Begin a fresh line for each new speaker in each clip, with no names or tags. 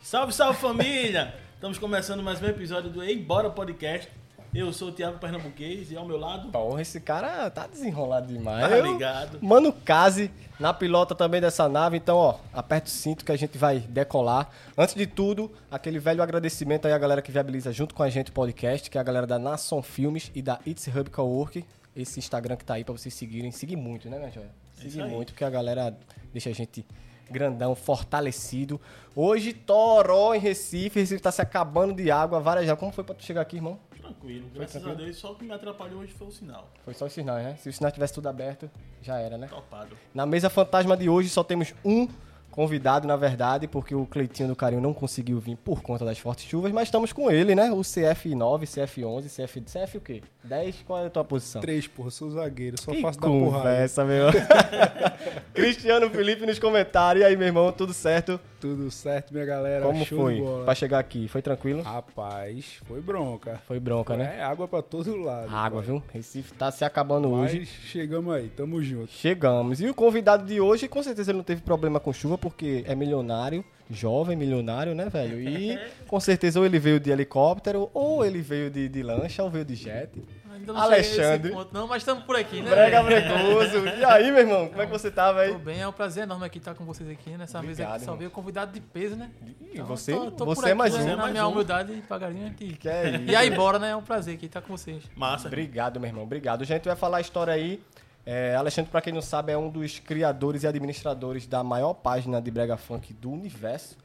Salve, salve família! Estamos começando mais um episódio do Ei Bora Podcast. Eu sou o Thiago Pernambuquês e ao meu lado.
Porra, esse cara tá desenrolado demais.
Tá
Eu-
ligado.
Mano, case na pilota também dessa nave. Então, ó, aperta o cinto que a gente vai decolar. Antes de tudo, aquele velho agradecimento aí à galera que viabiliza junto com a gente o podcast, que é a galera da Nação Filmes e da It's Hub Cowork. Esse Instagram que tá aí pra vocês seguirem. Seguir muito, né, minha joia?
É isso
Seguir
aí.
muito, porque a galera deixa a gente grandão, fortalecido. Hoje, Toró em Recife. Recife tá se acabando de água. Varejão, como foi pra tu chegar aqui, irmão?
Tranquilo, graças
tranquilo?
a Deus. Só o que me atrapalhou hoje foi o sinal.
Foi só os sinais, né? Se o sinal tivesse tudo aberto, já era, né?
Topado.
Na mesa fantasma de hoje só temos um convidado, na verdade, porque o Cleitinho do Carinho não conseguiu vir por conta das fortes chuvas, mas estamos com ele, né? O CF9, CF11, CF... CF o quê? 10? Qual é a tua posição?
Três, porra, sou zagueiro, só
Que
faço da porrada.
conversa, meu. Cristiano Felipe nos comentários. E aí, meu irmão, tudo certo?
Tudo certo, minha galera.
Como
Show
foi
De bola. Ah,
pra chegar aqui? Foi tranquilo?
Rapaz, foi bronca.
Foi bronca, né?
É água pra todo lado.
Água,
pai.
viu? Recife tá se acabando hoje.
Mas chegamos aí, tamo junto.
Chegamos. E o convidado de hoje, com certeza ele não teve problema com chuva, porque é milionário, jovem milionário, né, velho? E com certeza ou ele veio de helicóptero, ou ele veio de, de lancha, ou veio de jet.
Ainda não cheguei nesse
Alexandre.
ponto, não, mas estamos por aqui, né?
Brega precoso. E aí, meu irmão, como é que você tá,
Tô
velho?
bem, é um prazer enorme aqui estar com vocês aqui nessa mesa
Obrigado,
aqui. Só
irmão.
veio convidado de peso, né?
Ih,
Então,
você
tô- tô por
você é
aqui,
mais
né,
um.
Na
mais
minha
um.
humildade, devagarinho aqui.
Que é isso.
E aí, bora, né? É um prazer aqui estar com vocês.
Massa.
Obrigado, meu irmão. Obrigado. Hoje a gente vai falar a história aí. É, Alexandre, pra quem não sabe, é um dos criadores e administradores da maior página de brega funk do universo.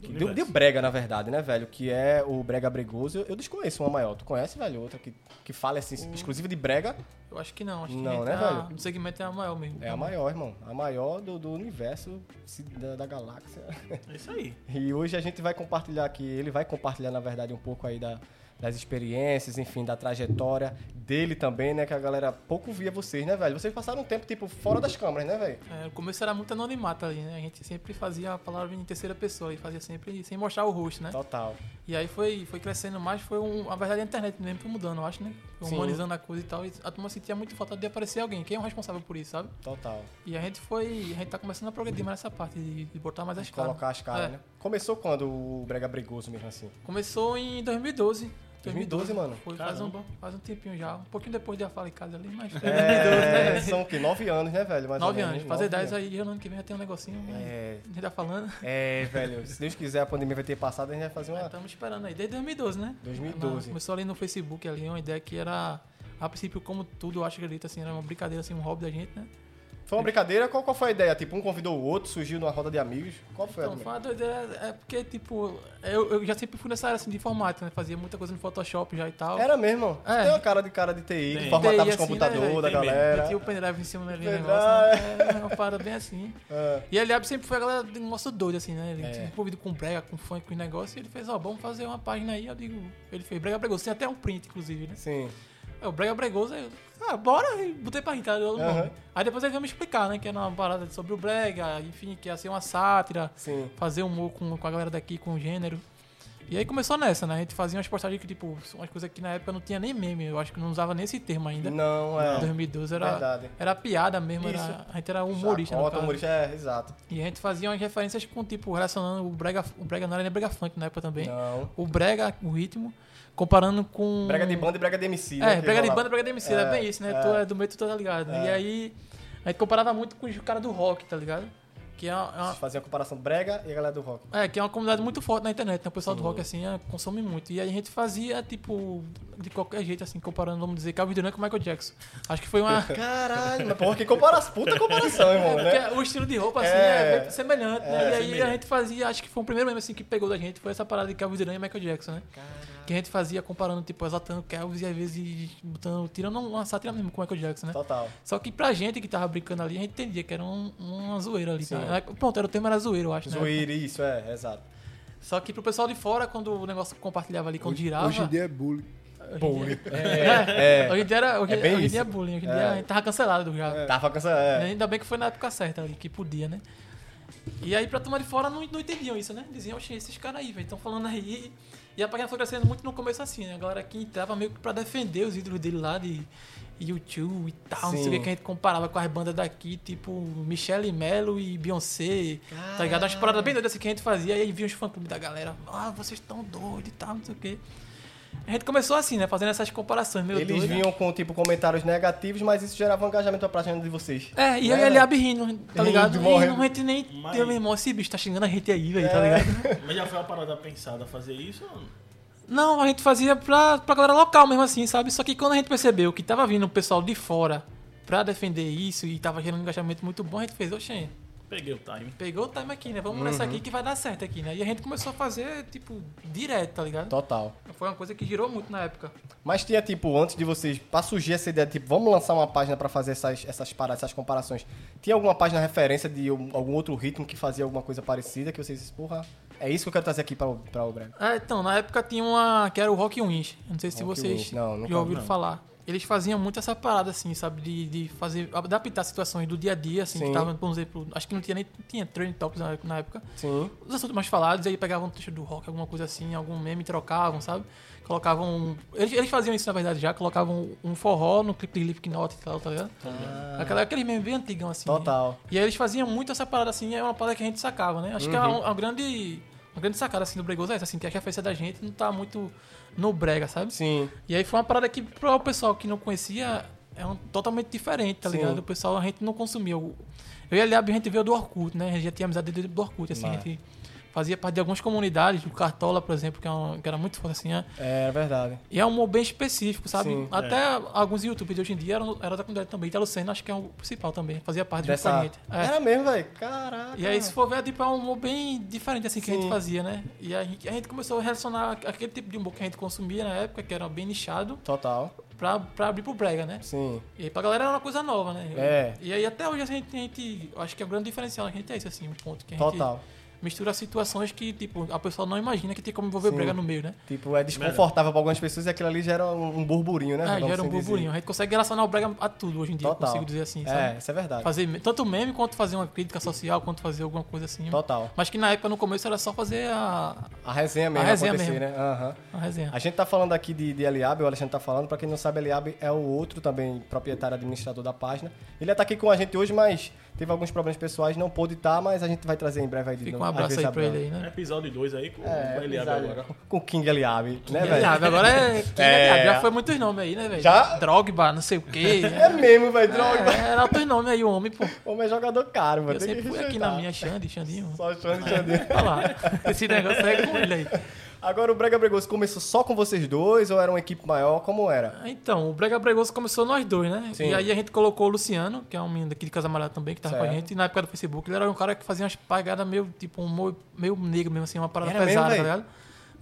Que
Do
deu,
universo.
deu brega, na verdade, né, velho? Que é o Brega Bregoso. Eu, eu desconheço uma maior. Tu conhece, velho? Outra que, que fala assim,
Hum.
exclusiva de brega.
Eu acho que não, acho
Não,
que quem
né,
tá
velho?
no segmento é a maior mesmo.
É a maior, irmão. A maior do, do universo, se- da, da galáxia.
É isso aí.
E hoje a gente vai compartilhar aqui, ele vai compartilhar, na verdade, um pouco aí da- das experiências, enfim, da trajetória dele também, né? Que a galera pouco via vocês, né, velho? Vocês passaram um tempo, tipo, fora das câmeras, né, velho?
É, o começo era muito anonimato ali, né? A gente sempre fazia a palavra em terceira pessoa e fazia sempre sem mostrar o rosto, né?
Total.
E aí foi, foi crescendo mais, foi um, a verdade a internet mesmo foi mudando, eu acho, né? Foi
Sim.
humanizando a coisa e tal. E a turma sentia muito falta de aparecer alguém. Quem é o responsável por isso, sabe?
Total.
E a gente foi. A gente tá começando a progredir mais nessa parte de, de botar mais as caras.
Colocar as caras,
É.
né? Começou quando o Brega Bregoso mesmo assim?
Começou em 2012.
2012, mano.
Foi faz um,
Caramba.
faz um tempinho já. Um pouquinho depois de a fala em casa ali, mas. foi
É, são o quê? Nove anos, né, velho? Mais ou
Nove
menos,
anos.
né?
Fazer
Nove
10
anos.
aí, ano que vem já tem um negocinho. É.
É,
A gente tá falando.
é, velho. Se Deus quiser, a pandemia vai ter passado, a gente vai fazer uma...
Estamos esperando aí. Desde 2012, né?
2012.
Começou ali no Facebook, ali, uma ideia que era. A princípio, como tudo, eu acho que acredito, assim, era uma brincadeira, assim, um hobby da gente, né?
Foi uma brincadeira? Qual, qual foi a ideia? Tipo, um convidou o outro, surgiu numa roda de amigos. Qual foi a
Então, foi uma doideira, é porque, tipo, eu, eu já sempre fui nessa área, assim, de informática, né? Fazia muita coisa no Photoshop já e tal.
Era mesmo. Você
É.
Tem uma cara de cara de TI, que
Tem.
formatava os
TI, assim,
computadores
né,
da
velho? Tem
galera.
Metia o pendrive em cima daquele
Pendrive.
negócio, né? Era uma parada bem assim.
É.
E a Eliab sempre foi a galera do nosso doido, assim, né? Ele
É.
tinha envolvido com brega, com funk, com negócio, e ele fez, ó, vamos fazer uma página aí, eu digo, ele fez brega bregoso, tem até um print, inclusive, né?
Sim.
É, o brega bregoso, aí eu, ah, bora, e botei pra irritar o
Aham.
nome. Aí depois ele veio me explicar, né, que era uma parada sobre o brega, enfim, que ia ser uma sátira,
Sim.
fazer humor com, com a galera daqui, com o gênero. E aí começou nessa, né? A gente fazia umas postagens que, tipo, umas coisas que na época não tinha nem meme, eu acho que não usava nem esse termo ainda.
Não, é.
2012 era,
Verdade.
era piada mesmo,
Isso.
era, a gente era um humorista. no
Chacota,
caso.
humorista, é, exato.
E a gente fazia umas referências com, tipo, relacionando o brega, o brega não era nem brega funk na época também.
Não.
O brega, o ritmo, comparando com...
Brega de banda e brega de MC, né?
É,
que
brega de
rolava.
banda, brega de MC, era
É,
bem isso, né?
é.
Tu é do meio, tu tá ligado. E aí, a gente comparava muito com os caras do rock, tá ligado? Que é uma- é uma
Fazia uma comparação brega e a galera do rock.
é, que é uma comunidade muito forte na internet, né? O pessoal do rock, assim, é, consome muito. E aí a gente fazia, tipo, de qualquer jeito, assim, comparando, vamos dizer, Calvin Durant com Michael Jackson. Acho que foi uma...
Caralho, mas porra, que comparação. Puta comparação, irmão,
É, Porque
né?
o estilo de roupa, assim,
É.
é, bem semelhante, né?
É,
e aí
semelhante.
a gente fazia, acho que foi o primeiro meme, assim, que pegou da gente, foi essa parada de Elvis Duran e Michael Jackson, né? Que a gente fazia comparando, tipo, exaltando Elvis e às vezes botando, tirando uma sátira mesmo com o Michael Jackson, né?
Total.
Só que pra gente que tava brincando ali, a gente entendia que era um- uma zoeira ali,
Sim.
tá? Pronto, era o tema era zoeiro, eu acho, né?
Zoeira, isso, é, exato.
Só que pro pessoal de fora, quando o negócio compartilhava ali, quando
Hoje-
girava...
Hoje em dia é bullying.
Bullying.
É,
Hoje em dia era. Hoje,
É bem
hoje em
isso.
dia é bullying. Hoje em dia a gente tava cancelado já.
é. Tava com essa... É.
né? Ainda bem que foi na época certa ali, que podia, né? E aí pra tomar de fora não, não entendiam isso, né? Diziam, oxe, esses caras aí, velho, estão falando aí. E a página foi crescendo muito no começo assim, né? A galera que entrava meio que pra defender os ídolos dele lá de YouTube e tal. Não sei o que,
Sim.
que a gente comparava com as bandas daqui, tipo Michelle Mello e Beyoncé, tá ligado? Umas paradas bem doidas assim que a gente fazia. E aí vinha os fã-clubes da galera. Ah, vocês estão doidos e tal, não sei o que. A gente começou assim, né? Fazendo essas comparações meio
Eles
doidas.
vinham com, tipo, comentários negativos, mas isso gerava um engajamento pra página de vocês.
É, e eu
Né,
e ele
né?
abre rindo, tá
Rindo,
ligado? E
morrendo.
não gente nem.
Mas-
Meu irmão, esse bicho tá xingando a gente aí, velho, tá
É.
ligado?
Mas já foi uma parada pensada fazer isso? ou não?
Não, a gente fazia pra, pra galera local mesmo assim, sabe? Só que quando a gente percebeu que tava vindo o pessoal de fora pra defender isso e tava gerando um engajamento muito bom, a gente fez, oxê,
Peguei o time.
pegou o time aqui, né? Vamos
Uhum.
nessa aqui que vai dar certo aqui, né? E a gente começou a fazer, tipo, direto, tá ligado?
Total.
Foi uma coisa que girou muito na época.
Mas tinha, tipo, antes de vocês, pra surgir essa ideia, tipo, vamos lançar uma página pra fazer essas, essas paradas, essas comparações. Tinha alguma página referência de um- algum outro ritmo que fazia alguma coisa parecida que vocês, porra, é isso que eu quero trazer aqui pra, o- pra o Brega.
Ah, então, na época tinha uma que era o Rock Wins. Não sei se
Rock
vocês
Wins. Não, nunca
já ouviram
ouvi, não.
falar. Eles faziam muito essa parada, assim, sabe? De, de fazer, adaptar situações do dia a dia, assim,
Sim.
que tava, por exemplo, acho que não tinha nem tinha trend tops na, na época.
Sim.
Os assuntos mais falados, aí pegavam um trecho do rock, alguma coisa assim, algum meme, trocavam, sabe? Colocavam. um, Eles, eles faziam isso, na verdade, já, colocavam um forró no clipe de Slipknot e tal, tá ligado? Aquela, aquele meme bem antigão, assim.
Total.
E aí eles faziam muito essa parada assim, é uma parada que a gente sacava, né? Acho que é uma, uma grande. Uma grande sacada assim do Bregoso é essa, assim, que a referência da gente não tá muito no brega, sabe?
Sim.
E aí foi uma parada que pro pessoal que não conhecia é um, totalmente diferente, tá
Sim.
ligado? O pessoal, a gente não consumia. o- Eu e a Liab, a gente veio do Orkut, né? A gente já tinha amizade dentro do Orkut, assim, a gente fazia parte de algumas comunidades, o Cartola, por exemplo, que, é uma- que era muito forte, assim, né?
É, é verdade.
E é um humor bem específico, sabe?
Sim, É.
Até alguns youtubers de hoje em dia eram, eram da comunidade também. Italo Senna, acho que é o principal também, fazia parte junto com a
Dessa...
gente. É.
Era mesmo, velho. Caraca.
E aí, se for ver, tipo, é um humor bem diferente assim que a
Sim.
gente fazia, né? E a gente, a gente começou a relacionar aquele tipo de humor que a gente consumia na época, que era bem nichado,
Total.
pra, pra abrir pro brega, né?
Sim.
E aí pra galera era uma coisa nova, né?
É.
E aí até hoje a gente, a gente- eu acho que é o grande diferencial, a gente é isso assim, um ponto que a gente
Total.
mistura situações que, tipo, a pessoa não imagina que tem como envolver
Sim.
brega no meio, né?
Tipo, é desconfortável pra algumas pessoas e aquilo ali gera um um burburinho, né?
É,
Vamos
gera um
assim dizer.
burburinho. A gente consegue relacionar o brega a tudo hoje em dia, eu
Total.
consigo dizer assim, sabe?
É, isso é verdade.
Fazer me- tanto meme quanto fazer uma crítica social, quanto fazer alguma coisa assim.
Total.
Mas que na época, no começo, era só fazer a,
A resenha mesmo
A resenha
acontecer,
mesmo.
né? Aham.
a resenha.
A gente tá falando aqui de, de Eliabe, o Alexandre tá falando. Pra quem não sabe, Eliabe é o outro também proprietário administrador da página. Ele ia tá aqui com a gente hoje, mas teve alguns problemas pessoas, não pôde estar, mas a gente vai trazer em breve aí de
Fica um
novo, às
abraço
vezes
aí pra ele
abrindo.
aí, né?
Episódio 2 aí com
É,
o Eliab
episódio
agora.
Com o King Eliabe, né,
Eliabe,
velho?
Agora é. King
É.
Eliabe, Já foi muitos nomes aí, né, velho?
Já?
Drogba, não sei o quê. né?
É mesmo, velho. Droga.
É, era outros nomes aí, o homem, pô.
O homem é jogador caro, mano.
Eu
tem que
sempre fui aqui
respeitar.
na minha, Xande, Xandinho.
Só achando de
Olha lá. Esse negócio aí é com ele aí.
Agora o Brega Bregoso começou só com vocês dois ou era uma equipe maior? Como era?
Então, o Brega Bregoso começou nós dois, né?
Sim.
E aí a gente colocou o Luciano, que é um menino daqui de Casa Amarela também, que tava com a
Certo.
gente. E na época do Facebook, ele era um cara que fazia umas pagadas meio, tipo, um humor meio negro mesmo, assim, uma parada
Era mesmo,
pesada,
velho?
tá ligado?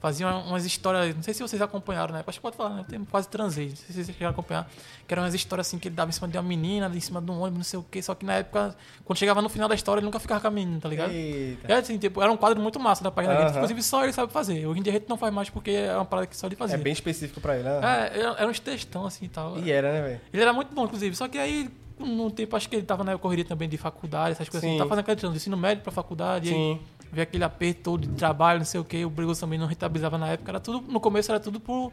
Fazia uma- umas histórias, não sei se vocês acompanharam, né? Acho que pode falar, né? Eu tenho- quase transei, não sei se vocês chegaram a acompanhar. Que eram umas histórias assim que ele dava em cima de uma menina, em cima de um ônibus, não sei o quê. Só que na época, quando chegava no final da história, ele nunca ficava com a menina, tá ligado?
Eita.
É, assim, tipo, era um quadro muito massa da página dele.
Aham.
Inclusive, só ele sabe fazer. Hoje em dia a gente não faz mais porque é uma parada que só ele
É
fazia.
bem específico pra ele, né?
É, era- era uns textão assim e tal.
E era, né, velho?
Ele era muito bom, inclusive. Só que aí, num tempo, acho que ele tava na correria também de faculdade, essas coisas.
Sim.
Assim. Tava fazendo aquela transição do ensino médio pra faculdade. e aí
Sim.
Ver aquele aperto todo de trabalho, não sei o quê. O Brigos também não rentabilizava na época. Era tudo, no começo era tudo por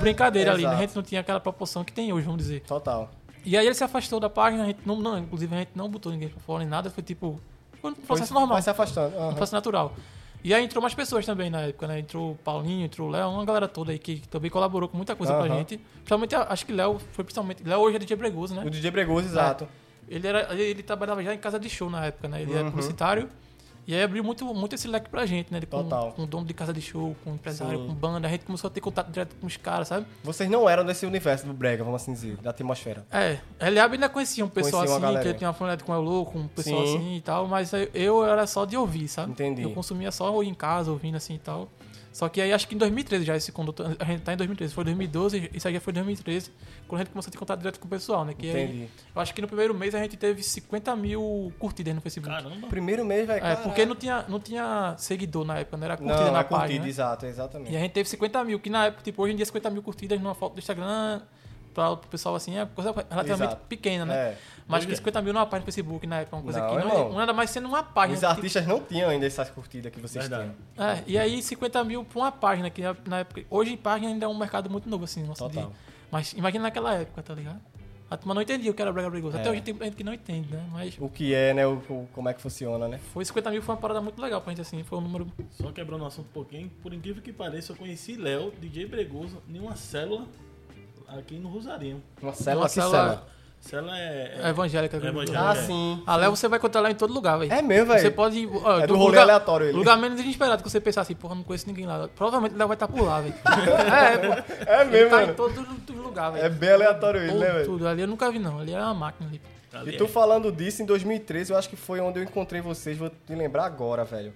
brincadeira ali. né?
exato.
A gente não tinha aquela proporção que tem hoje, vamos dizer.
Total.
E aí ele se afastou da página. A gente não, não, inclusive, a gente não botou ninguém pra fora nem nada. Foi tipo. Foi um processo normal.
Vai se afastando.
Um
Aham.
processo natural. E aí entrou mais pessoas também na época, né? Entrou o Paulinho, entrou o Léo, uma galera toda aí que também colaborou com muita coisa pra
Aham.
gente. Principalmente, a- acho que Léo foi principalmente. Léo hoje é DJ Bregoso, né?
O DJ Bregoso, exato.
Ele, era, ele, ele trabalhava já em casa de show na época, né? Ele era
Uhum.
publicitário. E aí abriu muito, muito esse leque pra gente, né? Ele Com,
Total.
com dono de casa de show, com empresário,
Sim.
com banda. A gente começou a ter contato direto com os caras, sabe?
Vocês não eram desse universo do Brega, vamos assim dizer, da atmosfera.
É, Eliab ainda conhecia um pessoal
Conhecia uma
assim, que
galera.
ele tinha uma familiaridade com o Elô, com um pessoal
Sim.
assim e tal, mas eu- eu era só de ouvir, sabe?
Entendi.
Eu consumia só em casa, ouvindo assim e tal. Só que aí acho que em 2013 já esse condutor, a gente tá em 2013, foi 2012, isso aí já foi 2013, quando a gente começou a ter contato direto com o pessoal, né? Que aí-
Entendi.
eu acho que no primeiro mês a gente teve 50 mil curtidas no Facebook.
Caramba.
Primeiro mês, velho.
é,
caraca.
porque não tinha, não tinha seguidor na época, não era curtida
Não,
na
na
página.
curtida,
né?
exato,
E
exatamente.
a gente teve 50 mil, que na época, tipo, hoje em dia 50 mil curtidas numa foto do Instagram para o pessoal assim, é uma coisa relativamente
Exato.
pequena, né?
É.
Mas que
Pois é.
50 mil numa página do Facebook na época, uma coisa
Não,
que não,
irmão.
não era mais sendo uma página.
Os
tipo,
artistas não tinham ainda essas curtidas que vocês
Verdade.
tinham.
é, e aí 50 mil pra uma página, que é, na- na época. Hoje página ainda é um mercado muito novo, assim, nossa.
Total.
de- mas imagina naquela época, tá ligado? A turma não entendia o que era Brega Bregoso. Até
É.
hoje tem gente que não entende, né? Mas
O que é, né? O, o- como é que funciona, né?
foi 50 mil, foi uma parada muito legal pra gente, assim. Foi um número.
Só quebrando o assunto um pouquinho, por incrível que pareça, eu conheci Léo, DJ Bregoso, em uma célula aqui no Rosarinho.
Uma célula
uma
que célula.
Célula é. é-
evangélica.
É evangélica.
Ah, sim.
A Léo você vai encontrar lá em todo lugar, velho.
É mesmo, velho.
Você pode. ir, ó,
É do
lugar-
rolê aleatório ele.
Lugar menos inesperado que você pensar assim, porra, não conheço ninguém lá. Provavelmente Léo vai estar por lá, velho. é, pô.
É
Ele
mesmo,
tá
mano.
em todo todo lugar, velho.
É bem aleatório ele,
Tudo,
né, velho?
tudo. Ali eu nunca vi, não. Ali era uma máquina ali.
ali
E
é-
tu falando disso, em 2013, eu acho que foi onde eu encontrei vocês, vou te lembrar agora, velho.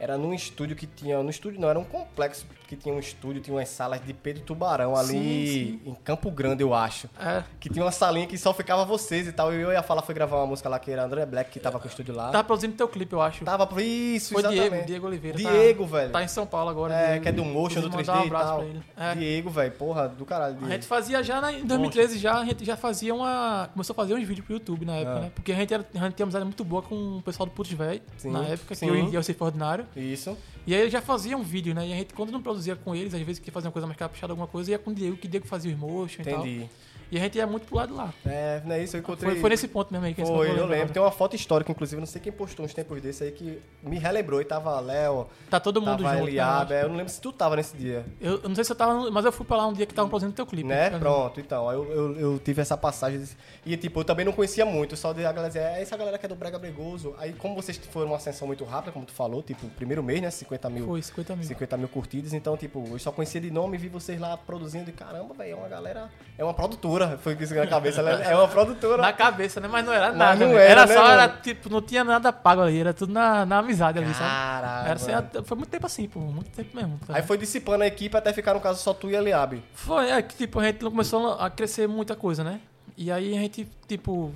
Era num estúdio que tinha. No estúdio não, era um complexo que tinha um estúdio, tinha umas salas de Pedro Tubarão ali
Sim,
em Campo Grande, eu acho.
É.
Que tinha uma salinha que só ficava vocês e tal. E eu ia falar, foi gravar uma música lá que era André Black, que tava com o estúdio lá.
Tava Tá produzindo teu clipe, eu acho.
Tava. Isso,
Foi
Ah. Tá, exatamente.
Diego, Diego Oliveira. tá-
Diego, velho.
Tá em São Paulo agora.
É,
Diego.
que é do Motion, do 3D
Inclusive, mandar um
e
abraço
tal.
pra ele. É.
Diego, velho, porra, do caralho.
A
Diego.
gente fazia já na, em 2013, já, a gente já fazia uma. Começou a fazer uns vídeos pro YouTube na época,
Ah.
né? Porque a gente, era, a gente tinha amizade muito boa com o pessoal do Putz Velho,
Sim,
na época,
sim.
que eu e eu sempre fui ordinário.
Isso.
E aí eles já faziam vídeos, né? E a gente, quando não produzia com eles, às vezes que fazia uma coisa mais caprichada, alguma coisa, ia com o Diego, que o Diego fazia os motion e tal.
Entendi.
E a gente ia muito pro lado lá.
É, não é isso, eu encontrei.
Então. Foi, foi nesse ponto mesmo aí que a gente né?
Foi,
não
eu lembro.
agora.
Tem uma foto histórica, inclusive, não sei quem postou uns tempos desse aí que me relembrou e tava Léo,
Tá todo mundo
tava
junto. né?
Eliab, é, eu não lembro se tu tava nesse dia.
Eu, eu não sei se eu tava. no- Mas eu fui pra lá um dia que tava produzindo teu clipe.
Né?
Eu-
Pronto, então. Eu, eu, eu tive essa passagem. desse- E, tipo, eu também não conhecia muito. Só de- a galera dizia, é essa galera que é do Brega Bregoso. Aí, como vocês foram uma ascensão muito rápida, como tu falou, tipo, primeiro mês, né? 50 mil.
Foi, 50 mil.
50 mil curtidas, então, tipo, eu só conhecia de nome e vi vocês lá produzindo. E caramba, velho, é uma galera. É uma produtora. Foi isso na cabeça. ela- É uma produtora.
Na cabeça, né? Mas não era
Mas
nada.
não
né?
era, né,
só,
mano?
era tipo, não tinha nada pago ali, era tudo na, na amizade ali, sabe?
Caralho.
Era, assim, foi muito tempo assim, pô, muito tempo mesmo. tá?
Aí foi dissipando a equipe até ficar, no caso, só tu e a Eliabe.
Foi, é que tipo, a gente começou a crescer muita coisa, né? E aí a gente, tipo,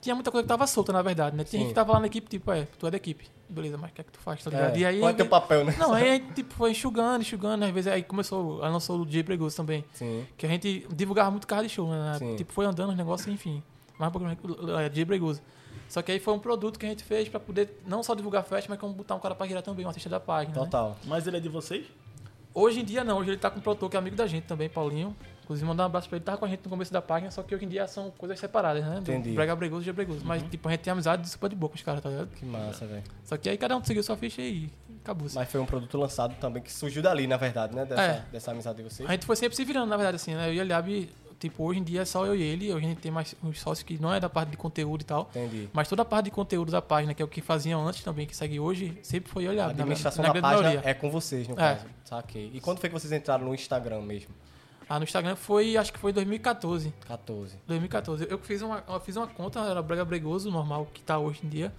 tinha muita coisa que tava solta, na verdade, né? Tinha gente que tava lá na equipe, tipo, é, tu é da equipe, beleza, mas o que é que tu faz, tá ligado?
É,
E aí.
qual é teu papel, né?
Não, aí a gente tipo, foi enxugando, enxugando, às vezes aí começou, aí lançou o DJ Pregoso também.
Sim.
Que a gente divulgava muito carro de show, né?
Sim.
Tipo, foi andando os negócios, enfim. Mais um pouco é, DJ Pregoso. Só que aí foi um produto que a gente fez pra poder não só divulgar a festa, mas como botar um cara pra girar também, um artista da página. né?
Total.
Mas ele é de vocês?
Hoje em dia não, hoje ele tá com um produtor que é amigo da gente também, Paulinho. Inclusive, mandar um abraço pra ele, tava com a gente no começo da página, só que hoje em dia são coisas separadas, né? Do
Entendi. Uhum.
Brega Bregoso e G Bregoso. Mas, tipo, a gente tem amizade de super de boa com os caras, tá ligado?
Que massa, velho.
Só que aí cada um seguiu sua ficha e acabou.
Mas foi um produto lançado também que surgiu dali, na verdade, né? Dessa,
É.
dessa amizade de vocês.
A gente foi sempre se virando, na verdade, assim, né? Eu e a Liab, tipo, hoje em dia é só eu e ele, hoje a gente tem mais uns sócios que não é da parte de conteúdo e tal.
Entendi.
Mas toda a parte de conteúdo da página, que é o que faziam antes também, que segue hoje, sempre foi eu e a
A
Liab. né? na
administração
verdade,
da
na grande
página
maioria.
é com vocês, no
É.
caso. Saquei. E quando foi que vocês entraram no Instagram mesmo?
Ah, no Instagram foi, acho que foi em 2014.
14.
2014. Eu fiz uma, eu fiz uma conta, era Brega Bregoso, normal, que tá hoje em dia.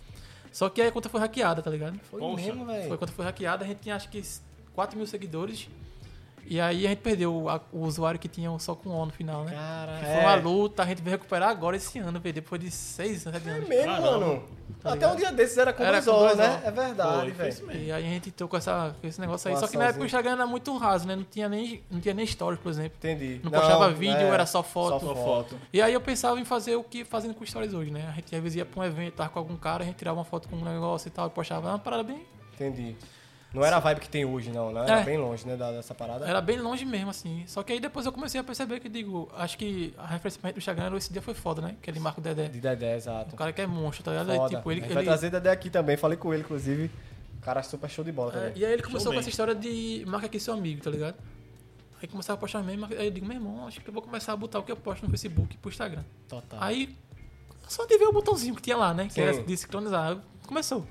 Só que aí a conta foi hackeada, tá ligado?
Foi
Poxa.
mesmo,
Foi
velho.
quando foi hackeada, a gente tinha acho que 4 mil seguidores. E aí a gente perdeu a- o usuário que tinha só com O no final, né?
Caralho.
Que foi uma luta, a gente veio recuperar agora esse ano, velho. Depois de 6 anos, 7
É
anos.
mesmo,
Caramba.
mano.
Tá
Até
ligado?
um dia desses era com
Era
dois
com
olhos,
dois
né?
olhos.
É verdade,
Foi, foi isso
velho.
mesmo.
E aí a gente entrou com, essa, com esse negócio aí. Só que
Situaçãozinha.
na época o Instagram era muito raso, né? Não tinha nem, não tinha nem stories, por exemplo.
Entendi. é.
Não postava vídeo, era só foto.
Só foto.
E aí eu pensava em fazer o que fazendo com stories hoje, né? A gente às vezes ia pra um evento, tava com algum cara, a gente tirava uma foto com um negócio e tal, e postava. Era uma parada bem.
Entendi. Não era a vibe que tem hoje, não, né? Era
É.
bem longe, né, da- dessa parada.
Era bem longe mesmo, assim. Só que aí depois eu comecei a perceber que, digo, acho que a referência pra gente do Instagram era esse dia foi foda, né? Aquele Marco Dedé.
De Dedé,
Um
exato.
cara que é monstro, tá ligado? Aí,
Foda.
tipo, ele.
a gente
ele
vai trazer Dedé aqui também. Falei com ele, inclusive. Cara, super show de bola
É,
também.
e aí ele começou
Show
com
bem.
essa história de marca aqui seu amigo, tá ligado? Aí começava a postar mesmo, aí eu digo, meu irmão, acho que eu vou começar a botar o que eu posto no Facebook e pro Instagram.
Total.
Aí só de ver o botãozinho que tinha lá, né? Que
Tá. Sim.
era de sincronizar. aí Começou.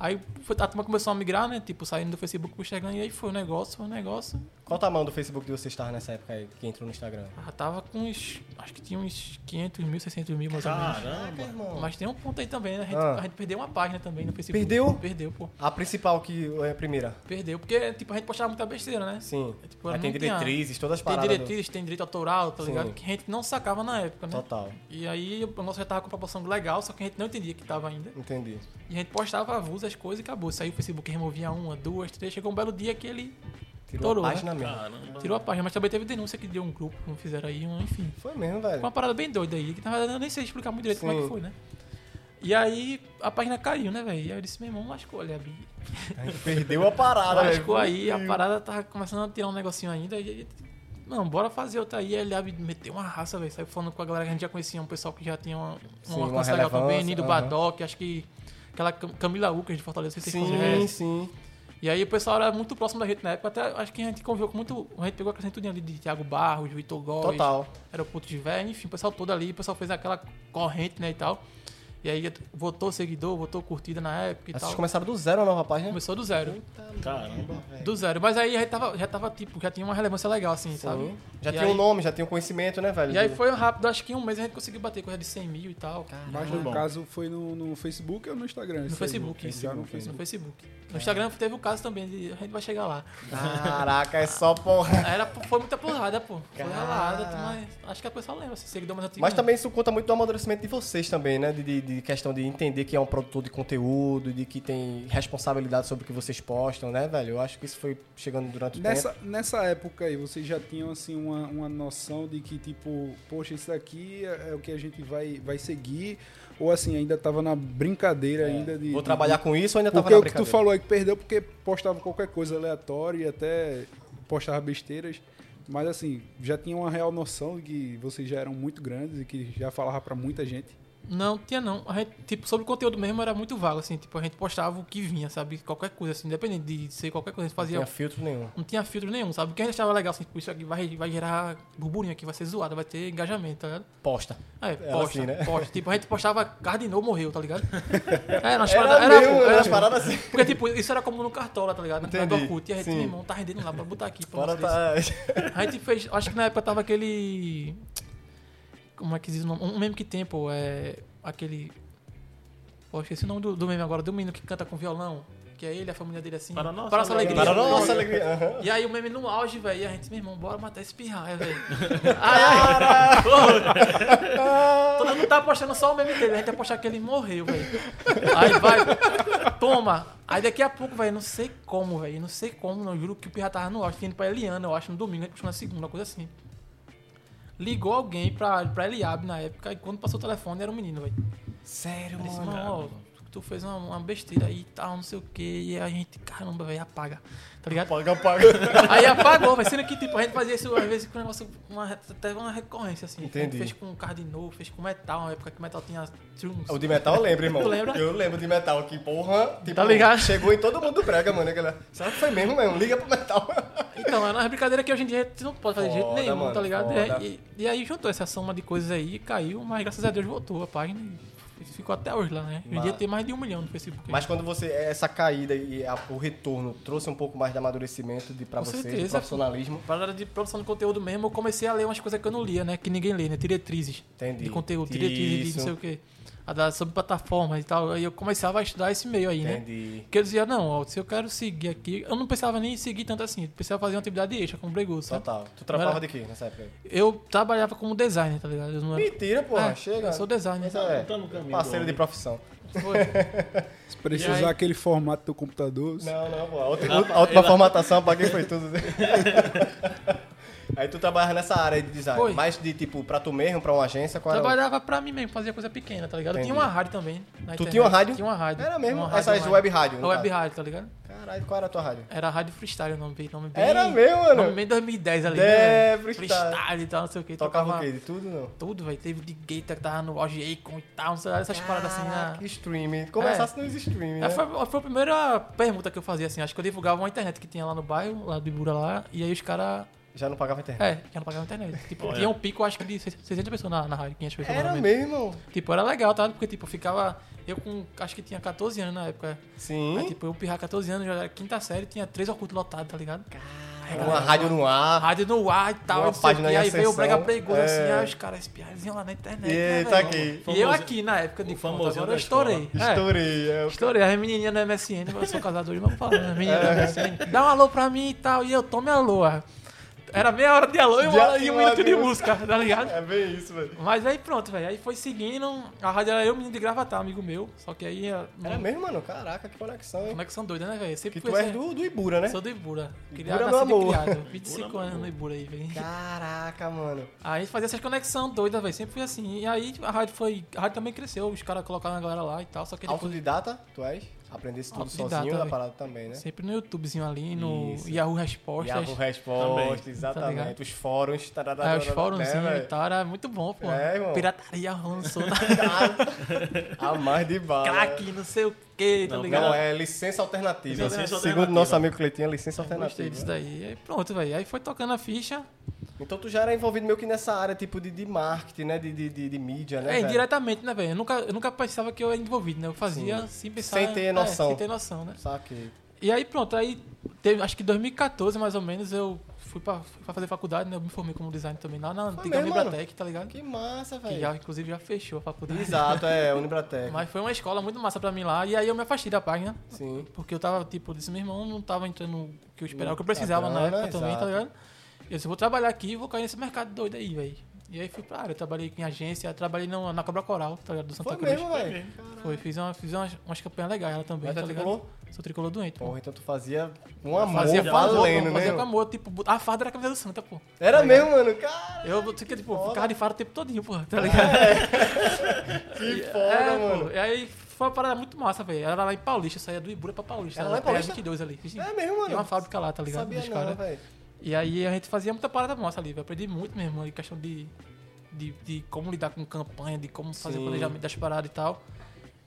Aí foi- a turma começou a migrar, né? Tipo, saindo do Facebook pro Instagram. E aí foi um negócio, foi um negócio.
Qual o tamanho do Facebook de vocês estavam nessa época aí, que entrou no Instagram?
Ah, tava com uns. Acho que tinha uns 500 mil, 600 mil mais ou menos.
Caramba.
irmão.
Mas tem um ponto aí também, né? A gente,
Ah.
a gente perdeu uma página também no Facebook.
Perdeu?
Perdeu, pô.
A principal que é a primeira.
Perdeu. Porque, tipo, a gente postava muita besteira, né?
Sim.
É, tipo, ela
aí tem
não tinha-
diretrizes, todas as
Tem
paradas. do-
diretrizes, tem direito autoral, tá
Sim.
ligado? Que a gente não sacava na época, né?
Total.
E aí o nosso já tava com proporção legal, só que a gente não entendia que tava ainda.
Entendi.
E a gente postava avulso as coisas e acabou. Saiu o Facebook, removia uma, duas, três. Chegou um belo dia que ele
Tirou
Torou,
a
né?
página mesmo.
Caramba.
Tirou a página, mas também teve denúncia que deu um grupo, não fizeram aí, um, enfim.
Foi mesmo, velho.
Uma parada bem doida aí, que na verdade eu nem sei explicar muito direito como é
Sim.
que foi, né? E aí a página caiu, né, velho? E aí eu disse, meu irmão, lascou ali a bi.
A gente perdeu a parada, velho.
Lascou aí, a parada tava começando a tirar um negocinho ainda. E, e- não, bora fazer outra aí. Aí a bi meteu uma raça, velho. Saiu falando com a galera que a gente já conhecia, um pessoal que já tinha uma, uma
Sim, uma
alcance legal também,
relevância,
Nido
aham.
Badoc, acho que aquela Cam- Camila Ucas de Fortaleza, não sei se vocês
Sim,
conhecem.
sim.
E aí o pessoal era muito próximo da gente na época, até acho que a gente conviveu com muito. A gente pegou aquela centurinha ali de Thiago Barros, Vitor Góes.
Total.
Era o ponto de velho, enfim, o pessoal todo ali, o pessoal fez aquela corrente, né, e tal. E aí votou seguidor, votou curtida na época e
Aí Vocês
tal.
começaram do zero a nova página.
Começou do zero.
Caramba.
Do zero. Mas aí já tava, já tava, tipo, já tinha uma relevância legal, assim, sabe?
Já
E
tinha
aí-
um nome, já tinha um conhecimento, né, velho?
E aí
Do-
foi rápido, acho que em um mês a gente conseguiu bater coisa de 100 mil e tal.
Mas
Foi
no
bom.
caso foi no, no Facebook ou no Instagram?
No
isso aí?
Facebook,
Já no
No
Facebook.
Facebook. No Instagram teve o caso também, de- a gente vai chegar lá.
Caraca, é só porra.
Era, foi muita porrada, pô. Foi
Caraca.
ralada, mas acho que a pessoa lembra, assim, seguidor mais antigo.
Mas
né?
também isso conta muito do amadurecimento de vocês também, né? De, de- de questão de entender que é um produtor de conteúdo, de que tem responsabilidade sobre o que vocês postam, né, velho? Eu acho que isso foi chegando durante o tempo.
Nessa, nessa época aí, vocês já tinham assim uma, uma noção de que tipo, poxa, isso daqui é, é o que a gente vai, vai seguir? Ou assim, ainda tava na brincadeira ainda de...
É. Vou
de-
trabalhar com isso ou ainda tava
Porque é
na
o que tu
brincadeira?
falou aí que perdeu porque postava qualquer coisa aleatória e até postava besteiras. Mas assim, já tinha uma real noção de que vocês já eram muito grandes e que já falava pra muita gente.
Não, tinha não. A gente, tipo, sobre o conteúdo mesmo era muito vago, assim, tipo, a gente postava o que vinha, sabe? Qualquer coisa, assim, independente de ser qualquer coisa, a gente
Não
fazia.
tinha filtro nenhum.
Não tinha filtro nenhum, sabe? O que a gente achava legal, assim, tipo, isso aqui vai, vai gerar burburinho aqui, vai ser zoado, vai ter engajamento, tá ligado?
Posta.
É,
Era
posta,
assim, né?
posta. Tipo, a gente postava Cardinou morreu, tá ligado? É, Era umas
Era
paradas.
mesmo,
pô,
era umas
pô.
paradas assim.
Porque, tipo, isso era como no Cartola, tá ligado? Na do
Entendi.
Orkut. E a gente,
Sim.
meu irmão, tá rendendo lá, bora botar aqui. pra
Bora
mostrar isso.
tá...
A gente fez. Acho que na época tava aquele. Como é que diz o nome? Um meme que tem, pô. É. Aquele. Pô, esqueci o nome do, do meme agora, do menino que canta com violão. Que é ele, a família dele assim.
Para nossa
alegria.
alegria.
Para nossa alegria. Aham.
E aí o meme no auge, velho. E a gente, meu irmão, bora matar esse pirraia, velho. Ai, ai. Todo mundo tá postando só o meme dele. A gente vai postar que ele morreu, velho. Aí vai, toma. Aí daqui a pouco, velho, não sei como, velho. Não sei como, não. Juro que o pirra tava no auge. Tinha indo pra Eliana, eu acho, no domingo. A gente postou na segunda, uma coisa assim. Ligou alguém pra, pra Eliab na época. E quando passou o telefone, era um menino, velho.
Sério,
Eu disse,
mano.
mano, ó, tu fez uma, uma besteira aí e tal, não sei o quê. E a gente, caramba, velho, apaga. Tá ligado?
Paga, paga.
Aí apagou, mas sendo que tipo, a gente fazia isso às vezes com um negócio, uma, até uma recorrência assim. A gente
Entendi.
fez com Cardinal, fez com Metal, na época que Metal tinha Triumphs.
O de metal eu lembro, irmão.
Tu lembra?
Eu lembro de metal aqui, porra. Tipo,
Tá ligado?
Chegou em todo mundo prega, mano. Aquela... Será que foi mesmo, mesmo? Liga pro metal.
Então, é uma brincadeira que hoje em dia a gente não pode fazer de jeito
Foda,
nenhum,
mano,
tá ligado?
foda.
E, e- e aí juntou essa soma de coisas aí, caiu, mas graças a Deus voltou a página e ficou até hoje lá, né? Hoje em dia
Mas-
tem mais de um milhão no Facebook.
Mas quando você. Essa caída e a- o retorno trouxe um pouco mais de amadurecimento de, pra
Com
vocês, de
certeza.
profissionalismo.
Parada de produção de conteúdo mesmo, eu comecei a ler umas coisas que eu não lia, né? Que ninguém lê, né? Diretrizes
Entendi.
de conteúdo, diretrizes de
Isso.
não sei o quê. A da, sobre plataformas e tal. Aí eu começava a estudar esse meio aí, né?
Entendi.
Porque eu dizia, não, ó, se eu quero seguir aqui, eu não pensava nem em seguir tanto assim, eu pensava fazer uma atividade extra, como bregoso, sabe?
Total. Tu trampava
Mas-
de quê nessa época?
Eu trabalhava como designer, tá ligado? Eu não era...
Mentira, porra.
É,
chega.
eu sou designer.
Mas é,
Tá no caminho
parceiro
do
de profissão.
Foi.
Se
E aí?
precisar aquele formato do computador,
Não, não, pô. A última, a última formatação, apaguei foi tudo. né? Aí tu trabalha nessa área de design.
Foi.
Mais de tipo, pra tu mesmo, pra uma agência, qual era o-
trabalhava pra mim mesmo, fazia coisa pequena, tá ligado? Eu
Entendi.
tinha uma rádio também. na
Tu
internet.
tinha uma rádio?
Tinha uma rádio.
Era mesmo?
Uma
Essas
uma
web rádio, no
Web
caso.
rádio, tá ligado?
Caralho, qual era a tua rádio?
Era Rádio Freestyle o nome, bem- nome bem...
Era mesmo, mano?
Nome bem 2010 ali,
É,
né?
freestyle.
e tal, não sei o que.
Tocava o quê? De tudo não?
Tudo, velho. Teve de Gator que tava no auge, Akon e tal, não sei lá, essas paradas assim.
Caraca,
né?
Streaming. Começasse nos streaming, né?
É, Foi, foi a primeira pergunta que eu fazia, assim. Acho que eu divulgava uma internet que tinha lá no bairro, lá do Ibura lá, e aí os caras.
Já não pagava internet.
É, já não pagavam internet. Tipo,
Olha.
tinha um pico, acho que de 600 pessoas na, na rádio, 500 pessoas
Era
normalmente.
mesmo?
Tipo, era legal, tá? Porque, tipo, ficava. Eu com. Acho que tinha 14 anos na época.
Sim.
Aí, tipo, eu pirrar 14 anos, já era quinta série, tinha três Orkut lotados, tá ligado? Caralho.
uma rádio no
A
ar.
rádio no ar e tal,
Uma
não sei o
página
quê.
em
Aí veio o
ascensão.
Brega Pregoso,
É.
assim, aí os caras, esse piazinho lá na internet.
E
né,
tá
velho?
aqui.
E eu
Famoso-
aqui na época de
o
famoso,
famosão
agora eu
da escola.
estourei. É.
Estourei. é.
Estourei, as menininhas da né? É.
É assim?
MSN, eu sou casado hoje, mas vou falar, as menininhas da MSN, dá um alô pra mim e tal, e eu tome alô. ah. Era meia hora de alô e uma
De-
hora e um
uma
minuto de
música.
música, tá ligado?
É bem isso, velho.
Mas aí pronto, velho. Aí foi seguindo. A rádio era eu, menino de gravatar, amigo meu. Só que aí. Era
Era É mesmo, mano? Caraca, que conexão, hein?
Como é que são doida, né, velho?
Que
Sempre fui
tu és
esse-
do, do Ibura, né? é
Sou do Ibura.
Ibura,
Criado,
meu
nascido e
amor.
criado. 25
é
anos no Ibura aí, velho.
Caraca, mano.
Aí fazia essas conexões doidas, velho. Sempre fui assim. E aí a rádio foi. A rádio também cresceu, os caras colocaram a galera lá e tal. Só que depois.
Autodidata, tu és? Aprendesse tudo
Autodidata,
sozinho na
velho.
parada também, né?
Sempre no YouTubezinho ali, no
Isso.
Yahoo Respostas.
Yahoo Respostas,
Também.
é Tá
exatamente.
ligado?
os fóruns. tá, tarará,
Aí os tá.
tarará,
fórumzinhos
né,
e tal, era muito bom, pô.
É, irmão.
Pirataria lançou na
velho? A mais de bala.
crack, não sei o que, tá
Não,
ligado?
Não, é licença alternativa.
Licença
Segundo
alternativa.
nosso amigo Cleitinho, é licença
Gostei
alternativa.
disso daí. Aí pronto, velho. Aí foi tocando a ficha.
Então tu já era envolvido meio que nessa área tipo de, de marketing, né? De, de, de- de mídia, né?
É,
velho?
indiretamente, né, velho? Eu nunca, eu nunca pensava que eu era envolvido, né? Eu fazia sem pensar.
Sem ter
é,
noção.
sem ter noção, né?
Saquei.
E aí, pronto, aí teve, acho que em 2014, mais ou menos, eu fui pra, fui pra fazer faculdade, né? Eu me formei como designer também lá na antiga
mesmo, mano?
biblioteca, tá ligado?
Que massa,
Que
velho.
já, inclusive, já fechou a faculdade.
Exato, é, Unibratec.
Mas foi uma escola muito massa pra mim lá. E aí eu me afastei da página.
Sim.
Porque eu tava, tipo, disse, meu irmão, não tava entrando o que eu esperava, o que eu precisava na
Hum, Agora,
época também,
exato.
tá ligado? Eu disse, vou trabalhar aqui e vou cair nesse mercado doido aí, velho. E aí fui pra área, eu trabalhei em agência, trabalhei na, na Cobra Coral, tá ligado? Do Santa
Foi
Cruz.
mesmo, velho.
Foi, fiz, uma, fiz umas, umas campanhas legais lá também,
Mas
tá
tu
ligado?
tricolor?
Sou tricolor doente, pô.
Porra, então tu fazia um amor
Fazia com amor,
valendo,
pô, Fazia com
né?
amor, tipo, bot- a Tá farda era a camisa do Santa, pô.
Era mesmo, mano. Cara,
Eu, fiquei, tipo,
foda. É,
ficava de farda o tempo todinho, pô, tá ligado?
que foda,
É, pô.
mano.
E aí foi uma parada muito massa, velho. Era lá em Paulista, eu saía do Ibura pra Paulista.
Era lá em
perto da
Paulista?
22 ali.
É mesmo, mano.
Assim, Tem uma fábrica lá, tá ligado?
Sabia
Dos
não,
caras.
velho.
E aí a gente fazia muita parada massa ali, velho. Aprendi muito mesmo, em questão de, de, de como lidar com campanha, de como fazer
Sim.
planejamento das paradas e tal.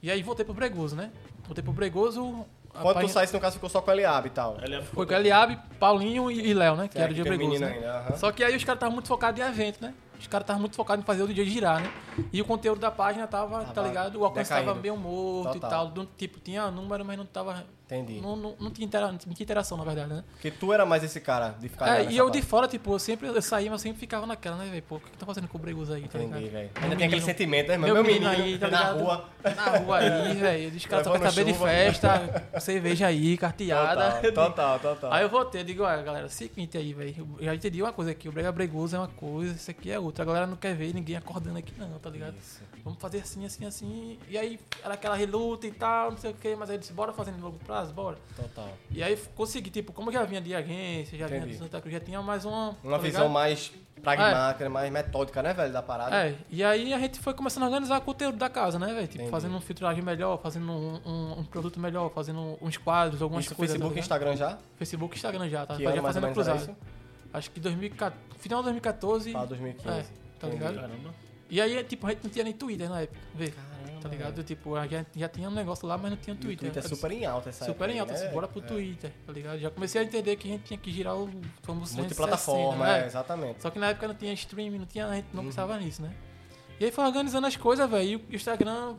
E aí voltei pro Bregoso, né? Voltei pro Bregoso. a
Quando tu
página-
saísse, no caso, ficou só com a Eliab e tal.
Ele é
Foi com Eliabe, Paulinho e e Léo, né? Que
É,
era o
que
DJ
tem um
Bregoso,
menino
né?
ainda, aham.
Só que aí os caras estavam muito focados em evento, né? Os caras estavam muito focados em fazer o DJ girar, né? E o conteúdo da página tava, tá
Tava
ligado? O alcance
decaindo.
tava meio morto
Total.
e tal. Do, tipo, tinha número, mas não tava...
Entendi.
Não, não, não tinha intera- não tinha interação, na verdade, né?
Porque tu era mais esse cara de ficar
É,
olhando
e
essa
eu
parte.
de fora, tipo, eu sempre eu saía, mas eu sempre ficava naquela, né, velho? Pô, o que, que tá fazendo com o Bregoso aí, tá ligado?
Entendi, velho.
Meu
Ainda tem aquele
menino-
sentimento, né, irmão?
Meu, menino, aí, tá
na
ligado?
rua.
Na rua aí, velho. Os caras tão
Levando
com a cabeça de
chuva.
festa, cerveja aí, carteada.
Total, total, total.
Aí eu voltei, eu digo, olha, galera, seguinte aí, velho. Eu já entendi uma coisa aqui, o brega bregoso é uma coisa, isso aqui é outra. A galera não quer ver ninguém acordando aqui, não, tá ligado? Vamos fazer assim, assim, assim. E aí era aquela reluta e tal, não sei o quê, mas aí eu disse, bora fazendo em longo prazo, bora.
Total.
E aí f- consegui, tipo, como eu já vinha de agência, já vinha
Entendi.
de Santa Cruz, já tinha mais uma.
Uma
tá
visão
ligado?
mais pragmática, né, mais metódica, né, velho, da parada.
É, e aí a gente foi começando a organizar o conteúdo da casa, né, velho? Tipo,
Entendi.
fazendo uma filtragem melhor, fazendo um, um- um produto melhor, fazendo uns quadros, algumas
Isso,
coisas.
Facebook e
tá ligado?
Instagram já?
Facebook e Instagram já, tá?
Que
já
ano mais ou
fazendo a
menos era
cruzada.
isso?
Acho que 2014, final de 2014.
Pra 2015.
É, tá
Entendi.
ligado?
Caramba.
E aí, tipo, a gente não tinha nem Twitter na época. Vê, tá ligado? Tipo, a gente já tinha um negócio lá, mas não tinha
E o
Twitter.
Twitter é
Eu
super em alta essa
disse, super
época
em
aí,
alta.
né?
assim, Bora pro Twitter, tá ligado? Já comecei a entender que a gente tinha que girar o famoso
Multiplataforma,
360,
é, Uhum. exatamente.
Só que na época não tinha streaming, não tinha, a gente não pensava nisso, né? E aí foi organizando as coisas, velho. E o Instagram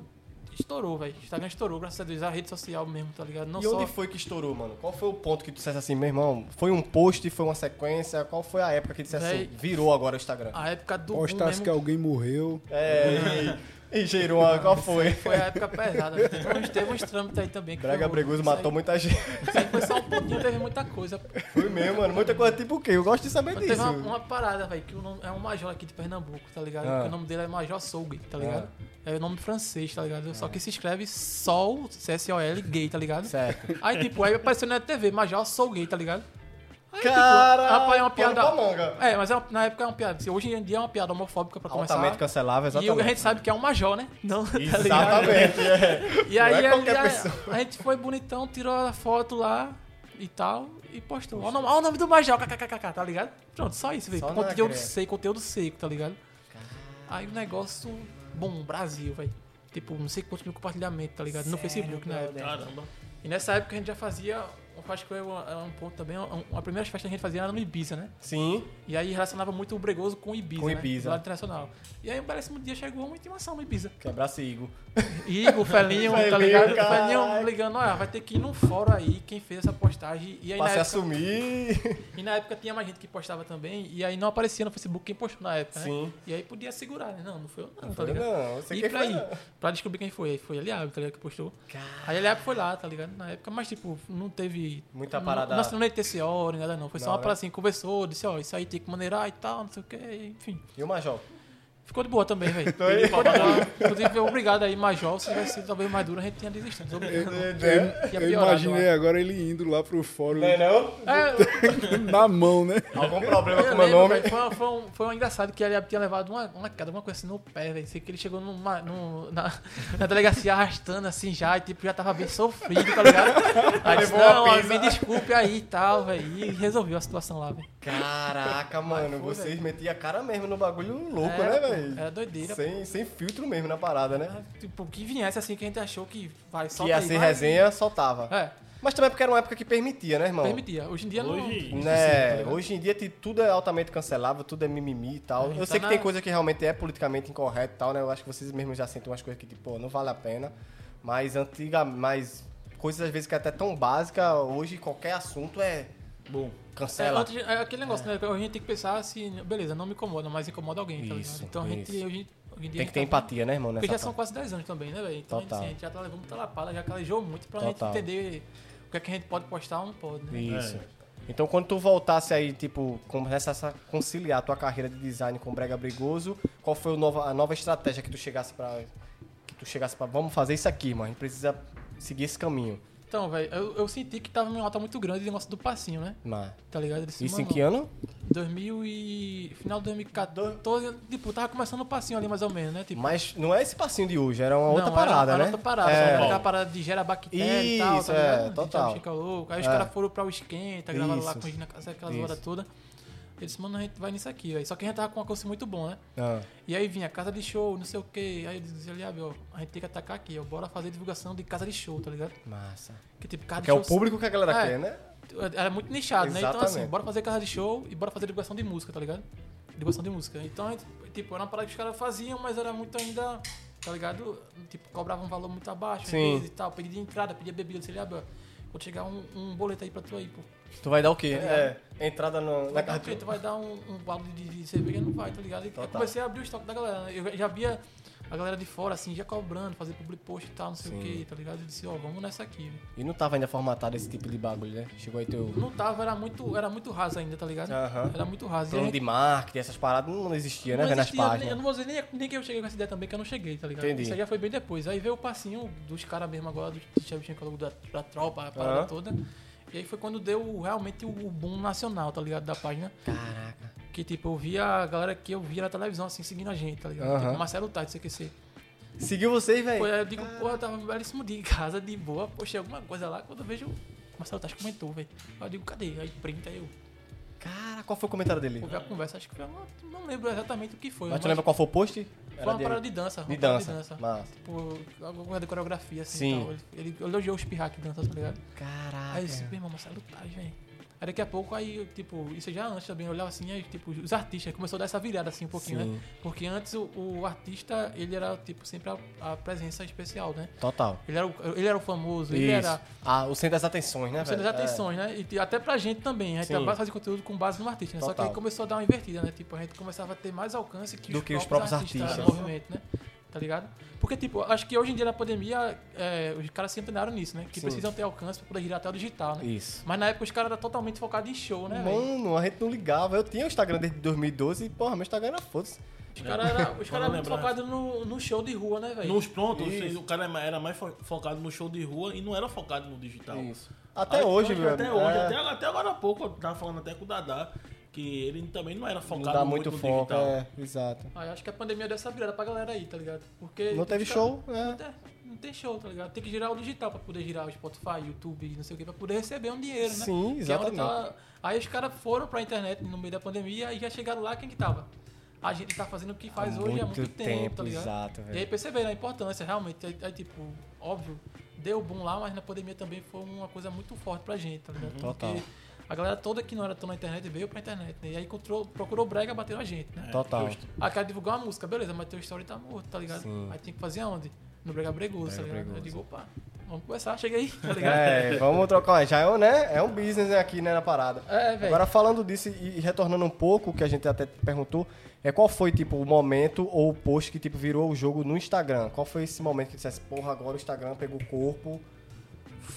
estourou, velho. O Instagram estourou, graças a Deus. A rede social mesmo, tá ligado? Não
E
só...
onde foi que estourou, mano? Qual foi o ponto que tu dissesse assim, meu irmão? Foi um post, foi uma sequência? Qual foi a época que dissesse assim,
Véi. Ah.
virou agora o Instagram?
A época do boom
Postasse
mesmo
que alguém morreu.
É, e, e gerou uma, qual foi?
foi a época pesada. né? Teve uns- Teve uns trâmites aí também. que
Braga
foi-
Bregoso
isso aí-
matou muita gente.
Isso aí foi só um pouquinho, teve muita coisa. pô.
Foi mesmo, mano. Muita coisa tipo o quê? Eu gosto de saber
Mas
disso.
teve uma, uma parada, velho, que o nome- é um major aqui de Pernambuco, tá ligado?
Ah.
Que o nome dele é Major Soug, tá ligado? É o nome francês, tá ligado? Só que se escreve Sol, C-S-O-L, gay, tá ligado?
Ah. Certo.
Aí, tipo, aí apareceu na TV, Major Soul Gay, tá ligado? Aí,
Cara,
tipo, rapaz, é uma
pano
piada.
pra manga.
É, mas é uma- na época é uma piada. assim, Hoje em dia é uma piada homofóbica pra começar.
Altamente cancelável,
E o- a gente
exatamente.
sabe que é um major, né? Não, tá ligado?
Exatamente, é.
E
Não é
aí,
qualquer
aí, a-
pessoa.
a gente foi bonitão, tirou a foto lá e tal, e postou. Olha o nome, olha o nome do Major, kkkk, tá ligado? Pronto, só isso, velho.
Só na
Conteúdo
greve.
seco, conteúdo seco, tá ligado? Aí o negócio, bom, Brasil, velho. Tipo, não sei quantos mil compartilhamentos, tá ligado? No Facebook, na
né?
época.
Caramba.
E nessa época a gente já fazia, eu acho que era um- era um ponto também, um- a primeira festa que a gente fazia era no Ibiza, né?
Sim.
E aí relacionava muito o Bregoso com o Ibiza,
Com o
né?
Ibiza.
Do lado internacional. E aí um belíssimo dia chegou uma intimação no Ibiza.
Quebra-se, Igor.
Igor, Felinho, tá
Felinho,
ligado?
caralho.
Felinho ligando, olha, vai ter que ir num fórum aí, quem fez essa postagem. E aí na
Passei a
época,
sumir.
e na época tinha mais gente que postava também, e aí não aparecia no Facebook quem postou na época,
Sim.
né? E aí podia segurar, né? Não, não foi eu não, tá
Falei,
ligado?
Não, você
E
quer
pra
foi,
aí,
não.
pra descobrir quem foi, aí foi a Eliab, tá ligado, que postou. Aí a Eliab foi lá, tá ligado, na época, mas tipo, não teve de.
Muita
não-
parada-
Não assinou nem TCO, nem nada não. Foi só
Não,
uma
né?
parada assim, conversou, disse, ó, isso aí tem que maneirar e tal, não sei o que, enfim.
E o Major?
Ficou de boa também, velho. Ficou de boa. Inclusive, obrigado aí, Major. Se tivesse sido talvez mais duro, a gente tinha desistido. Obrigado. É, Ia
Eu
piorar,
imaginei
eu
agora ele indo lá pro fórum
não?
acho. É,
na mão, né?
Algum problema com
Eu
o meu
lembro,
nome?
velho, foi, um- foi um, foi um engraçado que ele tinha levado uma, uma queda, alguma coisa assim no pé, velho. Sei que ele chegou numa, num- na, na delegacia arrastando assim já, e tipo, já tava bem sofrido, tá ligado? Aí disse,
Levou uma
não, ó,
pisa."
me desculpe aí e tal, velho. E resolveu a situação lá, velho.
Caraca, mano,
foi,
vocês metiam a cara mesmo no bagulho louco, né,
Era, pô,
velho?
era doideira,
Sem, sem filtro mesmo na parada, né?
Tipo, que viesse assim que a gente achou que vai só.
Que ia ser resenha, soltava.
É,
Mas também porque era uma época que permitia, né, irmão?
permitia. tá Hoje em dia não.
Hoje-
Né? Hoje em dia ti- tudo é altamente cancelável, tudo é mimimi e tal.
É,
eu
tá
sei que
na-
tem coisa que realmente é politicamente incorreta e tal, né? Eu acho que vocês mesmos já sentem umas coisas que, tipo, pô, não vale a pena. Mas antiga, mas coisas às vezes que é até tão básica, hoje qualquer assunto é
Bom,
É,
cancela.
antes, é aquele negócio, né? Hoje a gente tem que pensar assim, beleza, não me incomoda, mas incomoda alguém, tá
Isso,
ligado? Então a gente,
isso.
hoje, hoje
Tem
em dia. a gente
que ter
tá muito-
empatia, né, irmão? Nessa
Porque já são
parte.
quase 10 anos também, né, velho? Então
Total.
assim, a gente já tá levando muita lapada, já calejou muito pra
Total.
gente entender o que é que a gente pode postar ou não pode, né?
Isso. Então, quando tu voltasse aí, tipo, começasse a conciliar a tua carreira de design com o Brega Brigoso, qual foi o nova- a nova estratégia que tu chegasse pra. Que tu chegasse pra. Vamos fazer isso aqui, mano. A gente precisa seguir esse caminho.
Então, velho, eu, eu senti que tava uma alta muito grande o negócio do passinho, né?
Mas.
Tá ligado? Eu disse,
Isso em
mano,
que ano?
2000 e... Final de 2014, eu, tipo, tava começando o passinho ali mais ou menos, né? Tipo,
Mas não é esse passinho de hoje, era uma outra
não, era-
parada,
era
né?
outra parada,
É.
só aquela parada de gera bactéria e tal,
Isso,
tá
é,
ligado? De
total.
Tchau, Chica Louco. Aí os
É.
caras foram pra o Esquenta, gravaram lá
Isso.
com o Gina Casé, aquela
Isso.
zoada toda. Eu disse, mano, a gente vai nisso aqui, velho. Só que a gente tava com uma coisa muito boa, né?
Ah,
E aí vinha casa de show, não sei o que. Aí eu dizia ali, ah, meu, a gente tem que atacar aqui, ó. Bora fazer divulgação de casa de show, tá ligado?
massa.
Que tipo, casa
Que é o
de show.
público que a galera
É.
quer, né?
Era muito nichado, né? Então assim,
Exatamente.
bora fazer casa de show e bora fazer divulgação de música, tá ligado? Divulgação de música. Então, a gente, tipo, era uma parada que os caras faziam, mas era muito ainda, tá ligado? Tipo, cobravam um valor muito abaixo, às
Sim.
vezes e tal. Pedia entrada, pedia bebida, sei lá, meu, quando chegar um, um boleto aí pra tu aí, pô.
Tu vai dar o quê? É, entrada no- na
Vai dar,
casa
um jeito, vai dar um, um balde de, de cerveja, não vai, tá ligado? E
Total.
eu comecei a abrir o estoque da galera. né? Eu já via a galera de fora, assim, já cobrando, fazer public post e tal, não sei o que, tá ligado? Eu disse, ó, vamos nessa aqui. velho.
E não tava ainda formatado esse tipo de bagulho, né? Chegou aí teu
Não tava, era muito, era muito raso ainda, tá ligado?
Aham.
Era muito raso. E a
plano
gente-
de marketing, essas paradas não existia, né?
não
Vendo as
existia, nem- Eu
páginas.
não vou dizer nem, nem que eu cheguei com essa ideia também, que eu não cheguei, tá ligado?
Entendi.
Isso aí já foi bem depois. Aí veio o passinho dos caras mesmo agora, dos do chefe de da, da tropa, a parada
Aham.
toda. E aí foi quando deu realmente o boom nacional, tá ligado? Da página.
Caraca.
Que tipo, eu via a galera que eu via na televisão, assim, seguindo a gente, tá ligado?
Aham.
Tipo, Marcelo Tati, CQC.
Seguiu vocês,
Pô,
velho?
aí eu digo, pô, eu tava um belíssimo dia em casa, de boa, poxa, é alguma coisa lá, quando eu vejo. o Marcelo Tati comentou, velho. Aí eu digo, cadê? Aí printa aí eu.
Cara, qual foi o comentário dele?
Ouvi a conversa, acho que foi. uma- Não lembro exatamente o que foi.
Mas tu
mas
lembra qual foi o post?
Foi uma parada de dança. uma
de
parada
dança. Massa.
Tipo, alguma coisa de coreografia, assim.
Sim.
e tal. Ele ele elogiou os pirra que dança, tá ligado?
Caraca.
Aí eu disse, meu irmão, Marcelo Tati, velho. Aí daqui a pouco, aí, eu, tipo, isso já antes também, eu olhava assim, aí, tipo, os artistas, começou a dar essa virada assim um pouquinho,
Sim.
né? Porque antes o, o artista, ele era, tipo, sempre a, a presença especial, né?
Total.
Ele era o, ele era o famoso, ele
Isso.
era
Ah, o centro das atenções, né,
o centro
velho?
das atenções, né? E te- até pra gente também, a gente
Sim.
trabalha fazer conteúdo com base no artista, né? Só que
Total.
aí começou a dar uma invertida, né? Tipo, a gente começava a ter mais alcance que
Do
os
que os
próprios
próprios
artistas,
artistas.
do movimento, né? Tá ligado? Porque, tipo, acho que hoje em dia na pandemia, é, os caras se antenaram nisso, né? Que
Sim.
precisam ter alcance pra poder girar até o digital, né?
É. Isso.
Mas na época os caras eram totalmente focados em show, né? velho?
Mano, a gente não ligava. Eu tinha o Instagram desde 2012 e, porra, meu Instagram era foda-se.
Os caras eram
Pra
cara
não
eram muito
lembrar.
focados no, no show de rua, né, velho?
nos prontos, o cara é era mais fo- focado no show de rua e não era focado no digital.
Até
Aí,
hoje,
hoje,
meu
Até
amigo,
hoje,
é,
até, até agora há pouco, eu tava falando até com o Dadá, que ele também não era
um
focado
Não dá muito
no
foco,
digital.
é, exato.
Aí acho que a pandemia deu essa virada pra galera aí, tá ligado? Porque.
Não teve
os caras-
show,
Não
né?
tem, não tem show, tá ligado? Tem que girar o digital pra poder girar o Spotify, YouTube, não sei o que, pra poder receber um dinheiro, né?
Sim,
Que é onde
exatamente.
tava- Aí os caras foram pra internet no meio da pandemia e já chegaram lá, quem que tava? A gente tá fazendo o que faz
Há
hoje há
muito
muito tempo, tá
tempo,
ligado?
exato,
e
velho.
aí perceberam a importância, realmente. Aí, aí, tipo, óbvio, deu bom lá, mas na pandemia também foi uma coisa muito forte pra gente, tá ligado?
Uhum. Total.
Porque a galera toda que não era tão na internet veio pra internet, né? E aí encontrou, procurou brega, bateu a gente, né?
Total.
justo.
Ah, quero divulgar uma música, beleza, mas teu story tá morto, tá ligado?
Sim.
Aí tem que fazer aonde? No Brega Bregoso, tá
Brega
ligado? Eu
Bregoso.
digo, opa, vamos conversar, chega aí, tá ligado?
É, vamos trocar. Já é, um, né? é um business aqui, né, na parada.
É, velho.
Agora, falando disso e e retornando um pouco, o que a gente até te perguntou, é qual foi, tipo, o momento ou o post que, tipo, virou o jogo no Instagram? Qual foi esse momento que dissesse, porra, agora o Instagram pegou o corpo,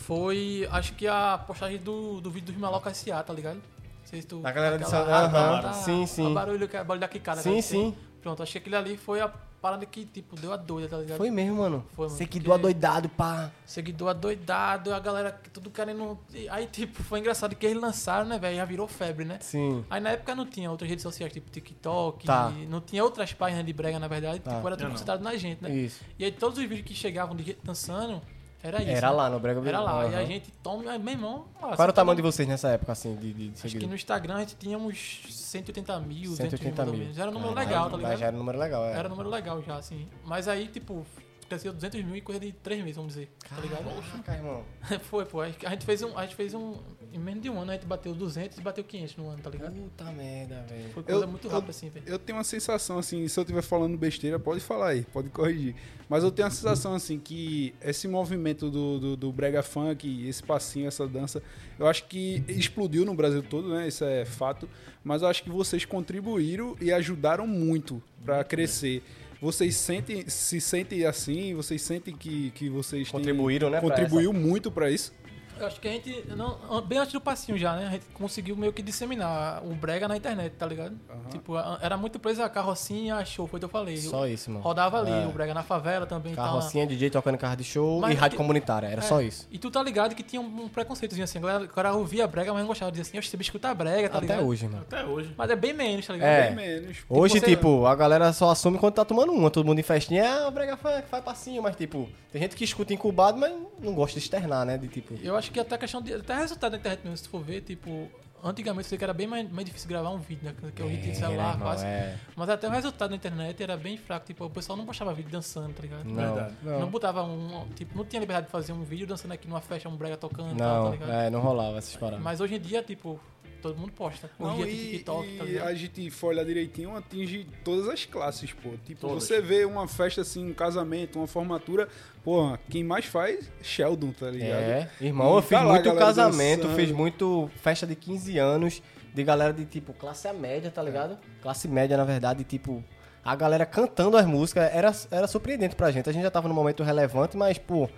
foi, acho que a postagem do, do vídeo dos Maloca S.A., tá ligado? Não sei se tu...
Da galera de
aquela-
São- aham,
tá-
sim, sim.
O barulho, que- o barulho da quicada.
Sim,
né, que tem.
sim.
Pronto, acho que aquilo ali foi a parada que, tipo, deu a doida, tá ligado?
Foi mesmo, mano.
Foi, mano,
Seguidor
porque-
adoidado, pá.
Seguidor adoidado, a galera que tudo querendo. Aí, tipo, foi engraçado que eles lançaram, né, velho? Já virou febre, né?
Sim.
Aí na época não tinha outras redes sociais, tipo TikTok,
Tá.
não tinha outras páginas de brega, na verdade,
Tá.
tipo, era tudo
Não.
concentrado na gente, né?
Isso.
E aí todos os vídeos que chegavam de gente dançando, era isso.
Era
né?
lá no Brega
Era lá.
Aham.
E a gente toma, aí, meu irmão. ó,
Qual era
você
o tamanho
tá-
de vocês nessa época, assim, de, de
Acho que
seguidor?
no Instagram a gente tinha uns 180 mil, 200
180
mil. mais ou
mil.
menos. Era um número
Caralho,
legal, tá
mas
ligado?
Já era um número legal, é.
Era um número legal já, assim. Mas aí, tipo, cresceu 200 mil em coisa de 3 meses, vamos dizer. Tá ligado?
Caraca, irmão.
Foi, pô. A gente fez um. A gente fez um. Em menos de um ano a gente bateu 200 e bateu 500 no ano, tá ligado?
Puta merda, velho.
Foi coisa
Eu-
muito
eu-
rápida, assim, velho.
Eu tenho uma sensação, assim, se eu estiver falando besteira, pode falar aí, pode corrigir. Mas eu tenho a sensação, assim, que esse movimento do, do, do brega funk, esse passinho, essa dança, eu acho que explodiu no Brasil todo, né? Isso é fato. Mas eu acho que vocês contribuíram e ajudaram muito pra
né?
crescer. Vocês sentem, se sentem assim? Vocês sentem que, que vocês têm-
Contribuíram, né, pra
Contribuiu muito pra isso?
Eu acho que a gente. Não, bem antes do passinho já, né? A gente conseguiu meio que disseminar o brega na internet, tá ligado? Tipo, a- era muito preso a carrocinha, a show, foi o que eu falei.
Só isso, mano.
Rodava ali,
É.
o brega na favela também. tá?
Carrocinha, DJ tocando carro de show
Mas
e rádio
que-
comunitária. Era
É,
só isso.
E tu tá ligado que tinha um preconceitozinho assim. A galera, a galera ouvia brega, mas não gostava. Dizia assim, eu sempre escuta brega, tá
Até
ligado?
hoje, mano.
Até hoje.
Mas é bem menos, tá ligado?
É.
Bem menos.
Hoje,
você-
tipo, a galera só assume quando tá tomando uma. Todo mundo em festinha, ah, brega funk, faz passinho. Mas, tipo, tem gente que escuta incubado, mas não gosta de externar, né? De tipo...
Eu acho que até a questão de. Até resultado da internet mesmo, se tu for ver, tipo. Antigamente eu sei que era bem mais, mais difícil gravar um vídeo, né? Que é o hit de celular,
irmão,
quase.
é.
Mas até o resultado da internet era bem fraco. Tipo, o pessoal não postava vídeo dançando, tá ligado?
Não,
Verdade.
Não. botava um. Tipo, não tinha liberdade de fazer um vídeo dançando aqui numa festa, um brega tocando e tal, tá
não,
ligado?
é, não rolava essas paradas.
Mas hoje em dia, tipo, todo mundo posta. Hoje
Não,
em dia tem
e,
TikTok,
e
tá ligado?
a gente for olhar direitinho, atinge todas as classes, pô. Tipo,
Todas.
você vê uma festa assim, um casamento, uma formatura, pô, quem mais faz? Sheldon, tá ligado?
É, irmão, eu
E
fiz
tá lá a
muito
galera
casamento,
dançando.
fiz muito festa de 15 anos de galera de tipo classe média,
É.
tá ligado? Classe média, na verdade, tipo, a galera cantando as músicas era, era surpreendente pra gente. A gente já tava num momento relevante, mas, pô,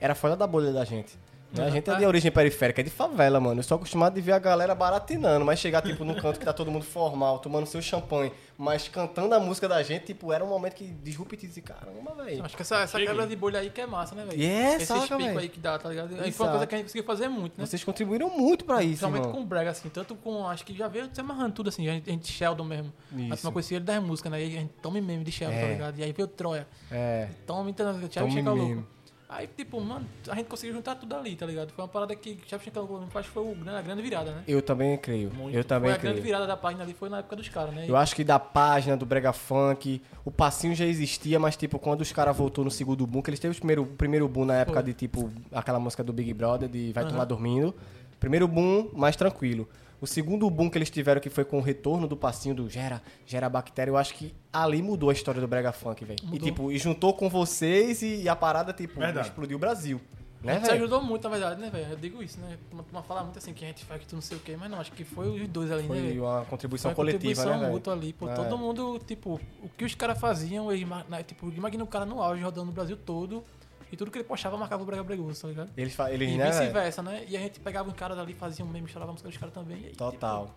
era fora da bolha da gente. né? A gente é de origem periférica, é de favela, mano. Eu sou acostumado de ver a galera baratinando, mas chegar, tipo, num canto que tá todo mundo formal, tomando seu champanhe, mas cantando a música da gente, tipo, era um momento que disruptivo. e, Caramba, velho.
Acho que essa, essa quebra de bolha aí que é massa, né, velho?
E é,
Esses
saca,
picos
velho.
aí que dá, tá ligado? E foi
Exato.
uma coisa que a gente conseguiu fazer muito, né?
Vocês contribuíram muito pra isso,
Principalmente
mano.
com o Brega, assim, tanto com. Acho que já veio se amarrando tudo assim, a gente, a gente Sheldon mesmo. A
Isso.
gente não conhecia ele das músicas, né? E a gente tome meme de Sheldon,
É.
tá ligado? E aí veio Troia.
É.
Tome, então, Thiago
Tome
Chega
meme.
Louco. Aí, tipo, mano, a gente conseguiu juntar tudo ali, tá ligado? Foi uma parada que Thiago Chega Louco, acho que foi o gran- a grande virada, né?
Eu também creio.
Muito.
Eu
Foi
também
a grande
creio.
virada da página ali, foi na época dos caras, né? E-
Eu acho que da página do Brega Funk, o passinho já existia, mas tipo, quando os caras voltou no segundo boom, que eles teve o primeiro, o primeiro boom na época
Foi.
de tipo aquela música do Big Brother, de Vai
Aham.
Tomar Dormindo. Primeiro boom, mais tranquilo. O segundo boom que eles tiveram, que foi com o retorno do passinho do Gera, Gera Bactéria, eu acho que ali mudou a história do Brega Funk, velho. E
Mudou.
tipo, e juntou com vocês e, e a parada, tipo,
Verdade.
explodiu o Brasil. Né, velho?
Você ajudou muito, na verdade, né, velho? Eu digo isso, né? Uma, uma fala muito assim que a gente faz que tu não sei o quê, mas não, acho que foi os dois ali, né?
Foi
velho?
uma contribuição
Foi uma
coletiva, né,
contribuição
velho?
mútua ali, pô.
É.
Todo mundo, tipo, o que os caras faziam, eles, mar- na- tipo, imagina o cara no auge rodando o Brasil todo e tudo que ele postava marcava o Brega Bregoso, tá ligado?
Eles, fa- eles
E
né, velho?
vice-versa, né? E a gente pegava um cara dali, fazia um meme, chorava a música dos caras também. e aí, tipo,
Total.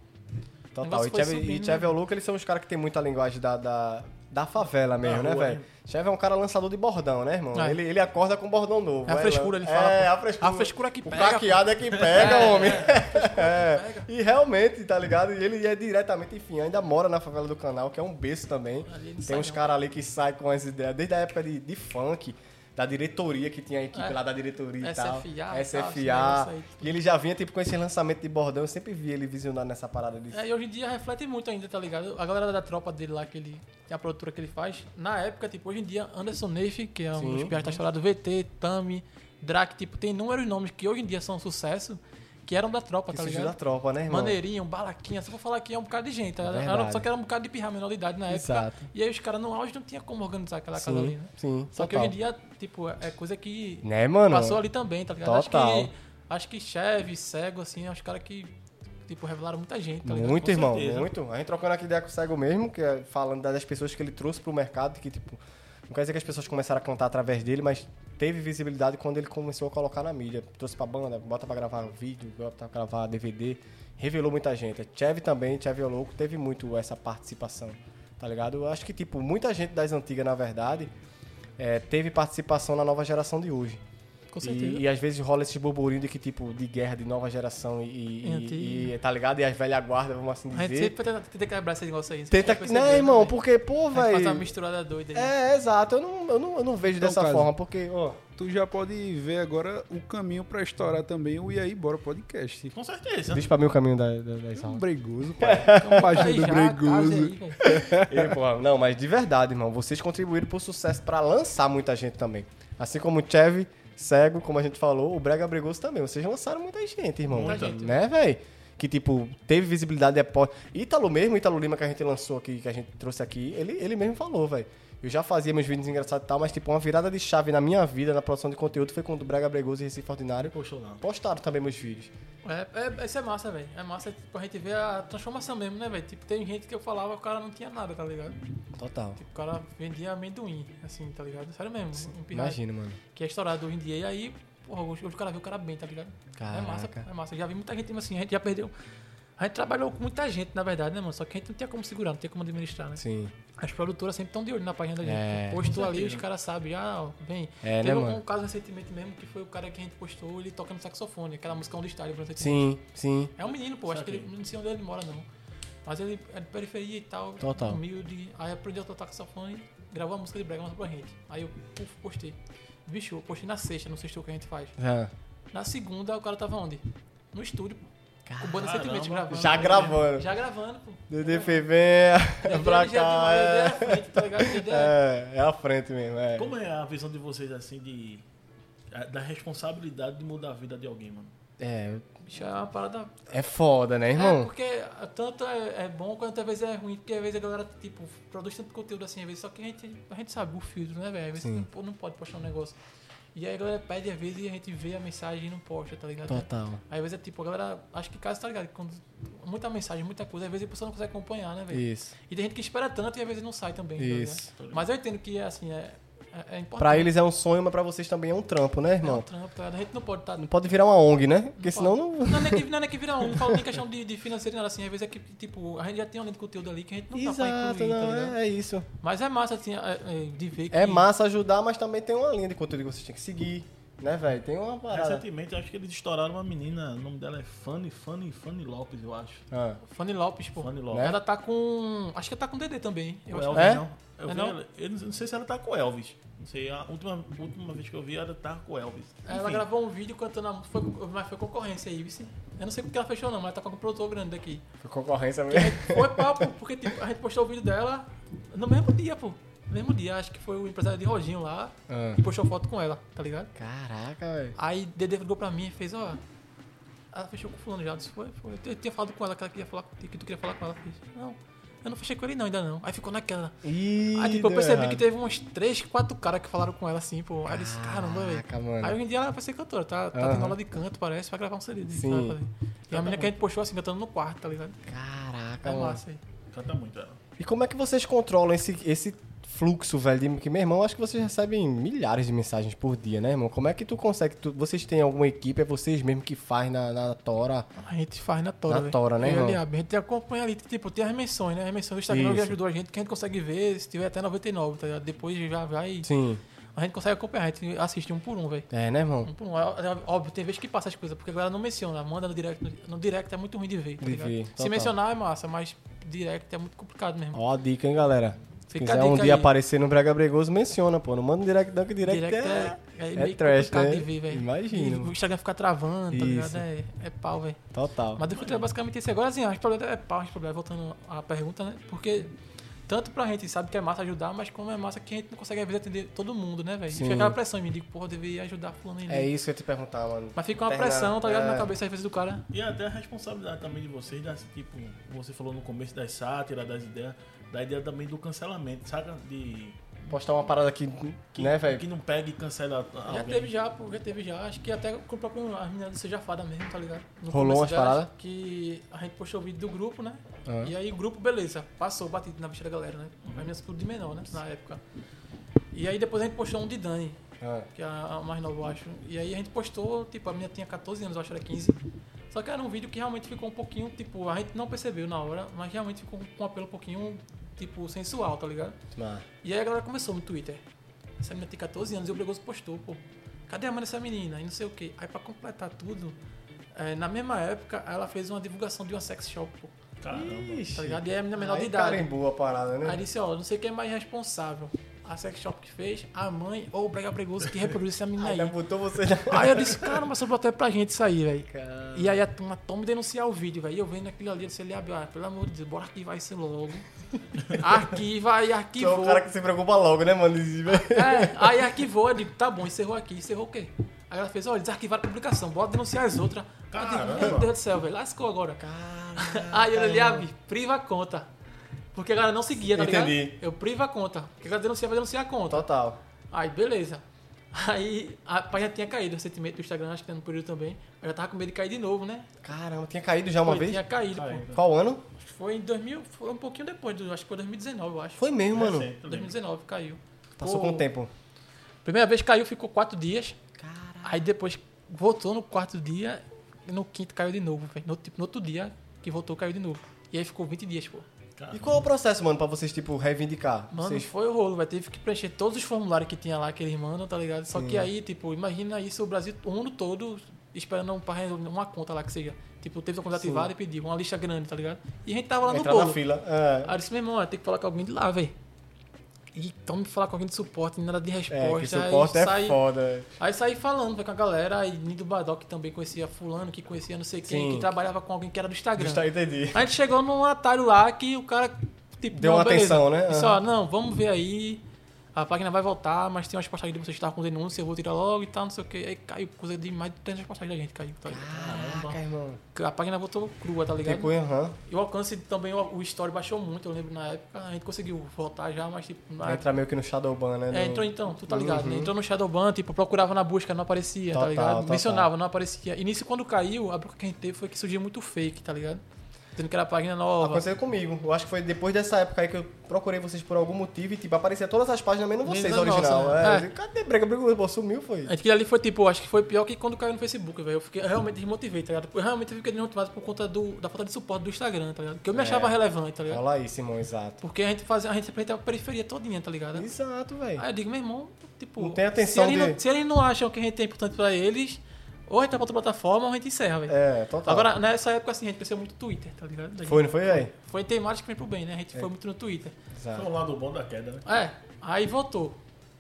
Total.
negócio
E
foi
Chevy, e
subindo,
Chevy
né?
é o Luca, eles são os caras que tem muita linguagem da, da, da favela mesmo, né,
rua,
velho? Chevy é um cara lançador de bordão, né, irmão?
É.
Ele, ele acorda com bordão novo.
É a
Vai
frescura,
lá.
ele fala,
É,
pô.
a frescura.
A frescura que
o
pega,
caqueado é que pega, homem. É. E realmente, tá ligado? E ele é diretamente, enfim, ainda mora na favela do canal, que é um berço também.
Ali ele
Tem
sai
uns
não.
caras ali que saem com as ideias, desde a época de, de funk. Da diretoria que tinha a equipe
É.
lá da diretoria e tal.
SFA,
SFA.
esse negócio aí.
E ele já vinha, tipo, com esse lançamento de bordão. Eu sempre vi ele visionar nessa parada de.
tipo, É, e hoje em dia reflete muito ainda, tá ligado? A galera da tropa dele lá, que ele. que é a produtora que ele faz, na época, tipo, hoje em dia, Anderson Neif, que é um
Sim.
dos piores tá estourado, VT, Tami, Drac, tipo, tem inúmeros nomes que hoje em dia são um sucesso, que eram da tropa,
que
tá
surgiu
ligado?
da tropa, né, irmão?
Maneirinho, balaquinha, se eu for falar aqui é um bocado de gente. Era-
Verdade.
era- só que era um bocado de pirra menor de idade na época.
Exato.
E aí os caras no auge não tinha como organizar aquela
Sim,
casa ali, né?
sim.
Só que
total.
hoje em dia, tipo, é é coisa que
Né, mano?
passou ali também, tá ligado?
Total.
Acho que, acho que Cheve, Cego, assim, é os caras que, tipo, revelaram muita gente, tá ligado?
muito,
Então, Com
irmão,
certeza.
muito. A gente trocando aqui ideia com o cego mesmo, que é falando das pessoas que ele trouxe pro mercado, que, tipo, não quer dizer que as pessoas começaram a cantar através dele, mas teve visibilidade quando ele começou a colocar na mídia. Trouxe pra banda, bota pra gravar vídeo, bota pra gravar DVD. Revelou muita gente. Chevy também, Chevy é louco, teve muito essa participação, tá ligado? Eu acho que, tipo, muita gente das antigas, na verdade, é, teve participação na nova geração de hoje.
Com certeza.
E, e às vezes rola esses burburinho de que, tipo, de guerra, de nova geração e, e-
Antiga.
e- e, tá ligado? E as velhas guardas, vamos assim
É a gente
dizer.
sempre tenta, tenta quebrar esse negócio aí.
Tenta.
Você
Não,
percebe,
irmão,
né?
porque, pô,
A gente faz uma
velho.
misturada doida aí.
É, exato. Eu não, eu não, eu não vejo
Então,
dessa
caso.
forma, porque, ó.
Tu já pode ver agora o caminho pra estourar também o E aí, bora podcast.
Com certeza.
Diz pra mim o caminho da, da, das
Um
aulas.
bregoso, pai. É um baixo
Aí
do
tá,
já, casa
bregoso.
aí, velho.
Ei, porra, não, mas de verdade, irmão, vocês contribuíram pro sucesso pra lançar muita gente também. Assim como o Chevy, Cego, como a gente falou, o Brega Bregoso também. Vocês lançaram muita gente, irmão.
Muita
gente.
Né, velho? Que, tipo, teve visibilidade depois. Ítalo mesmo, Ítalo Lima, que a gente lançou aqui, que a gente trouxe aqui, ele, ele mesmo falou, velho. Eu já fazia meus vídeos engraçados e tal, mas, tipo, uma virada de chave na minha vida, na produção de conteúdo, foi quando o Brega Bregoso e Recife Ordinário
Postou não.
postaram também meus vídeos.
É, é, isso é massa, velho. É massa tipo, a gente ver a transformação mesmo, né, velho? Tipo, tem gente que eu falava, o cara não tinha nada, tá ligado?
Total.
Tipo, o cara vendia amendoim, assim, tá ligado? Sério mesmo. um pirraia
Imagina, mano.
Que é estourado hoje em dia. E aí, porra, hoje, hoje o cara vê o cara bem, tá ligado? É massa,
Caraca.
é massa. Eu já vi muita gente, assim, a gente já perdeu. A gente trabalhou com muita gente, na verdade, né, mano? Só que a gente não tinha como segurar, não tinha como administrar, né?
Sim.
As produtoras sempre estão de olho na página da gente.
É.
Postou
Com
ali, os
certeza.
caras sabem, já, ó, vem.
É, né,
Teve um,
mano?
caso recentemente mesmo que foi o cara que a gente postou, ele tocando saxofone, aquela música onde está, ele falou, assim,
Sim, sim.
é um menino, pô. Acho que
Saquei.
ele não sei onde ele mora, não. Mas ele é de periferia e tal.
Total.
Humilde. Aí aprendeu a tocar saxofone, gravou a música de brega, mandou pra gente. Aí eu puf, postei. Bicho, eu postei na sexta, no sexto que a gente faz.
É.
Na segunda, o cara tava onde? No estúdio, pô. Com o Banda
Caramba.
Sentimentos gravando.
Já gravando.
Já gravando, pô.
DDP vem pra cá. É,
né? tá cá.
é, é a frente mesmo. É.
Como é a visão de vocês, assim, de... a- Da responsabilidade de mudar a vida de alguém, mano?
É,
Bicho, é uma parada
é foda, né,
É,
irmão?
porque tanto é, é bom quanto às vezes é ruim, porque às vezes a galera, tipo, produz tanto conteúdo assim, às vezes, só que a gente, a gente sabe o filtro, né, velho? Às vezes
Sim.
não, po- não pode postar um negócio. E aí a galera pede às vezes e a gente vê a mensagem e não posta, tá ligado?
Total.
Aí às vezes é tipo, a galera, acho que caso, tá ligado? Quando, muita mensagem, muita coisa, às vezes a pessoa não consegue acompanhar, né, velho?
Isso.
E tem gente que espera tanto e às vezes não sai também. tá
Isso.
ligado? Mas eu entendo que, assim, é, é, é importante.
Pra eles é um sonho, mas pra vocês também é um trampo, né,
é um
irmão?
trampo, tá ligado? a gente não pode estar
Não pode virar uma ONG, né? Porque senão não.
não, não é que, não é que vira um, não falo nem questão de, de financeiro, nada assim. Às vezes é que, tipo, a gente já tem um linha de conteúdo ali que a gente não tá pra
Exato,
incluir, tá
não,
ligado?
é, é isso.
Mas é massa, assim, é- é, de ver que...
É massa ajudar, mas também tem uma linha de conteúdo que vocês têm que seguir, né, velho? Tem uma parada.
Recentemente, eu acho que eles estouraram uma menina, o nome dela é Fanny, Fanny, Fanny Lopes, eu acho.
Ah,
Fanny Lopes, pô.
Fanny
Né?
Lopes.
Ela tá com... Acho que ela tá com o Dedê também. hein? Eu
O
acho
Elvis,
É?
não. Eu,
É
vi
não?
Ela, eu não eu não sei se ela tá com o Elvis. Não sei, a última, última vez que eu vi ela tá com o Elvis.
que- Ela
Enfim,
gravou um vídeo cantando a música, foi- mas foi concorrência aí, vice. Eu não sei porque ela fechou não, mas ela tá com um produtor grande daqui.
foi concorrência
Que a
mesmo.
gente foi papo, porque tipo, a gente postou o vídeo dela no mesmo dia, pô. No mesmo dia, acho que foi o empresário de Roginho lá
Ah.
que postou foto com ela, tá ligado?
Caraca, velho.
Aí Dede ligou pra mim e fez, ó. Ela fechou com o fulano já, eu disse, foi, foi. Eu te- Eu tinha falado com ela que ela queria falar com- que tu queria falar com ela. Ela Fez, não, eu não fechei com ele não, ainda não. Aí ficou naquela.
Ih,
Aí tipo, eu
deu
percebi
errado.
que teve uns 3, 4 caras que falaram com ela assim, pô. Aí eu disse, caramba, velho.
Caraca, mano.
Aí hoje em dia ela vai ser cantora, tá, tá
Aham.
tendo aula de canto, parece, pra gravar um CD. disso que ela
Sim.
vai fazer. E a menina que a gente postou assim, cantando no quarto, tá ligado?
Caraca,
É
mano.
massa aí.
Canta muito ela.
E como é que vocês controlam esse, esse fluxo, velho? de- Que, meu irmão, acho que vocês recebem milhares de mensagens por dia, né, irmão? Como é que tu consegue? tu- vocês têm alguma equipe, é vocês mesmo que faz na, na tora?
A gente faz na Tora.
Na
velho.
Tora, né,
Eu e
irmão?
a Liab, A gente acompanha ali, tipo, tem as menções, né? As menções do Instagram que
Isso.
ajudou a gente, que a gente consegue ver se tiver até 99, tá ligado? Depois já vai.
Sim.
A gente consegue acompanhar, a gente assiste um por um, velho.
É, né, irmão?
Um por um. É, é, Óbvio, tem vezes que passa as coisas, porque a galera não menciona, manda no direct. No direct é muito ruim de ver, tá
De
ligado?
ver,
Se
total.
mencionar é massa, mas direct é muito complicado mesmo.
Ó a dica, hein, galera? Se
Fica a
quiser um
dica
dia
aí.
aparecer no Brega Bregoso, menciona, pô. Não manda um direct, não, que direct, é...
é,
é
meio
trash,
complicado
né?
de ver, velho.
Imagino.
E O Instagram fica travando, tá ligado?
Isso.
É, é pau, velho.
Total.
Mas do futuro é basicamente isso. Agora, assim, acho que o problema é pau, acho que o problema, voltando à pergunta, né? Porque tanto pra gente sabe que é massa ajudar, mas como é massa que a gente não consegue, às vezes, atender todo mundo, né, velho? E
Sim.
Fica aquela pressão em mim, digo, porra, eu deveria ajudar fulano ali.
É isso que eu ia te perguntar, mano.
Mas fica uma
Terminar.
pressão, tá ligado,
É.
na cabeça, às vezes, do cara.
E é até a responsabilidade também de vocês, das, tipo, você falou no começo das sátiras, das ideias, da ideia também do cancelamento, saca? De.
Postar uma parada aqui,
Que,
né, velho?
que não pega e cancela alguém.
Já teve já, pô, já teve já. Acho que até com o próprio as meninas do Seja Fada mesmo, tá ligado? No
Rolou
começo
umas
delas,
paradas?
Que a gente postou o vídeo do grupo, né?
Ah.
E aí o grupo, beleza, passou batido na vista da galera, né? As meninas tudo de menor, né? Na época. E aí depois a gente postou um de Dani.
Ah.
que é a mais nova, eu acho. E aí a gente postou, tipo, a minha tinha 14 anos, eu acho que era 15. Só que era um vídeo que realmente ficou um pouquinho, tipo, a gente não percebeu na hora, mas realmente ficou com um apelo um pouquinho, tipo, sensual, tá ligado?
Mas,
E aí a galera começou no Twitter. Essa menina tem 14 anos e o Bregoso postou, pô. Cadê a mãe dessa menina? E não sei o quê. Aí pra completar tudo, eh, na mesma época, ela fez uma divulgação de uma sex shop, pô.
Caramba.
Tá ligado? E é a menina menor
aí
de idade.
carimbou a parada, né?
Aí disse, ó, não sei quem é mais responsável. A sex shop que fez, a mãe ou o Brega Bregoso que reproduz essa menina aí.
Ainda botou você na...
Aí eu disse, cara, mas sobrou até pra gente isso aí, velho. E aí a turma toma denunciar o vídeo, velho. E eu vendo aquilo ali, eu disse, ele abriu, ah, pelo amor de Deus, bora arquivar isso logo. Arquiva e
Tu é
arquivou.
um cara que se preocupa logo, né, mano?
É, aí arquivou, eu digo, tá bom, encerrou aqui, encerrou o quê? Aí ela fez, olha, desarquivaram a publicação, bora denunciar as outras. Eu digo, meu Deus do céu, velho, lascou agora. Aí eu olhei, abre, priva a conta. Porque a galera não seguia, tá
Entendi.
ligado? Eu priva a conta. Porque a galera denuncia, vai denunciar a conta.
Total.
Aí, beleza. Aí a página tinha caído recentemente do Instagram, acho que tá no período também. Mas eu tava com medo de cair de novo, né?
Caramba, tinha caído já uma
Foi,
vez?
Tinha caído,
Caído.
pô.
Qual ano?
Foi em 2000, foi um pouquinho depois, do, acho que foi 2019, eu acho.
Foi mesmo, mano.
Recente, eu lembro.
2019 caiu.
Passou
É, Pô,
com o tempo.
Primeira vez caiu, ficou quatro dias. Aí depois voltou no quarto dia e no quinto caiu de novo, velho. No, tipo, no outro dia que voltou, caiu de novo. E aí ficou 20 dias, pô.
E qual é o processo, mano, pra vocês, tipo, reivindicar?
Ah. Mano,
vocês...
foi o rolo, velho. Teve que preencher todos os formulários que tinha lá que eles mandam, tá ligado? Só que aí, tipo, imagina isso, o Brasil, o mundo todo, esperando um, pra resolver uma conta lá que seja. Tipo, teve a conta ativada e pediu uma lista grande, tá ligado? E a gente tava lá no
Entrar
bolo.
na fila. É.
Aí eu disse, meu irmão, tem que falar com alguém de lá, velho. E então me falar com alguém de suporte, nada de resposta.
É, que suporte
aí,
é
saí-
foda.
Aí saí falando véi, com a galera, aí Nido Badoc também conhecia fulano, que conhecia não sei quem,
Sim.
que trabalhava com alguém que era do Instagram.
Justa, entendi.
A gente chegou num atalho lá que o cara, tipo,
Deu
não,
uma
beleza.
atenção, né?
Disse,
Aham.
ó, não, vamos ver aí, a página vai voltar, mas tem umas postagens de vocês que estavam com denúncia, eu vou tirar logo e tal, não sei o quê. Aí caiu coisa de mais de 300 postagens da gente, caiu. Tá ligado?
Caraca, irmão.
A página voltou crua, tá ligado?
Ficou, aham.
E o alcance também, o o story baixou muito, eu lembro na época, a gente conseguiu voltar já, mas tipo, na época.
Entrar meio que no Shadowban, né?
É,
no-
entrou então, tu tá ligado, né? Entrou no Shadowban, tipo, procurava na busca, não aparecia,
Total,
tá ligado?
total.
Mencionava, não aparecia. E nisso, quando caiu, a bronca que a gente teve foi que surgiu muito fake, tá ligado? Dizendo que era página nova.
Aconteceu comigo. Eu acho que foi depois dessa época aí que eu procurei vocês por algum motivo e, tipo, aparecia todas as páginas, menos vocês,
Menos a
original.
nossa,
é.
né?
eu digo, Cadê Brega? Brega pô, sumiu, foi.
Aquilo ali foi tipo, acho que foi pior que quando caiu no Facebook, velho. Eu fiquei eu realmente desmotivei, tá ligado? Eu realmente fiquei desmotivado por conta do, da falta de suporte do Instagram, tá ligado? Que eu me achava relevante, tá ligado?
É. Olha aí, Simão, exato.
Porque a gente fazia, a gente representava a periferia todinha, tá ligado?
Exato, velho.
Aí eu digo, meu irmão, tipo.
Não tem atenção
se eles,
de-
não, se eles não acham que a gente é importante pra eles, ou a gente tá pra outra plataforma ou a gente encerra, velho.
É, total.
Agora, nessa época, assim, a gente pensou muito no Twitter, tá ligado?
Foi, não foi, É. velho?
Foi temática que vem pro bem, né? A gente foi muito no Twitter.
Foi
Exato.
o lado bom da queda, né?
É, aí voltou.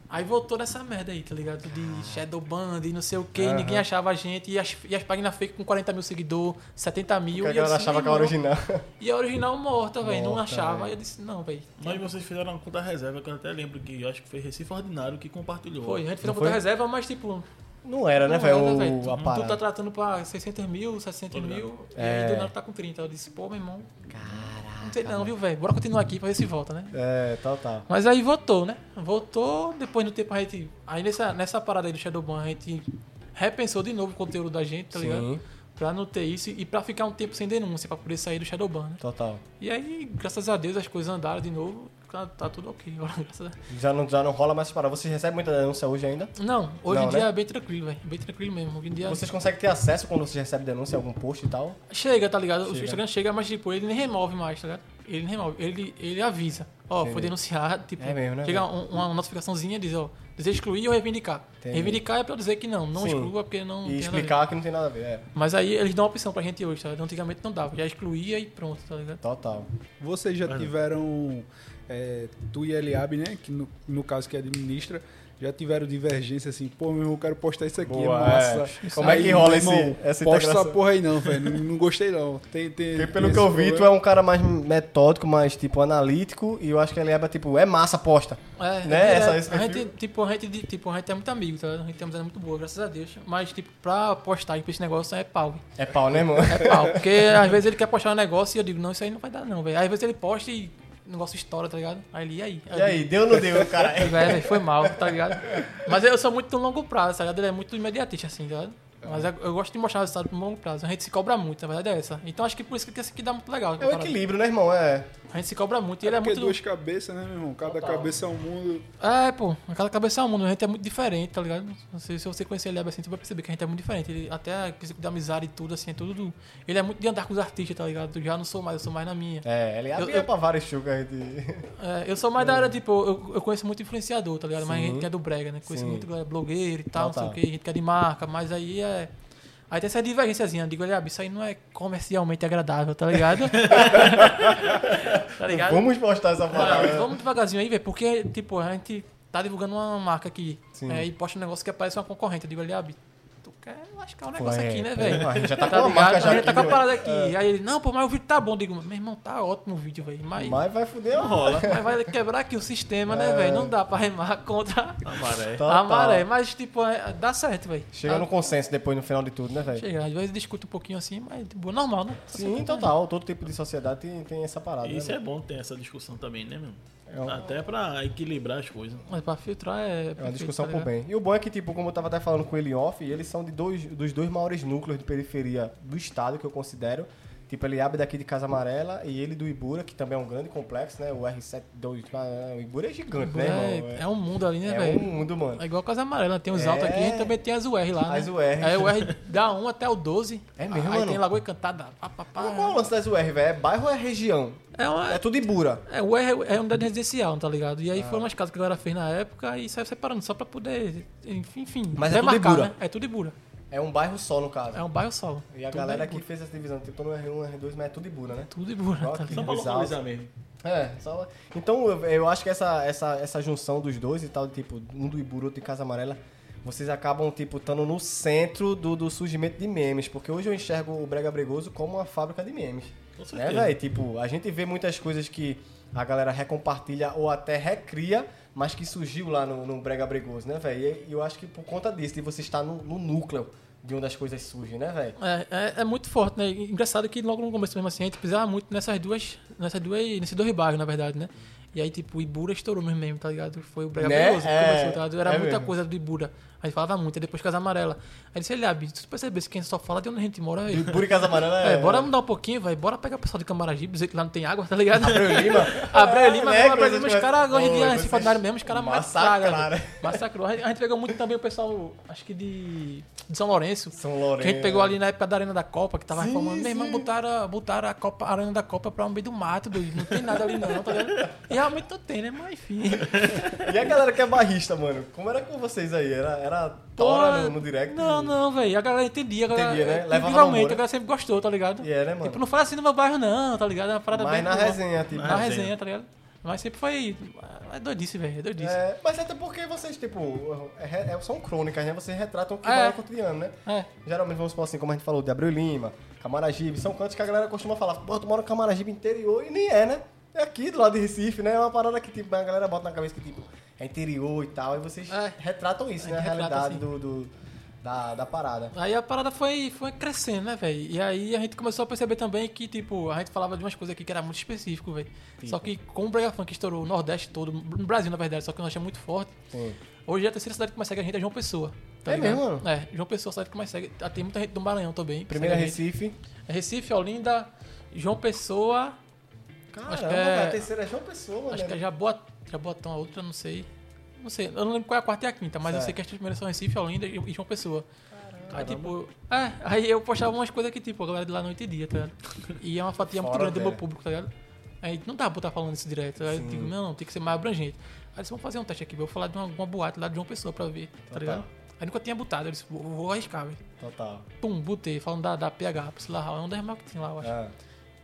Aí voltou nessa merda aí, tá ligado? De Shadowband e não sei o que, ninguém achava a gente. E as, e as páginas fake com 40 mil seguidores, 70 mil.
Porque a
e eu
galera
disse,
achava
meu
que era
irmão,
original.
E a original morta, velho. Não
Morta,
achava.
véi.
Aí eu disse, não, velho.
Mas vocês fizeram uma conta reserva, que eu até lembro que eu acho que foi Recife Ordinário que compartilhou.
Foi, a gente fez
Não
uma puta
foi?
reserva, mas tipo,
Não era, né,
Não era,
velho? o-
velho. Tu-
A
Tu tá
parada.
tratando pra 600 mil, 700 mil, e
É.
aí do nada tá com 30. Eu disse, pô, meu irmão. Não sei não, viu, velho? Bora continuar aqui pra ver se volta, né?
É, total.
Mas aí votou, né? Votou, depois no tempo a gente. Aí nessa, nessa parada aí do Shadowban, a gente repensou de novo o conteúdo da gente, tá
Sim.
ligado? Pra não ter isso e pra ficar um tempo sem denúncia, pra poder sair do Shadowban, né?
Total.
E aí, graças a Deus, as coisas andaram de novo. Tá, tá tudo ok agora, graças a
Já não, já não rola mais para Vocês recebem muita denúncia hoje ainda?
Não, hoje
Não,
em dia
né?
é bem tranquilo, velho. Bem tranquilo mesmo. Hoje em dia.
Vocês conseguem ter acesso quando vocês recebem denúncia, algum post e tal?
Chega, tá ligado?
Chega.
O Instagram chega, mas tipo, ele nem remove mais, tá ligado? Ele nem remove, ele, ele avisa. Ó,
Entendi.
foi denunciado, tipo,
É mesmo, né,
chega um- uma notificaçãozinha e diz, ó, dizer excluir ou reivindicar.
Entendi.
Reivindicar é pra dizer que não, não
Sim.
exclua porque
e
não nada a ver.
explicar que não tem nada a ver. É,
Mas aí eles dão uma opção pra gente hoje, tá ligado? Antigamente não dava, já excluía e pronto, tá ligado?
total.
Vocês já tiveram, é, tu e Eliab, né, que no, no caso que administra, já tiveram divergência assim, pô, meu irmão, eu quero postar isso aqui,
Boa,
é massa.
é. Como é que rola esse- essa
Posta essa
integração?
porra aí não, velho, não, não gostei não. Tem, tem,
Porque pelo
tem
que eu
esse
vi, tu é
problema.
um cara mais metódico, mais tipo analítico, e eu acho que ele é tipo, é massa aposta.
É,
Né?
é,
Essa-
a
esse perfil.
gente, tipo, a gente, de- tipo, a gente é muito amigo, tá ligado? A gente tem uma amizade muito boa, graças a Deus. Mas, tipo, pra postagem pra esse negócio é pau, velho.
É pau, né, mano?
É pau. Porque às vezes ele quer postar um negócio e eu digo, não, isso aí não vai dar, não, velho. Às vezes ele posta e o negócio estoura, tá ligado? Aí ele, e aí?
E aí, deu ou não deu, cara?
Eu digo, "É, velho, foi mal, tá ligado? Mas eu sou muito do longo prazo, tá ligado? Ele é muito imediatista, assim, tá ligado? Mas eu, eu gosto de mostrar o resultado pro longo prazo. A gente se cobra muito, na verdade é essa. Então acho que por isso que esse aqui dá muito legal.
É o equilíbrio, né, irmão? É.
A gente se cobra muito. E ele é,
Porque
muito.
duas cabeças, né, meu irmão? Cada cabeça é um mundo.
É, pô, aquela cabeça é um mundo, a gente é muito diferente, tá ligado? Se, se você conhecer ele assim, você vai perceber que a gente é muito diferente. Ele, até a questão da amizade e tudo, assim, é tudo. Ele é muito de andar com os artistas, tá ligado? Eu já não sou mais, eu sou mais na minha.
É, ele
Eu-
abre
eu-
pra várias chugas de.
É, eu sou mais da área, tipo, eu, eu conheço muito influenciador, tá ligado? Mas a gente que é do Brega, né? Conheço
Sim. Ah, tá.
muito é, blogueiro e tal,
Total.
não sei o que, gente que é de marca, mas aí é. Aí tem essa divergênciazinha, eu digo, olha, isso aí não é comercialmente agradável, tá ligado?
É
tá ligado?
Vamos postar essa
Ah,
parada.
vamos devagarzinho aí, velho, porque, tipo, a gente tá divulgando uma marca aqui
Sim.
é, e posta um negócio que aparece uma concorrente. Eu digo, ali, ah, bicho, tu quer lascar o
Pô,
negócio
é,
aqui, né,
pô,
velho?
a gente já tá com uma marca já
A gente tá
aqui,
com a
né?
parada aqui. Aí ele, não, pô, mas o vídeo tá bom. Eu digo, meu irmão, tá ótimo o vídeo, velho. Mas, mas...
Mas vai fuder a rola.
vai quebrar aqui o sistema, né, velho? Não dá pra remar contra
Tá Amaré.
É. Total.
a maré. Mas, tipo, é, dá certo, velho.
Chega
Ah,
no consenso depois no final de tudo, né, velho?
Chega, às vezes discuto um pouquinho assim, mas de boa, normal, né?
Sim, total. Todo tipo de sociedade tem, tem essa parada.
E isso
né,
é bom ter essa discussão também, né, meu?
É um-
Até pra equilibrar as coisas.
Mas pra filtrar é.
É uma
perfeito,
discussão
tá
por
ligado?
bem. E o bom é que, tipo, como eu tava até falando com ele em off, eles são de dois, dos dois maiores núcleos de periferia do estado, que eu considero. Tipo, ele abre daqui de Casa Amarela e ele do Ibura, que também é um grande complexo, né? O R72. ah, O Ibura é gigante, né, irmão?
É, é um mundo ali, né,
É
velho?
um mundo, mano.
É igual a Casa Amarela, tem os
É.
altos aqui e também tem as UR lá.
As
né?
UR.
Aí o R da 1 até o 12.
É mesmo,
Aí
mano?
tem Lagoa Encantada. Pá, pá, pá.
Qual é o lance das UR, velho? É bairro ou é região?
É uma.
É tudo Ibura.
É, o R é unidade residencial, tá ligado? E aí
Ah.
foram as casas que a galera fez na época e saiu separando só pra poder. Enfim, enfim.
Mas é
até
tudo
marcar,
Ibura.
Né? É tudo Ibura.
É um bairro só, no caso.
É um bairro solo.
E a
Tudo é
galera que
Ibura.
fez essa divisão, tipo, tô no R1, R2, mas é tudo Ibura, né?
Tudo Ibura,
Ó,
tá
que
Só
ligado?
pra
Exato.
localizar mesmo.
É, só- então eu, eu acho que essa, essa, essa junção dos dois e tal, tipo, um do Iburu, outro de Casa Amarela, vocês acabam, tipo, estando no centro do, do surgimento de memes, porque hoje eu enxergo o Brega Bregoso como uma fábrica de memes.
Com
Né,
certeza.
velho? Tipo, a gente vê muitas coisas que a galera recompartilha ou até recria, mas que surgiu lá no, no Brega Bregoso, né, velho? E eu acho que por conta disso, de você estar no, no núcleo de onde as coisas surgem, né, velho?
É, é, é muito forte, né? E Engraçado que logo no começo mesmo assim, a gente pisava muito nessas duas, nessas duas, nesses dois bairros, na verdade, né? E aí, tipo, o Ibura estourou mesmo, mesmo, tá ligado? Foi o Brega
Né?
Perigoso que
É,
começou, tá ligado? Era
é
muita
mesmo.
coisa do Ibura. A gente falava muito, aí depois Casa Amarela. Aí disse, olha, bicho, se tu percebesse que a gente só fala de onde a gente mora, velho.
Iburu e Casa Amarela
É, bora mudar um pouquinho, vai. Bora pegar o pessoal de Camaragibe, dizer que lá não tem água, tá ligado?
Abreu Lima.
Abreu Lima,
É,
mesmo, Abreu
coisas
Lima, os
que-
caras hoje em
Oi,
dia
vocês
se fadaram mesmo, os caras massacraram.
massacraram.
é Massacrou. A gente- a gente pegou muito também o pessoal, acho que de, de São Lourenço.
São Lourenço.
Que a gente pegou ali na época da Arena da Copa, que tava
Sim,
reformando. Meu irmão,
sim.
botaram, a- botaram a, Copa, a Arena da Copa pra um meio do mato, doido. Não tem nada ali não, tá ligado? E realmente não tem, né? Mas enfim.
E a galera que é barrista, mano? Como era com vocês aí? Era, era tora Tá no, no direct?
Não, não, velho. A galera entendia. A galera,
Entendia, né? Levava
Realmente,
namoro.
a galera sempre gostou, tá ligado?
E é, né, mano?
Tipo, não fala assim no meu bairro não, tá ligado? É uma parada
Mas
bem
na
boa.
resenha, tipo.
Na
Na
resenha,
resenha,
tá ligado? Mas sempre foi. É doidice, velho. É doidice. É.
É, mas até porque vocês, tipo, é- é- são crônicas, né? Vocês retratam o que
É.
vai no cotidiano, né? Geralmente, vamos falar assim, como a gente falou, de Abreu Lima, Camaragibe, são cantos que a galera costuma falar, pô, tu mora no Camaragibe interior e nem é, né? É aqui do lado de Recife, né? É uma parada que tipo, a galera bota na cabeça que tipo, é interior e tal, e vocês
É.
retratam isso,
A
né? A
gente retrata,
realidade
sim.
do, do- da, da parada.
Aí a parada foi, foi crescendo, né, velho? E aí a gente começou a perceber também que, tipo, a gente falava de umas coisas aqui que era muito específico, velho. Só que com o Brega Funk estourou o Nordeste todo, no Brasil, na verdade, só que o Norte é muito forte.
Sim.
Hoje a terceira cidade que mais segue a gente é João Pessoa. tá
É
ligado?
mesmo, mano?
É, João Pessoa é a cidade que mais segue. Ah, Tem muita gente do Maranhão também. que
Primeiro é
segue a gente.
Recife.
É Recife, Olinda, João Pessoa,
Caramba,
que é-
velho, a terceira é João Pessoa,
acho
né?
que é Jabua, Jaboatão, a outra, não sei. Não sei, eu não lembro qual é a quarta e a quinta, mas eu
Certo.
sei que as três primeiras são Recife, Olinda e e João Pessoa. Aí, tipo, é, aí eu postava umas coisas que, tipo, a galera de lá noite e dia, tá ligado? E é uma fatia muito
Fora,
grande do meu
velho.
público, tá ligado? Aí não dá pra botar falando isso direto. Aí eu digo, não, tem que ser mais abrangente. Aí eles vão fazer um teste aqui, vou falar de uma, uma boate lá de João Pessoa pra ver, tá
Total.
ligado? Aí nunca tinha botado, eu disse, vou, vou arriscar, velho.
Total.
Pum, botei, falando da, da PH, Priscila Hall, é um das marcas que tem lá, eu acho.
Ah.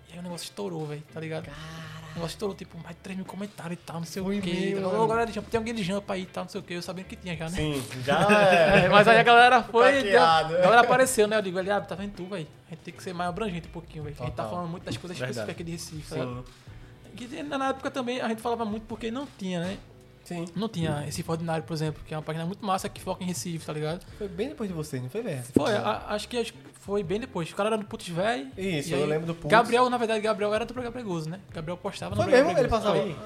E aí o negócio estourou, velho, tá ligado? O negócio estourou, tipo, mais de 3 mil comentários e tal, não sei
Foi
o quê.
mesmo,
Ô,
mano.
galera de jump, tem alguém de jump aí e tal, não sei o quê. Eu sabendo que tinha já, né?
Sim, já é.
É, mas aí a galera foi. e deu- a
Taqueado, né?
galera apareceu, né? Eu digo, ali, ah, tá vendo tu, velho? A gente tem que ser mais abrangente um pouquinho, velho. A gente tá
Total.
falando muito das coisas
Verdade.
específicas aqui de Recife, tá ligado? Que na na época também a gente falava muito porque não tinha, né?
Sim.
Não tinha Recife Ordinário, por exemplo, que é uma página muito massa que foca em Recife, tá ligado?
Foi bem depois de vocês, não foi, velho?
Foi, a- acho que acho que foi bem depois. O cara era do Putz Velho.
Isso,
e
eu
aí-
lembro do Putz.
Gabriel, na verdade, Gabriel era do Brega Pregoso, né? Gabriel postava
Foi
no Brega
mesmo que ele
Pregoso.
passava
Foi.
aí?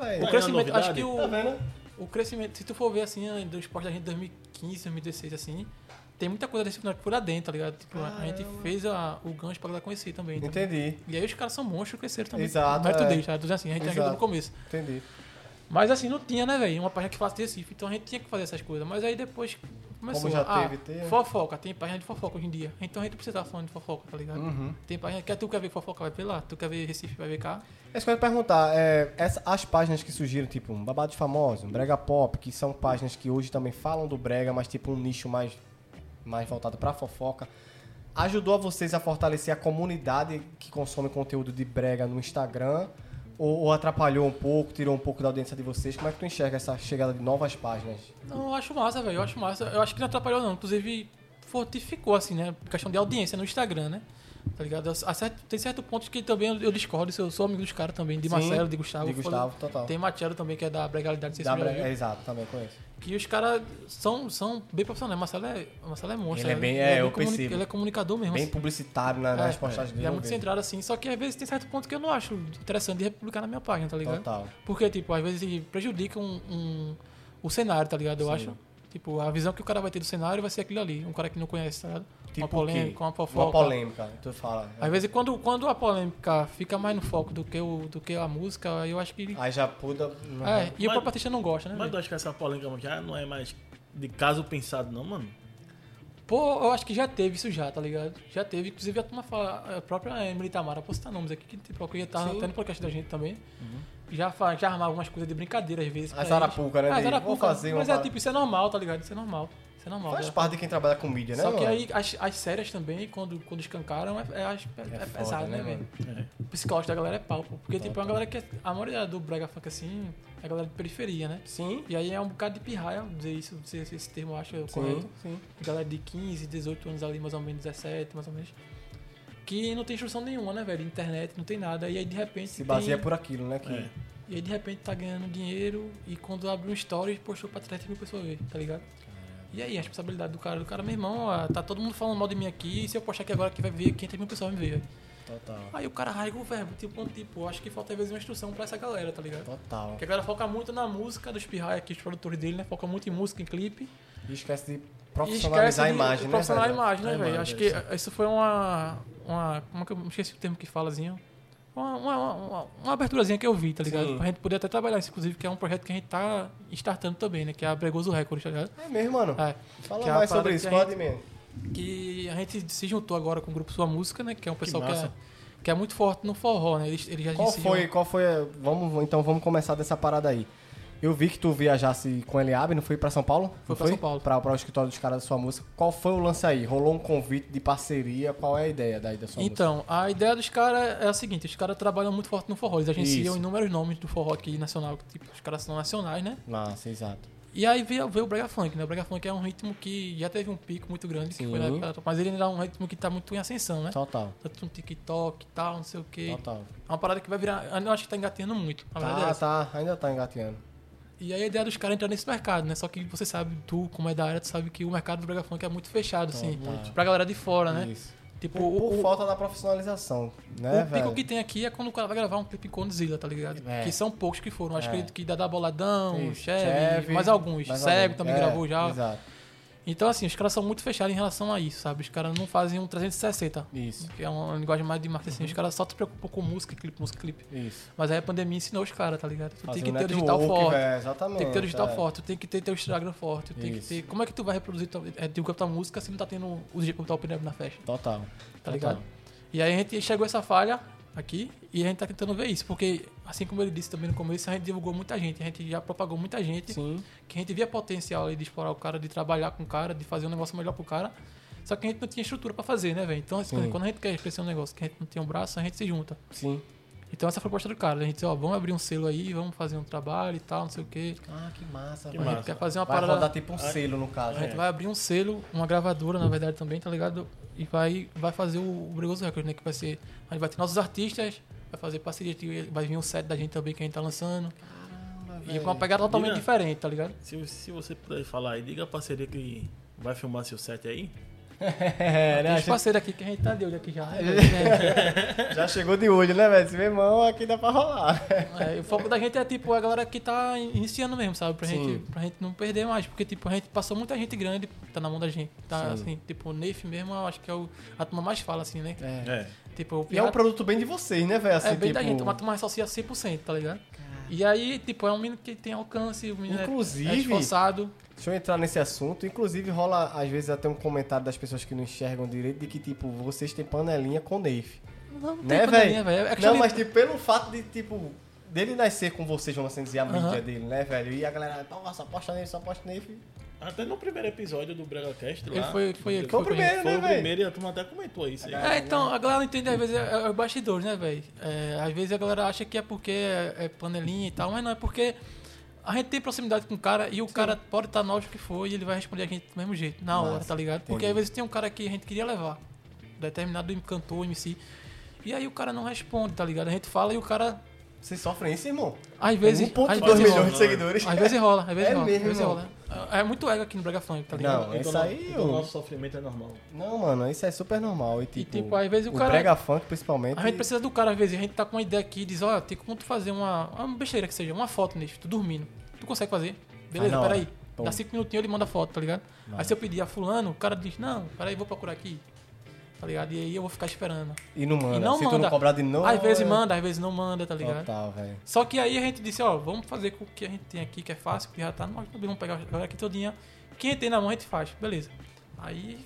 Ah, velho.
O
Tá
crescimento,
vendo a
acho que o,
Tá vendo?
né, o crescimento, se tu for ver assim, do esporte da gente 2015, 2016, assim, tem muita coisa desse filme por lá dentro, tá ligado? Tipo, a gente fez a- o gancho pra ela conhecer também. tá ligado?
Entendi,
E aí os caras são monstros cresceram também.
Exato,
Mas tu
é.
deixa, tu diz assim, a gente ajudou
Exato.
no começo.
entendi.
Mas assim, não tinha, né, velho? Uma página que fazia Recife, então a gente tinha que fazer essas coisas. Mas aí depois começou.
Como já
ah,
teve, teve.
Fofoca, tem página de fofoca hoje em dia. Então a gente não precisa estar falando de fofoca, tá ligado?
Uhum.
Tem página que é, tu quer ver fofoca, vai ver lá. Tu quer ver Recife, vai ver cá.
É isso que eu ia perguntar. é, essa- as páginas que surgiram, tipo, um Babado de Famoso, um Brega Pop, que são páginas que hoje também falam do Brega, mas tipo um nicho mais, mais voltado pra fofoca, ajudou a vocês a fortalecer a comunidade que consome conteúdo de Brega no Instagram? Ou, ou atrapalhou um pouco, tirou um pouco da audiência de vocês? Como é que tu enxerga essa chegada de novas páginas?
Não, eu acho massa, velho. Eu acho massa. Eu acho que não atrapalhou, não. Inclusive, fortificou, assim, né? Por Questão de audiência no Instagram, né? Tá ligado? A certo- tem certo ponto que também eu, eu discordo. isso Eu sou amigo dos caras também, de
Sim,
Marcelo, de Gustavo.
de
foda-
Gustavo, total.
Tem Matiero também, que é da Bregalidade, vocês
Da
viram,
Brega-
viu?
é, exato, também conheço.
Que os caras são, são bem profissionais. Marcelo é, Marcelo é monstro.
Ele é bem- é, eu
comuni-
percebo.
Ele é comunicador mesmo.
Bem
assim.
publicitário na- nas
É,
postagens
é,
dele.
é
eu
muito
vejo.
centrado assim, só que às vezes tem certo ponto que eu não acho interessante de republicar na minha página, tá ligado?
Total.
Porque, tipo, às vezes prejudica um, um- o cenário, tá ligado? Eu acho. Tipo, a visão que o cara vai ter do cenário vai ser aquilo ali. Um cara que não conhece, tá ligado?
Tipo
uma
o quê?
polêmica, uma fofoca.
Uma polêmica, tu fala.
Às vezes, quando, quando a polêmica fica mais no foco do que, o, do que a música, aí eu acho que.
Aí já né? puda.
É, e o
Mas-
próprio artista não gosta, né?
Mas
velho?
eu acho que essa polêmica já não é mais de caso pensado, não, mano.
Pô, eu acho que já teve isso já, tá ligado? Já teve, inclusive a turma fala, a própria Emily Tamara, posso citar nomes aqui, que tipo, que ia estar até no podcast da gente também.
Uhum.
Já, fa- já armava algumas coisas de brincadeira às vezes.
A
pra eles.
Zarapuca, né,
Ah,
de,
Zarapuca.
"Vou fazer
mas
uma
é
par-
tipo, isso é normal, tá ligado? Isso é normal. Isso é normal.
Faz
né?
parte de quem trabalha com mídia, né?
Só que
mano?
aí as, as séries também, quando, quando escancaram, é, é, acho que é- é
foda,
pesado, né,
né,
velho?
mano?
O psicológico da galera é pau, pô. Porque, tipo, é uma galera que. é- A maioria do Brega Funk assim é a galera de periferia, né?
Sim.
E aí é um bocado de pirraia dizer isso, se esse, esse termo eu acho correto.
sim.
galera de 15, 18 anos ali, mais ou menos 17, mais ou menos, que não tem instrução nenhuma, né, velho? Internet, não tem nada. E aí de repente.
Se baseia
tem-
por aquilo, né? Que...
É.
E aí de repente tá ganhando dinheiro e quando abre um story postou pra 30 mil pessoas ver, tá ligado? E aí, a responsabilidade do cara, do cara, meu irmão, ó, tá todo mundo falando mal de mim aqui, e se eu postar aqui agora que vai ver 500 mil pessoas me ver. velho.
Total.
Aí o cara raiga o verbo, tipo, tipo, acho que falta às vezes uma instrução pra essa galera, tá ligado?
Total.
Porque a galera foca muito na música dos pirraia aqui, os produtores dele, né? Foca muito em música, em clipe.
E esquece de
E
profissionalizar
esquece
a
de
imagem, né?
Profissionalizar a
velho?
imagem,
A
né, velho?
imagem,
é
Acho que isso foi uma. uma como é que eu esqueci o termo que falazinho? Uma, uma, uma, uma aberturazinha que eu vi, tá ligado?
Sim.
Pra gente poder até trabalhar isso, inclusive, que é um projeto que a gente tá startando também, né? Que é a Bregoso Records, tá ligado?
É mesmo, mano.
É.
Fala
Que é uma
mais
parada
sobre isso,
que a
pode
gente-
mesmo.
Que a gente se juntou agora com o grupo Sua Música, né? Que é um pessoal que, é,
massa.
que é muito forte no forró, né? Eles, eles já
Qual
se
foi, qual foi. a- Vamos, então vamos começar dessa parada aí. Eu vi que tu viajasse com a Eliabe, não foi pra São Paulo? Não
pra São Paulo.
Pra, pra o escritório dos caras da sua música. Qual foi o lance aí? Rolou um convite de parceria? Qual é a ideia daí da sua música?
Então, a ideia dos caras é a seguinte: os caras trabalham muito forte no forró, eles agenciam
Isso.
inúmeros nomes do forró aqui nacional, que, tipo, os caras são nacionais, né?
Massa, é exato.
E aí veio, veio o Brega Funk, né? O Brega Funk é um ritmo que já teve um pico muito grande, que
Sim.
foi na época da Topa, mas ele ainda é um ritmo que tá muito em ascensão, né?
Total.
Tanto no TikTok e tal, não sei o quê.
Total.
É uma parada que vai virar. Eu acho que tá engatinhando muito. a verdade é
Tá,
essa.
tá, ainda tá engateando.
E aí a ideia dos caras é entrar nesse mercado, né? Só que você sabe, tu, como é da área, tu sabe que o mercado do Brega Funk é muito fechado, assim.
Total.
Pra galera de fora, né?
Isso.
Tipo,
Por
o, o,
falta da profissionalização, né,
o
velho?
pico que tem aqui é quando o cara vai gravar um clipe com Godzilla, tá ligado?
É.
Que são poucos que foram. Acho
É.
que ele- que Dada Boladão,
Isso.
Chevy, mais alguns.
mais
Cego
alguns.
também
É,
gravou já.
Exato.
Então, assim, os caras são muito fechados em relação a isso, sabe? Os caras não fazem um 360,
Isso,
que é uma linguagem mais de marketing. assim. Os caras só se preocupam com música, clipe, música, clipe.
isso.
Mas aí a pandemia ensinou os caras, tá ligado? Tu tem
Fazer
que
um
ter o digital
network,
forte.
velho, exatamente.
Tem que ter o digital
é.
forte, tu tem que ter teu Instagram forte, tu tem que
Isso.
ter. Como é que tu vai reproduzir tua, é, divulgar tua música se não tá tendo o DJ capital primeiro na festa?
Total.
tá
Total.
ligado? E aí a gente chegou a essa falha aqui e a gente tá tentando ver isso, porque assim como ele disse também no começo, a gente divulgou muita gente, a gente já propagou muita gente,
Sim.
que a gente via potencial ali de explorar o cara, de trabalhar com o cara, de fazer um negócio melhor pro cara. Só que a gente não tinha estrutura pra fazer, né, velho? Então, assim,
Sim.
quando a gente quer crescer um negócio que a gente não tem um braço, a gente se junta.
Sim.
Então essa foi a proposta do cara, a gente disse, ó, vamos abrir um selo aí, vamos fazer um trabalho e tal, não sei o quê.
Ah, que massa,
Que
velho.
A
massa.
gente quer fazer uma
Vai
parada Ah,
rodar tipo um selo, no caso.
a gente
É.
vai abrir um selo, uma gravadora, na verdade, também, tá ligado? E vai, vai fazer o, o Bregoso Records, né? Que vai ser. A gente vai ter nossos artistas, vai fazer parceria, que vai vir um set da gente também que a gente tá lançando. e com uma pegada totalmente
Diga.
diferente, tá ligado?
Se, se você puder falar aí, diga a parceria que vai filmar seu set aí.
É,
Tem
né?
uns parceiros aqui que a gente tá de olho aqui já. É,
Já chegou de olho, né, velho? Se meu irmão, aqui dá pra rolar.
é, o foco da gente é tipo a galera que tá iniciando mesmo, sabe? Pra, gente, pra gente não perder mais. Porque, tipo, a gente passou muita gente grande, tá na mão da gente. Tá assim, tipo, o Neif mesmo, eu acho que é o, a turma mais fala, assim, né?
É.
Tipo, o
E é um
Pirata-
produto bem de vocês, né, velho? Assim,
é bem da
tipo,
gente, uma turma associa 100%, tá ligado? E aí, tipo, é um menino que tem alcance, o menino é- é
Inclusive-
esforçado.
Deixa eu entrar nesse assunto. Inclusive, rola às vezes até um comentário das pessoas que não enxergam direito de que, tipo, vocês têm panelinha com o Neif.
Não, não
Né,
pandemia,
velho?
É que
Não,
ele-
mas tipo, pelo fato de, tipo, dele nascer com vocês, vamos assim dizer, a mídia
Aham.
dele, né, velho? E a galera, nossa, aposta nele, só aposta nele.
Até no primeiro episódio do BregaCast lá.
Ele foi- foi-
ele
foi o
primeiro,
foi
né,
o
véi?
primeiro e a turma até comentou isso aí.
É, então, a galera não entende, às vezes, é, é os bastidores, né, velho? É, às vezes a galera acha que é porque é, é panelinha e tal, mas não, é porque a gente tem proximidade com o cara e o cara pode estar na hora que for e ele vai responder a gente do mesmo jeito, na hora, tá ligado? Porque às vezes tem um cara que a gente queria levar, determinado cantor, MC, e aí o cara não responde, tá ligado? A gente fala e o cara,
Vocês sofrem isso, irmão?
às
Tem
vezes... às
1.2
vezes
milhões
rola.
de seguidores.
Às vezes rola, às vezes
É
rola.
mesmo,
às vezes
irmão.
rola. É é muito ego aqui no Brega Funk, tá ligado?
Não, isso
no-
aí...
então, o
eu-
nosso sofrimento é normal.
Não, mano, isso é super normal. E tipo,
tipo, às vezes o cara-
brega funk, principalmente...
A gente precisa do cara, às vezes, a gente tá com uma ideia aqui e diz, ó, tem como tu fazer uma, uma besteira que seja, uma foto nesse, tu dormindo. Tu consegue fazer? Beleza,
Ah, na
peraí.
hora. Pum.
Dá cinco minutinhos ele manda a foto, tá ligado? Aí se eu pedir a fulano, o cara diz, não, peraí, vou procurar aqui. Tá ligado? E aí eu vou ficar esperando.
E não manda.
e não
Se
manda.
tu não cobrar de novo...
Às vezes
é-
manda, às vezes não manda, tá ligado?
Total, velho.
Só que aí a gente disse, ó, vamos fazer com o que a gente tem aqui, que é fácil, que já tá, nós também vamos pegar a galera aqui todinha. Quem tem na mão a gente faz, beleza. Aí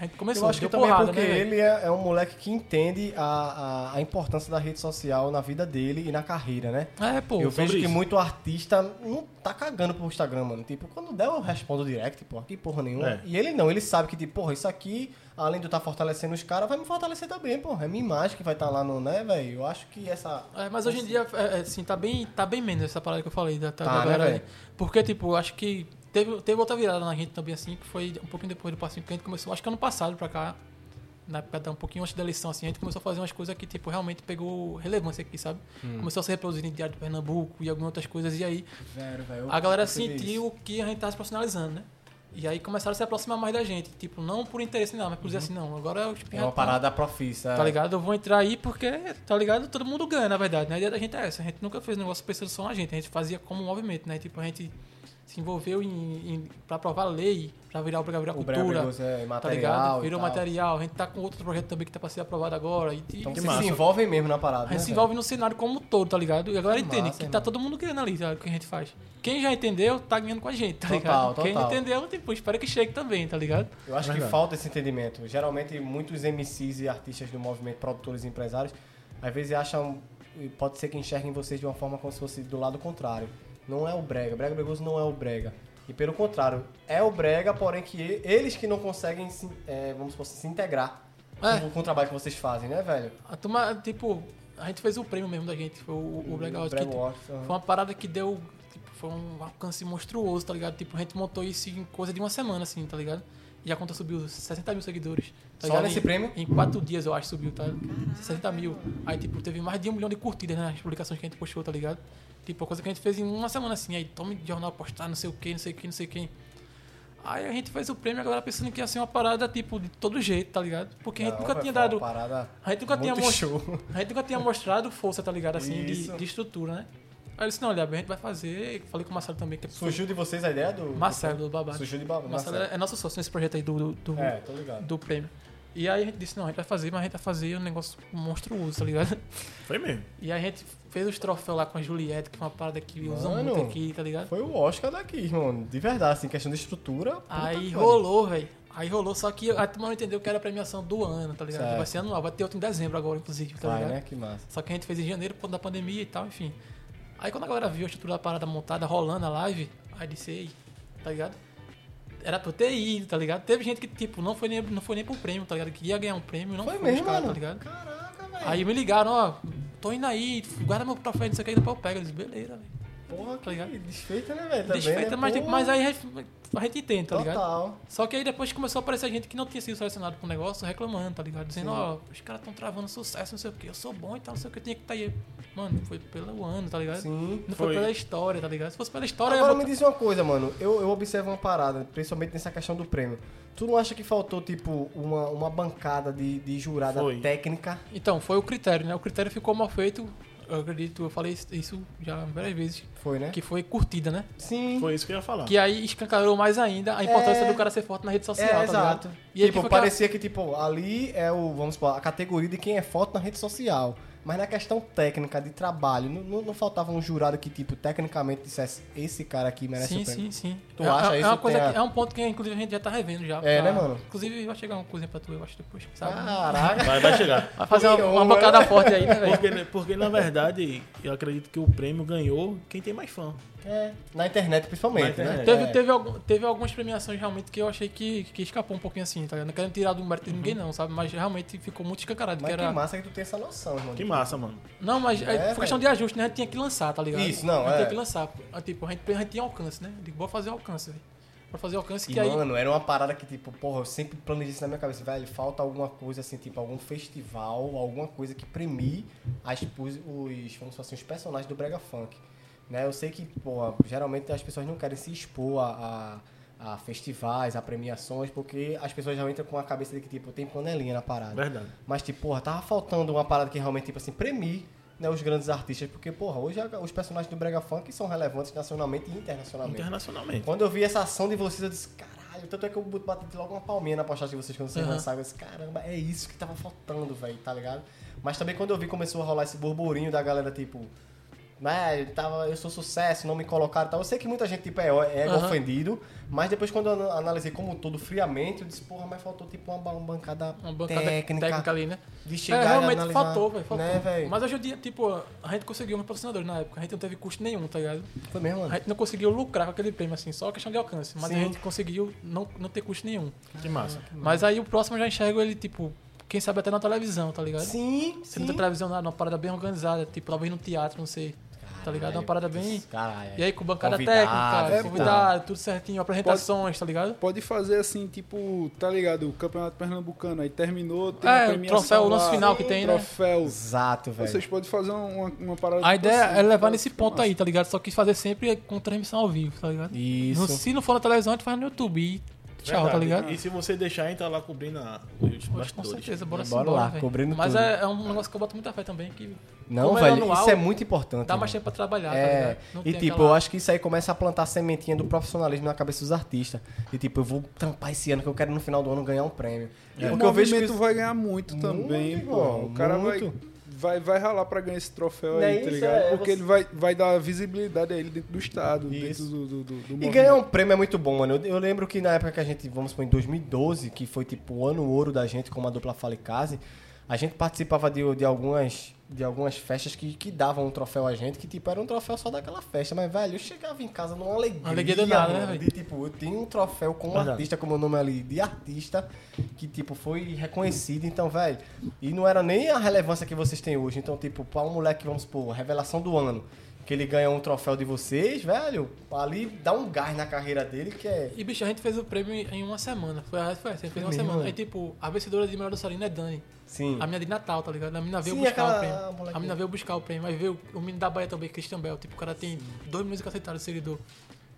a gente começou,
Eu acho que
deu
também é
porrada,
porque
né? velho?
ele é, é um moleque que entende a, a, a importância da rede social na vida dele e na carreira, né?
É, pô.
eu vejo
sobre
que
isso.
muito artista não tá cagando pro Instagram, mano. Tipo, quando der, eu respondo direct, porra, que porra nenhuma.
É.
E ele não, ele sabe que, tipo, porra, isso aqui, além de eu tá fortalecendo os caras, vai me fortalecer também, porra. É minha imagem que vai estar lá no, né, velho? Eu acho que essa.
É, mas hoje em dia, é, é, assim, tá bem, tá bem menos essa parada que eu falei da, tá,
Tá,
da
né,
galera.
velho?
né? Porque, tipo, acho que teve, teve outra virada na gente também, assim, que foi um pouquinho depois do passinho, que a gente começou, acho que ano passado pra cá, na época, da- um pouquinho antes da eleição, assim, a gente começou a fazer umas coisas que, tipo, realmente pegou relevância aqui, sabe?
Hum.
Começou a se reproduzir em Diário de Pernambuco e algumas outras coisas, e aí
Velho, velho.
a galera
percebi
sentiu que a gente tava se profissionalizando, né? E aí começaram a se aproximar mais da gente, tipo, não por interesse, não, mas por dizer assim, não, agora eu
Uhum. É uma parada profissa.
Tá ligado? Eu vou entrar aí porque, tá ligado? Todo mundo ganha, na verdade. né? A ideia da gente é essa. A gente nunca fez negócio pensando só na gente. A gente fazia como um movimento, né? Tipo, a gente se envolveu em, em, pra aprovar a lei, pra virar o Brega Virar
O Brega
Cultura.
Brigoso é
tá
material
ligado?
e
Virou
tal.
material. A gente tá com outro projeto também que tá pra ser aprovado agora. E, e-
Então
Que
vocês
massa.
se envolvem mesmo na parada.
a gente
né,
se envolve no cenário como um todo, tá ligado? E agora
Que
entende
massa,
que tá
irmão.
todo mundo ganhando ali, tá? O que a gente faz. Quem já entendeu, tá ganhando com a gente, tá
Total,
ligado? Quem não
total.
entendeu, tipo, espero que chegue também, tá ligado?
Eu acho que
Verdade.
falta esse entendimento. Geralmente, muitos MCs e artistas do movimento, produtores e empresários, às vezes acham, e pode ser que enxerguem vocês de uma forma como se fosse do lado contrário. Não é o Brega. Brega Bregoso não é o Brega. E pelo contrário, é o Brega, porém que e- eles que não conseguem, se, é, vamos supor, se integrar
É.
com, com o trabalho que vocês fazem, né, velho?
A turma, tipo, a gente fez o prêmio mesmo da gente, foi o, o
Hum,
Brega Out, que,
Brega
tipo,
Awards, aham.
Foi uma parada que deu. Tipo, foi um alcance monstruoso, tá ligado? Tipo, a gente montou isso em coisa de uma semana, assim, tá ligado? E a conta subiu 60 mil seguidores.
Só
Tá ligado?
nesse
Em-
prêmio?
Em quatro dias, eu acho, subiu, tá? 60 mil. Aí, tipo, teve mais de um milhão de curtidas né, nas publicações que a gente postou, tá ligado? Tipo, a coisa que a gente fez em uma semana, assim. Aí, tome jornal postar, não sei o quê, não sei o quê, não sei quem. Aí a gente fez o prêmio, a galera pensando que ia ser uma parada, tipo, de todo jeito, tá ligado? Porque a gente
Não,
nunca
velho,
tinha
foi uma
dado.
Parada...
A gente nunca tinha
Muito
mostrado.
show.
A gente nunca tinha mostrado força, tá ligado? Assim, de,
Isso.
de estrutura, né? Aí eu disse, não, olha, bem, a gente vai fazer. Falei com o Marcelo também, que é
Surgiu de vocês a ideia do.
Marcelo do Babado.
Surgiu de babado.
Marcelo é nosso sócio nesse projeto aí do, do, do-
É, tô ligado.
do prêmio. E aí a gente disse, não, a gente vai fazer, mas a gente vai fazer um negócio monstruoso, tá ligado?
Foi mesmo.
E a gente fez os troféus lá com a Juliette, que foi uma parada que usam
Mano.
muito aqui, tá ligado?
Foi o Oscar daqui, irmão. De verdade, assim, questão de estrutura. puta
Aí
que pariu.
rolou, velho. Aí rolou, só que a turma não entendeu que era a premiação do ano, tá ligado?
Certo.
Vai ser anual, vai ter outro em dezembro agora, inclusive, tá
Vai,
ligado?
né? Que massa.
Só que a gente fez em janeiro por conta da pandemia e tal, enfim. Aí quando a galera viu a estrutura da parada montada, rolando a live, aí disse, ei, tá ligado? Era pra eu ter ido, tá ligado? Teve gente que, tipo, não foi nem, não foi nem pro prêmio, tá ligado? Que ia ganhar um prêmio, não
Foi
foi,
mesmo,
os caras,
mano?
tá ligado?
Caraca,
Aí me ligaram, ó, tô indo aí, guarda meu troféu, não sei o que, depois eu pego. Eu disse, beleza, velho.
Porra,
Tá ligado?
que desfeita, né, velho? Também,
Desfeita,
né?
mas,
Porra.
mas aí a gente entende, tá ligado?
Total.
Só que aí depois começou a aparecer gente que não tinha sido selecionado pro negócio, reclamando, tá ligado? Dizendo,
Sim.
ó, os caras estão travando sucesso, não sei o que, eu sou bom e tal, não sei o que, eu tinha que estar aí. Mano, foi pelo ano, tá ligado?
Sim.
Não foi.
Foi.
pela história, tá ligado? Se fosse pela história,
Agora
eu
me
ia botar-
diz uma coisa, mano. Eu, eu observo uma parada, principalmente nessa questão do prêmio. Tu não acha que faltou, tipo, uma, uma bancada de, de jurada
Foi.
técnica?
Então, foi o critério, né? O critério ficou mal feito, eu acredito, eu falei isso já várias vezes,
Foi, né?
que foi curtida, né?
Sim.
Foi isso que eu ia falar.
Que aí escancarou mais ainda a importância
Ah. É.
do cara ser forte na rede social,
É,
tá
exato.
ligado? E aí que
tipo,
foi que
parecia que, tipo, ali é o, vamos supor, a categoria de quem é foto na rede social. Mas na questão técnica, de trabalho, não, não, não faltava um jurado que, tipo, tecnicamente dissesse esse cara aqui merece o
Sim,
prêmio.
sim, sim.
Tu
é,
acha
é,
isso
é uma coisa
tem a-
que- é um ponto que, inclusive, a gente já tá revendo já.
É, né, mano? Ah,
Inclusive, vai chegar uma coisinha pra tu, eu acho, depois, sabe?
Caraca.
Vai, vai chegar.
Vai fazer uma, uma
Mano.
bocada forte aí, né, velho?
Porque, porque, na verdade, eu acredito que o prêmio ganhou quem tem mais fã.
É, na internet, principalmente,
Na
né?
internet.
Teve,
É.
teve, algum- teve algumas premiações realmente que eu achei que, que escapou um pouquinho assim, tá ligado? Não querendo tirar do mérito de ninguém, não, sabe? Mas realmente ficou muito
Uhum.
escancarado.
Mas
que
que,
era...
massa que tu tem essa noção, irmão.
Que massa, mano.
Não, mas
É,
é, foi questão de ajuste, né? A gente tinha que lançar, tá ligado?
Isso, não,
A gente tinha
é.
que lançar. pô. Ah, Tipo, a gente, a gente tinha alcance, né? Eu Digo, bora fazer alcance, velho. Pra fazer alcance,
E,
que aí.
mano, era uma parada que, tipo, porra, eu sempre planejei isso na minha cabeça, velho, falta alguma coisa, assim, tipo, algum festival, alguma coisa que premie as, os, os, vamos falar assim, os personagens do Brega Funk. Né? Eu sei que, porra, geralmente as pessoas não querem se expor a, a, a festivais, a premiações, porque as pessoas já entram com a cabeça de que, tipo, tem panelinha na parada.
Verdade.
Mas, tipo, porra, tava faltando uma parada que realmente, tipo assim, premie né, os grandes artistas, porque, porra, hoje a- os personagens do Brega Funk são relevantes nacionalmente e internacionalmente.
Internacionalmente.
Quando eu vi essa ação de vocês, eu disse, caralho, tanto é que eu bati logo uma palminha na postagem de vocês quando vocês
Aham.
lançaram. Eu disse, caramba, é isso que tava faltando, velho, tá ligado? Mas também quando eu vi começou a rolar esse burburinho da galera, tipo, né, tava, eu sou sucesso, não me colocaram e tal. Eu sei que muita gente, tipo, é, é
Aham.
ofendido, mas depois quando eu an- analisei como um todo friamente, eu disse, porra, mas faltou, tipo, uma, ba- uma bancada,
Uma bancada
técnica,
técnica, ali, né?
de
É,
chegar e
realmente
analisar.
faltou, velho. Faltou.
Né, velho?
Mas hoje em dia, tipo, a gente conseguiu uns patrocinadores na época. A gente não teve custo nenhum, tá ligado?
Foi mesmo,
A
mano.
gente não conseguiu lucrar com aquele prêmio, assim, só questão de alcance. Mas
Sim.
a gente conseguiu não, não ter custo nenhum.
Que massa.
Mas aí o próximo eu já enxergo ele, tipo, quem sabe até na televisão, tá ligado?
Sim,
Se não tem
sim.
televisão nada, uma parada bem organizada, tipo, talvez num teatro, não sei. Tá ligado? Uma parada bem.
Caralho.
é
E aí com bancada
Convidados
tá
e
técnica,
tal.
convidado, tudo certinho, apresentações, tá ligado?
Pode fazer assim, tipo, tá ligado? O Campeonato Pernambucano aí terminou, tem
É,
a
o
premiação
troféu, o
lá,
lance final que tem, né?
troféu.
Exato, velho.
Vocês podem fazer uma, uma parada
A
tipo
ideia
assim,
é levar
tá?
nesse ponto aí, tá ligado? Só que fazer sempre com transmissão ao vivo, tá ligado?
Isso.
Não- se não for na televisão, a gente faz no YouTube. E tchau,
Verdade.
tá ligado?
E se você deixar, entra lá cobrindo a- os
Poxa, com
bastidores.
certeza, bora,
Bora
sim,
lá,
velho.
cobrindo
Mas
tudo.
É, é um negócio que eu boto muita fé também, que
Não,
Como é
velho,
anual,
isso é muito importante.
dá mais
irmão.
tempo pra trabalhar, tá
É,
ligado? Não
e
tem
tipo,
aquela-
eu acho que isso aí começa a plantar a sementinha do profissionalismo na cabeça dos artistas. E tipo, eu vou trampar esse ano que eu quero no final do ano ganhar um prêmio.
E
É.
É. o
Porque eu vejo é que
movimento
isso-
vai ganhar muito,
Muito,
também, pô.
irmão,
o cara vai,
muito.
vai, vai ralar pra ganhar esse troféu
Né,
Não é
aí,
isso,
tá ligado?
é,
Porque
você-
ele vai, vai dar visibilidade a ele dentro do estado,
Isso.
dentro do, do, do, do
E
movimento.
ganhar um prêmio é muito bom, mano. Eu, eu lembro que na época que a gente, vamos supor, em 2012, que foi tipo o ano ouro da gente como a dupla Falecase, a gente participava de, de algumas de algumas festas que, que davam um troféu a gente, que tipo, era um troféu só daquela festa, mas velho, eu chegava em casa numa alegria,
Alegria danada, né,
mano,
velho?
de tipo, eu tenho um troféu com um
Verdade.
artista, como o nome ali, de artista, que tipo, foi reconhecido, então, velho, e não era nem a relevância que vocês têm hoje, então, tipo, pra um moleque, vamos supor, revelação do ano, que ele ganha um troféu de vocês, velho, ali dá um gás na carreira dele que é.
E, bicho, a gente fez o prêmio em uma semana. Foi, a- foi essa, a gente fez uma
mesmo,
semana.
né?
Aí, tipo, a vencedora de melhor dançarina é Dani.
Sim.
A mina de Natal, tá ligado? A mina veio
Sim,
buscar
aquela
o prêmio.
molequinha.
A mina veio buscar o prêmio. Mas veio o menino da Bahia também, Christian Bell. Tipo, o cara tem dois milhões e cacetado de seguidor.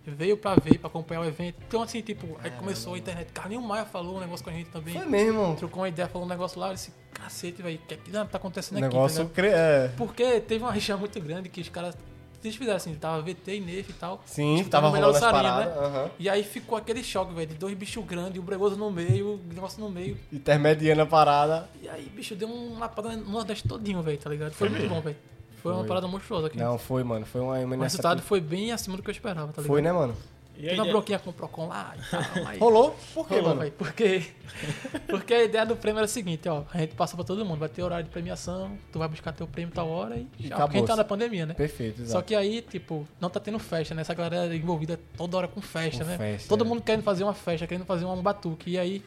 Veio pra ver, pra acompanhar o evento. Então, assim, tipo, aí começou a internet. Carlinho Maia falou um negócio com a gente também.
Foi mesmo, irmão.
Trocou uma ideia, falou um negócio lá. Eu disse, cacete, velho, o que é que tá
O
acontecendo aqui? tá
negócio
ligado?
cre... é.
Porque teve uma rixa muito grande que os caras. Eles fizeram assim, tava VT e Nef e tal.
Sim,
disputando
tava
o melhor
rolando as
dançarino,
paradas. aham.
e aí ficou aquele choque, velho, de dois bichos grandes, um bregoso no meio, um negócio no meio.
Intermediando a parada.
E aí, bicho, deu um lapada no Nordeste todinho, velho, tá ligado? Foi muito bom, velho. Foi, uma
Foi.
parada monstruosa aqui.
Não, foi, mano. Foi uma
o resultado foi bem acima do que eu esperava, tá ligado?
Foi, né, mano?
E a
Teve uma
ideia-
broquinha com o Procon lá e tal. aí-
Rolou? Por quê,
Rolou,
mano?
velho, porque, porque a ideia do prêmio era a seguinte, ó. A gente passou pra todo mundo, vai ter horário de premiação, tu vai buscar teu prêmio tal hora e, já. Porque a gente
acabou-se.
tá na pandemia, né?
Perfeito, exato.
Só que aí, tipo, não tá tendo festa, né? Essa galera é envolvida toda hora com festa,
Com
né?
festa,
Todo
é.
mundo querendo fazer uma festa, querendo fazer um batuque. E aí,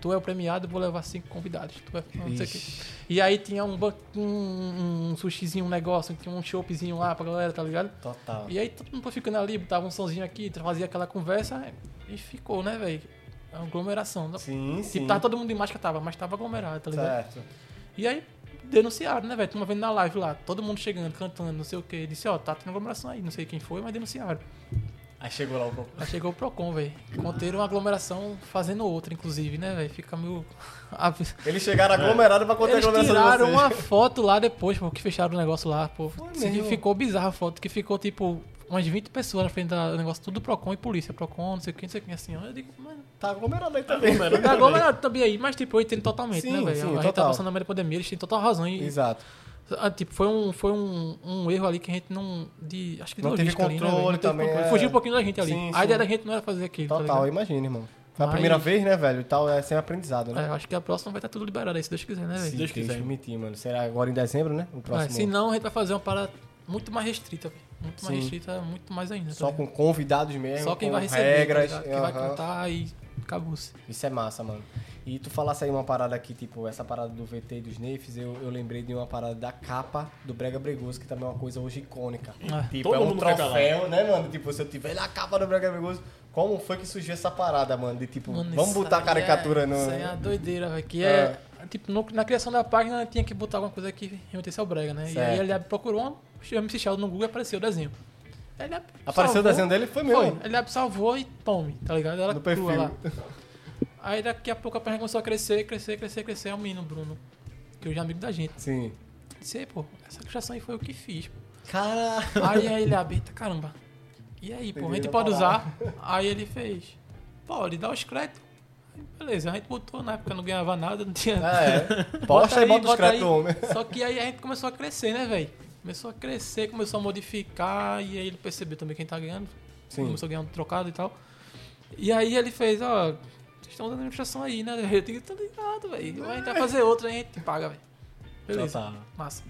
Tu é o premiado, eu vou levar cinco convidados. Tu é não sei o quê. E aí tinha um, ban- um, um sushizinho, um negócio, tinha um choppzinho lá pra galera, tá ligado?
Total.
E aí todo mundo foi ficando ali, botava um sonzinho aqui, fazia aquela conversa e ficou, né, velho? Aglomeração.
Sim, sim.
Tipo, tava todo mundo em máscara, tava, mas tava aglomerado, tá ligado?
Certo.
E aí denunciaram, né, velho? Tava vendo na live lá, todo mundo chegando, cantando, não sei o quê. Disse, ó, tá tendo aglomeração aí, não sei quem foi, mas denunciaram.
Aí chegou lá o Procon.
Aí chegou o Procon, velho. Conteram uma aglomeração fazendo outra, inclusive, né, velho? Fica meio. A-
Eles chegaram aglomerados pra contar a
Eles
aglomeração de
tiraram
vocês.
uma foto lá depois, pô, que fecharam o negócio lá, pô. Disse que
mesmo?
ficou bizarra a foto, que ficou tipo umas 20 pessoas na frente da- do negócio, tudo Procon e polícia, Procon, não sei o que, não sei o que, assim. ó. Eu digo, mano,
Tá aglomerado aí também.
tá aglomerado também aí, mas tipo, eu entendo totalmente,
Sim,
né, velho?
sim,
a gente
total.
tá passando na meio da pandemia, eles têm total razão. E,
Exato.
ah, tipo, foi um, foi um, um erro ali que a gente não. De, acho que de
Não teve
logística ali, né,
controle
velho? Não teve
também,
controle.
é.
Fugiu um pouquinho da gente ali.
Sim,
a ideia
sim.
da gente não era fazer aquilo. tá
Total,
ligado?
imagina, irmão. Foi a
Mas-
primeira vez, né, velho? E tal, é sempre aprendizado,
É,
né?
eu acho que a próxima vai estar tudo liberado aí, se Deus quiser, né, velho?
Se
Deus quiser.
permitir, mano. Será agora em dezembro, né? O
É,
próximo.
se não, a gente vai fazer uma parada muito mais restrita, velho. Muito mais
Sim.
restrita, muito mais ainda. tá
Só
ligado?
com convidados mesmo.
Só quem
com
vai receber,
Regras.
tá ligado? quem vai
aham.
cantar e acabou-se.
Isso é massa, mano. E tu falasse aí uma parada aqui, tipo, essa parada do VT e dos Nefes, eu, eu lembrei de uma parada da capa do Brega Bregoso, que também é uma coisa hoje icônica.
Ah,
tipo,
todo
é um
mundo quer tá lá.
troféu, né, mano? Tipo, se eu tiver na capa do Brega Bregoso, como foi que surgiu essa parada, mano? De tipo,
Mano,
vamos
isso
botar a
aí
caricatura
é,
no.
Isso aí é uma doideira, velho. Que é. Tipo, no- na criação da página tinha que botar alguma coisa que remetesse ao Brega, né? E aí
Certo.
ele procurou uma. Chama-se Sheldon no Google e apareceu o desenho. Aí Ele
Apareceu
salvou-
o desenho dele foi meu.
Foi. Ele salvou e tome, tá ligado? Ela
No
crua
perfil.
lá. Aí daqui a pouco a página começou a crescer, crescer, crescer, crescer. É o menino Bruno, que hoje é amigo da gente.
Sim.
Disse, "Ei, pô, essa cachaça aí foi o que fiz. pô."
Cara.
Aí, aí ele aberta, caramba. E aí, pô, a gente
Beleza,
pode
parada.
usar? Aí ele fez, pode, dá os créditos. Aí, Beleza, a gente botou, na época não ganhava nada, não tinha.
É, é. Posta e bota os créditos do homem.
Só que aí a gente começou a crescer, né, velho? Começou a crescer, começou a modificar, e aí ele percebeu também quem tá ganhando.
Sim.
Começou a ganhar um trocado e tal. E aí ele fez, ó, vocês estão dando ilustração aí, né? Eu digo, tá ligado, velho. A gente vai fazer outra, a gente paga, velho.
Então
Beleza.
Total.
Massa.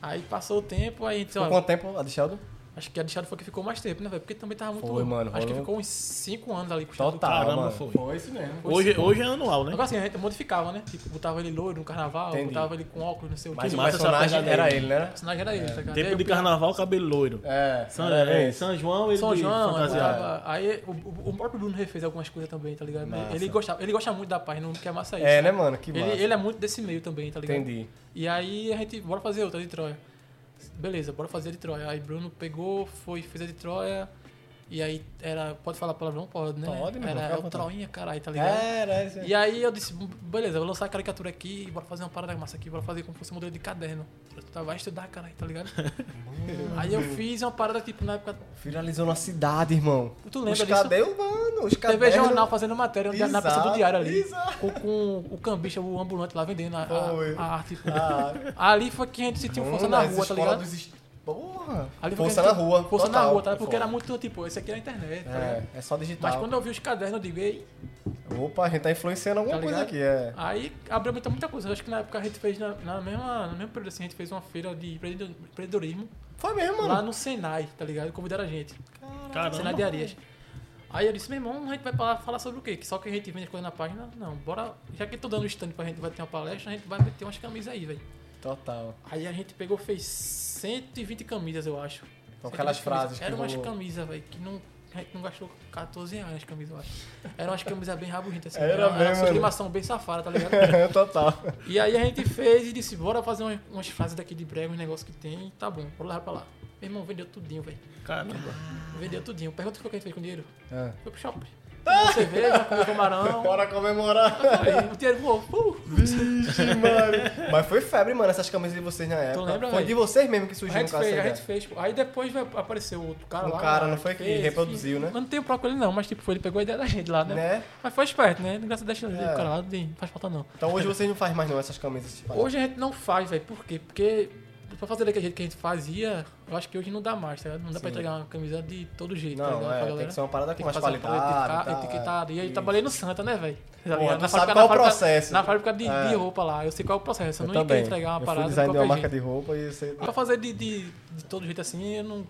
Aí passou o tempo, aí a gente,
Por
ó,
quanto tempo, Adicheldo?
acho que a deixada foi que ficou mais tempo, né, velho? Porque também tava muito.
Foi, mano,
Acho que
rolou.
ficou uns 5 anos ali com o Estado do
Total,
Caramba,
mano.
foi.
isso mesmo.
Hoje, hoje é anual, né?
Agora assim, a gente modificava, né? Tipo, botava ele loiro no carnaval,
Entendi.
botava ele com óculos, não sei o
Mas
quê.
o
massa essa
personagem
pegada
era
aí.
ele, né?
O personagem era ele, tá ligado?
Tempo
Aí
de
o-
carnaval, cabelo loiro.
É.
São,
era
é,
esse.
São João, ele
São
de
João, aí,
fantasiado.
tava- aí o, o- o próprio Bruno refez algumas coisas também, tá ligado?
Massa.
Ele gostava, ele gosta muito da página, não quer massa isso.
É, né, mano? Que massa.
Ele, ele é muito desse meio também, tá ligado?
Entendi.
E aí a gente, bora fazer outra de Troia. Beleza, bora fazer a de Troia. Aí Bruno pegou, foi, fez a de Troia. E aí era. Pode falar palavrão? Pode, né?
Pode, meu, fica à
Era o
vontade. É,
Troinha, caralho, tá ligado?
Era, esse.
E aí eu disse, beleza, vou lançar a caricatura aqui, bora fazer uma parada massa aqui, bora fazer como se fosse um modelo de caderno. Tu vai estudar, caralho, tá ligado? aí eu fiz uma parada, tipo, na época.
Viralizou na cidade, irmão.
Tu lembra
os
disso?
Cadê, mano? Os cadê?
TV Jornal fazendo matéria na- na peça do
Exato,
diário ali.
exato.
Com, com o cambista, o ambulante lá vendendo a, a-
Foi.
a arte.
Ah,
Ali foi que a gente sentiu força na rua, tá ligado?
Porra.
Ali foi
força
que a
na
gente-
rua.
Força na
total.
rua, tá? ligado? Porque era muito tipo, esse aqui era a internet, tá ligado?
É, é só digital.
Mas quando eu vi os cadernos, eu digo, ei,
Opa, a gente tá influenciando alguma
Tá
coisa
ligado?
aqui, é.
Aí abriu muita, muita coisa. Eu acho que na época a gente fez, na, na mesma, no mesmo período assim, a gente fez uma feira de empreendedor- empreendedorismo
Foi mesmo, mano.
lá no Senai, tá ligado? Convidaram a gente. Senai de
Caramba.
Arias. Aí eu disse, meu irmão, a gente vai falar, falar sobre o quê? Que só que a gente vende as coisas na página? Não, bora. Já que eu tô dando um stand pra gente, vai ter uma palestra, a gente vai meter umas camisas aí, velho.
Total.
Aí a gente pegou, fez 120 camisas, eu acho.
Então, aquelas
120 camisas.
frases que
Eram umas
rolou.
camisas, velho, que não. A gente não gastou 14 reais as camisas, eu acho. Eram umas camisas bem rabugentas, assim.
Era
uma
mesmo, mano.
sublimação bem safada, tá ligado?
Total.
E aí a gente fez e disse, bora fazer umas, umas frases daqui de brega, uns negócios que tem, tá bom, bora levar pra lá. Meu irmão vendeu tudinho, velho.
Caramba.
Vendeu tudinho. Pergunta o que a gente fez com o dinheiro.
É.
Foi pro shopping. Tomou cerveja, comeu camarão.
Tá. Bora comemorar.
Aí, o dinheiro voou. Uh!
Vixe, mano. Mas foi febre, mano, essas camisas de vocês na época.
lembra,
foi
velho?
de vocês mesmo que
A
surgiu no
gente
caso.
fez, a
essa
gente fez. pô. Aí depois vai- apareceu outro cara
Um
lá. né,
cara, não foi que reproduziu, né?
Mas não tem o próprio ele não, mas tipo, foi, ele pegou a ideia da gente lá,
ideia,
né?
né?
Mas foi esperto, né? Graças a Deus, ele
É.
o cara lá não tem- faz falta não.
Então hoje vocês não fazem mais não essas camisas. Tipo,
Hoje a gente não faz, velho. Por quê? Porque pra fazer daquele jeito que a gente fazia, eu acho que hoje não dá mais, tá ligado? Não dá pra
Sim.
entregar uma camisa de todo jeito, tá
não,
ligado? Pra
é, tem
galera.
que ser uma parada com
Tem que
mais
fazer uma
qualidade.
parada
e tal, é.
etiquetada. E aí
Isso.
trabalhei no Santa, né, velho? Tá
Porra,
ligado?
tu sabe
Na
qual
fábrica-
é
na
o
fábrica-
processo.
Na fábrica de,
É.
de roupa lá, eu sei qual é o processo. Eu,
Eu
não
também.
ia entregar uma
eu
parada
fui
de Tá
design de uma
qualquer
marca
jeito.
de roupa e eu sei.
Pra fazer de, de, de todo jeito assim, eu não,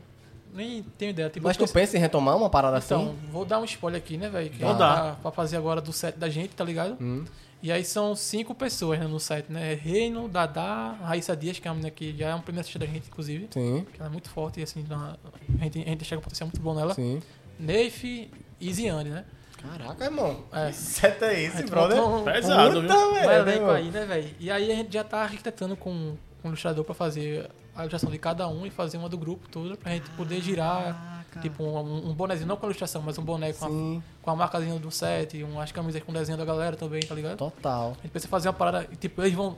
nem tenho ideia. Tipo,
Mas
eu
tu
pensei-
pensa em retomar uma parada
Então,
assim?
vou dar um spoiler aqui, né, velho? Que
Vou
é
dar.
Pra, pra fazer agora do set da gente, tá ligado?
Hum.
E aí são cinco pessoas né, no set, né? Reino, Dadá, Raíssa Dias, que é uma menina que já é uma primeira assistente da gente, inclusive.
Sim,
Que ela é muito forte e assim, na- a, gente, a gente chega um potencial muito bom nela.
sim.
Neife e Ziane, né?
Caraca, irmão.
É.
Seta é esse,
Montou um-
Pesado, viu?
Puta,
um
velho,
elenco
irmão.
aí, né, velho? E aí a gente já tá arquitetando com, com o ilustrador pra fazer a ilustração de cada um e fazer uma do grupo toda pra gente poder girar. Tipo, um, um bonezinho, não com a ilustração, mas um boné com a,
Sim,
com a marcazinha do set, umas camisas com desenho da galera também, tá ligado?
total.
A gente pensa em fazer uma parada, e, tipo, eles vão.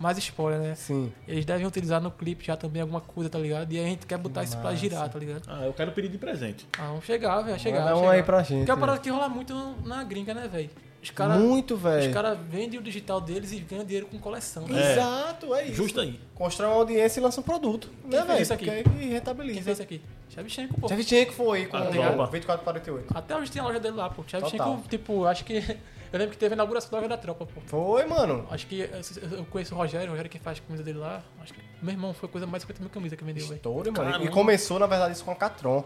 Mais spoiler, né?
Sim.
Eles devem utilizar no clipe já também alguma coisa, tá ligado? E aí a gente quer botar isso pra girar, tá ligado?
Ah, eu quero pedir de presente.
Ah, vamos chegar, velho, chegar.
Manda
vamos
um aí
chegar.
pra gente,
Porque é uma
né?
parada que rola muito na gringa, né, velho? Os caras.
Muito,
Os
velho.
caras vendem o digital deles e ganham dinheiro com coleção. né?
É.
Exato, É. é isso.
Justo aí.
Constrói uma audiência e lança um produto. né,
fez
velho?
isso aqui?
Porque aí que
Quem fez isso
rentabiliza.
aqui? Shevchenko, pô.
Shevchenko foi com
Ah,
o
opa.
2448.
Até hoje tem a loja dele lá, pô.
Total.
Shevchenko, tipo, acho que. Eu lembro que teve a inauguração da loja da tropa, pô.
Foi, mano.
Acho que eu- eu conheço o Rogério, o Rogério que faz a camisa dele lá. Acho que meu irmão foi coisa mais de 50 mil camisas que vendeu, velho.
Estouro, mano. E
Caramba.
começou, na verdade, isso com a Catron.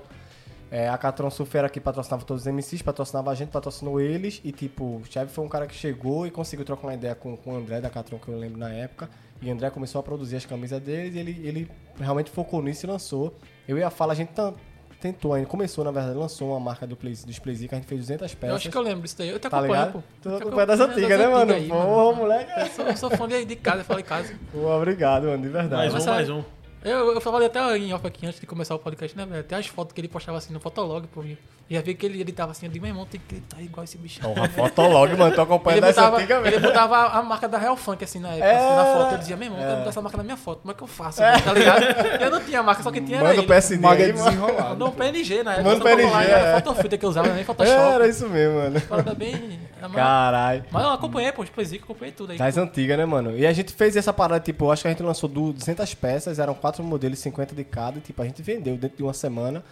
É, a Catron Surfeira aqui patrocinava todos os MCs, patrocinava a gente, patrocinou eles. E, tipo, o Chevy foi um cara que chegou e conseguiu trocar uma ideia com, com o André da Catron, que eu lembro na época. E o André começou a produzir as camisas deles e ele, ele realmente focou nisso e lançou. Eu ia falar, a gente tan- tentou ainda, começou, na verdade, lançou uma marca do Play, dos Playz que a gente fez 200 peças.
Eu acho que eu lembro disso daí. Eu te
Tá
acompanho,
ligado?
pô.
Tu
Eu te
acompanha das
acompanho
antigas, né, mano?
aí,
Pô, moleque.
Eu sou, eu sou fã de, de casa, eu falo em casa.
Pô, obrigado, mano, de verdade.
Mais
Tá.
um, mais
mas sabe-
um.
Eu, eu falei até em off aqui antes de começar o podcast, né, velho? Até as fotos que ele postava assim no Fotolog, pô. eu Já vi que ele, ele tava assim, eu digo, meu irmão, tem que gritar igual esse bicho.
Porra, fotolog, tá mano, tô
Ele
acompanhando das
botava,
antigas mesmo.
ele botava a marca da Real Funk, assim, na época,
É,
assim, na foto. Ele dizia, meu irmão, eu quero botar essa marca na minha foto, como é que eu faço? Tá ligado? Eu não tinha marca, só que tinha
Manda
era
o
ele.
PSD
Maga
aí,
é
mano.
desenrolado.
Mandou um PNG na
Manda
época.
um
só botou lá,
PNG,
Era
é.
Photofilter que eu usava, nem
É,
Photoshop.
era isso mesmo, mano.
Parada bem... era mais-
Caralho.
Mas eu acompanhei, pô, os Playzic, acompanhei tudo aí. tipo.
Das antigas, né, mano? E a gente fez essa parada, tipo, acho que a gente lançou du- 200 peças, eram quatro modelos, 50 de cada, e, tipo, a gente vendeu dentro de uma semana.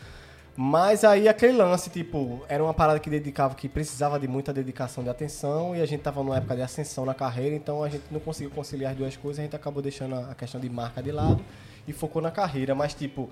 Mas aí aquele lance, tipo, era uma parada que dedicava, que precisava de muita dedicação de atenção, e a gente tava numa época de ascensão na carreira, então a gente não conseguiu conciliar as duas coisas, a gente acabou deixando a a questão de marca de lado e focou na carreira. Mas, tipo,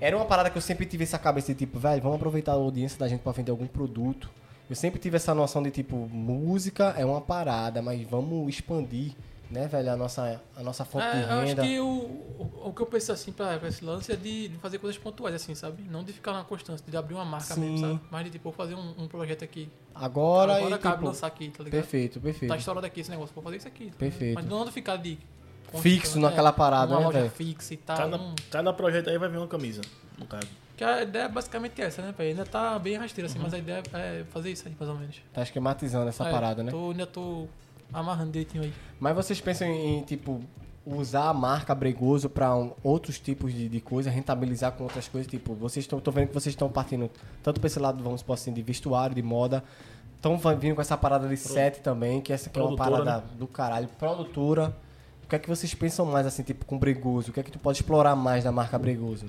era uma parada que eu sempre tive essa cabeça de tipo, velho, vamos aproveitar a audiência da gente pra vender algum produto. Eu sempre tive essa noção de tipo, música é uma parada, mas vamos expandir, né, velho, a nossa, a nossa fonte
É,
de
eu acho
renda.
que o, o, o que eu penso assim pra, pra esse lance é de, de fazer coisas pontuais, assim, sabe? Não de ficar na constância, de abrir uma marca
Sim.
mesmo, sabe? Mas de tipo, fazer um, um projeto aqui.
Agora,
Agora
e,
cabe
tipo,
lançar aqui, tá ligado?
perfeito, perfeito.
Tá estourado aqui esse negócio, vou fazer isso aqui. tá ligado?
Perfeito.
Mas não de ficar de.
Fixo naquela parada,
uma
né,
loja
velho?
fixa e tal.
Cada,
um-
cada projeto aí vai vir uma camisa, no caso.
Que a ideia é basicamente essa, né, velho? Ainda tá bem rasteira, assim, mas a ideia é fazer isso aí, mais ou menos.
Tá esquematizando Uhum. essa
É,
parada, né?
Tô, ainda tô amarrando direitinho aí.
Mas vocês pensam em, em, tipo, usar a marca Bregoso pra um- outros tipos de, de coisa, rentabilizar com outras coisas? Tipo, vocês estão. Tô vendo que vocês estão partindo tanto pra esse lado, vamos supor assim, de vestuário, de moda. Estão vindo com essa parada de set também, que essa aqui é uma
Produtora,
parada
né?
do caralho. Produtora. O que é que vocês pensam mais, assim, tipo, com Bregoso? O que é que tu pode explorar mais da marca Bregoso?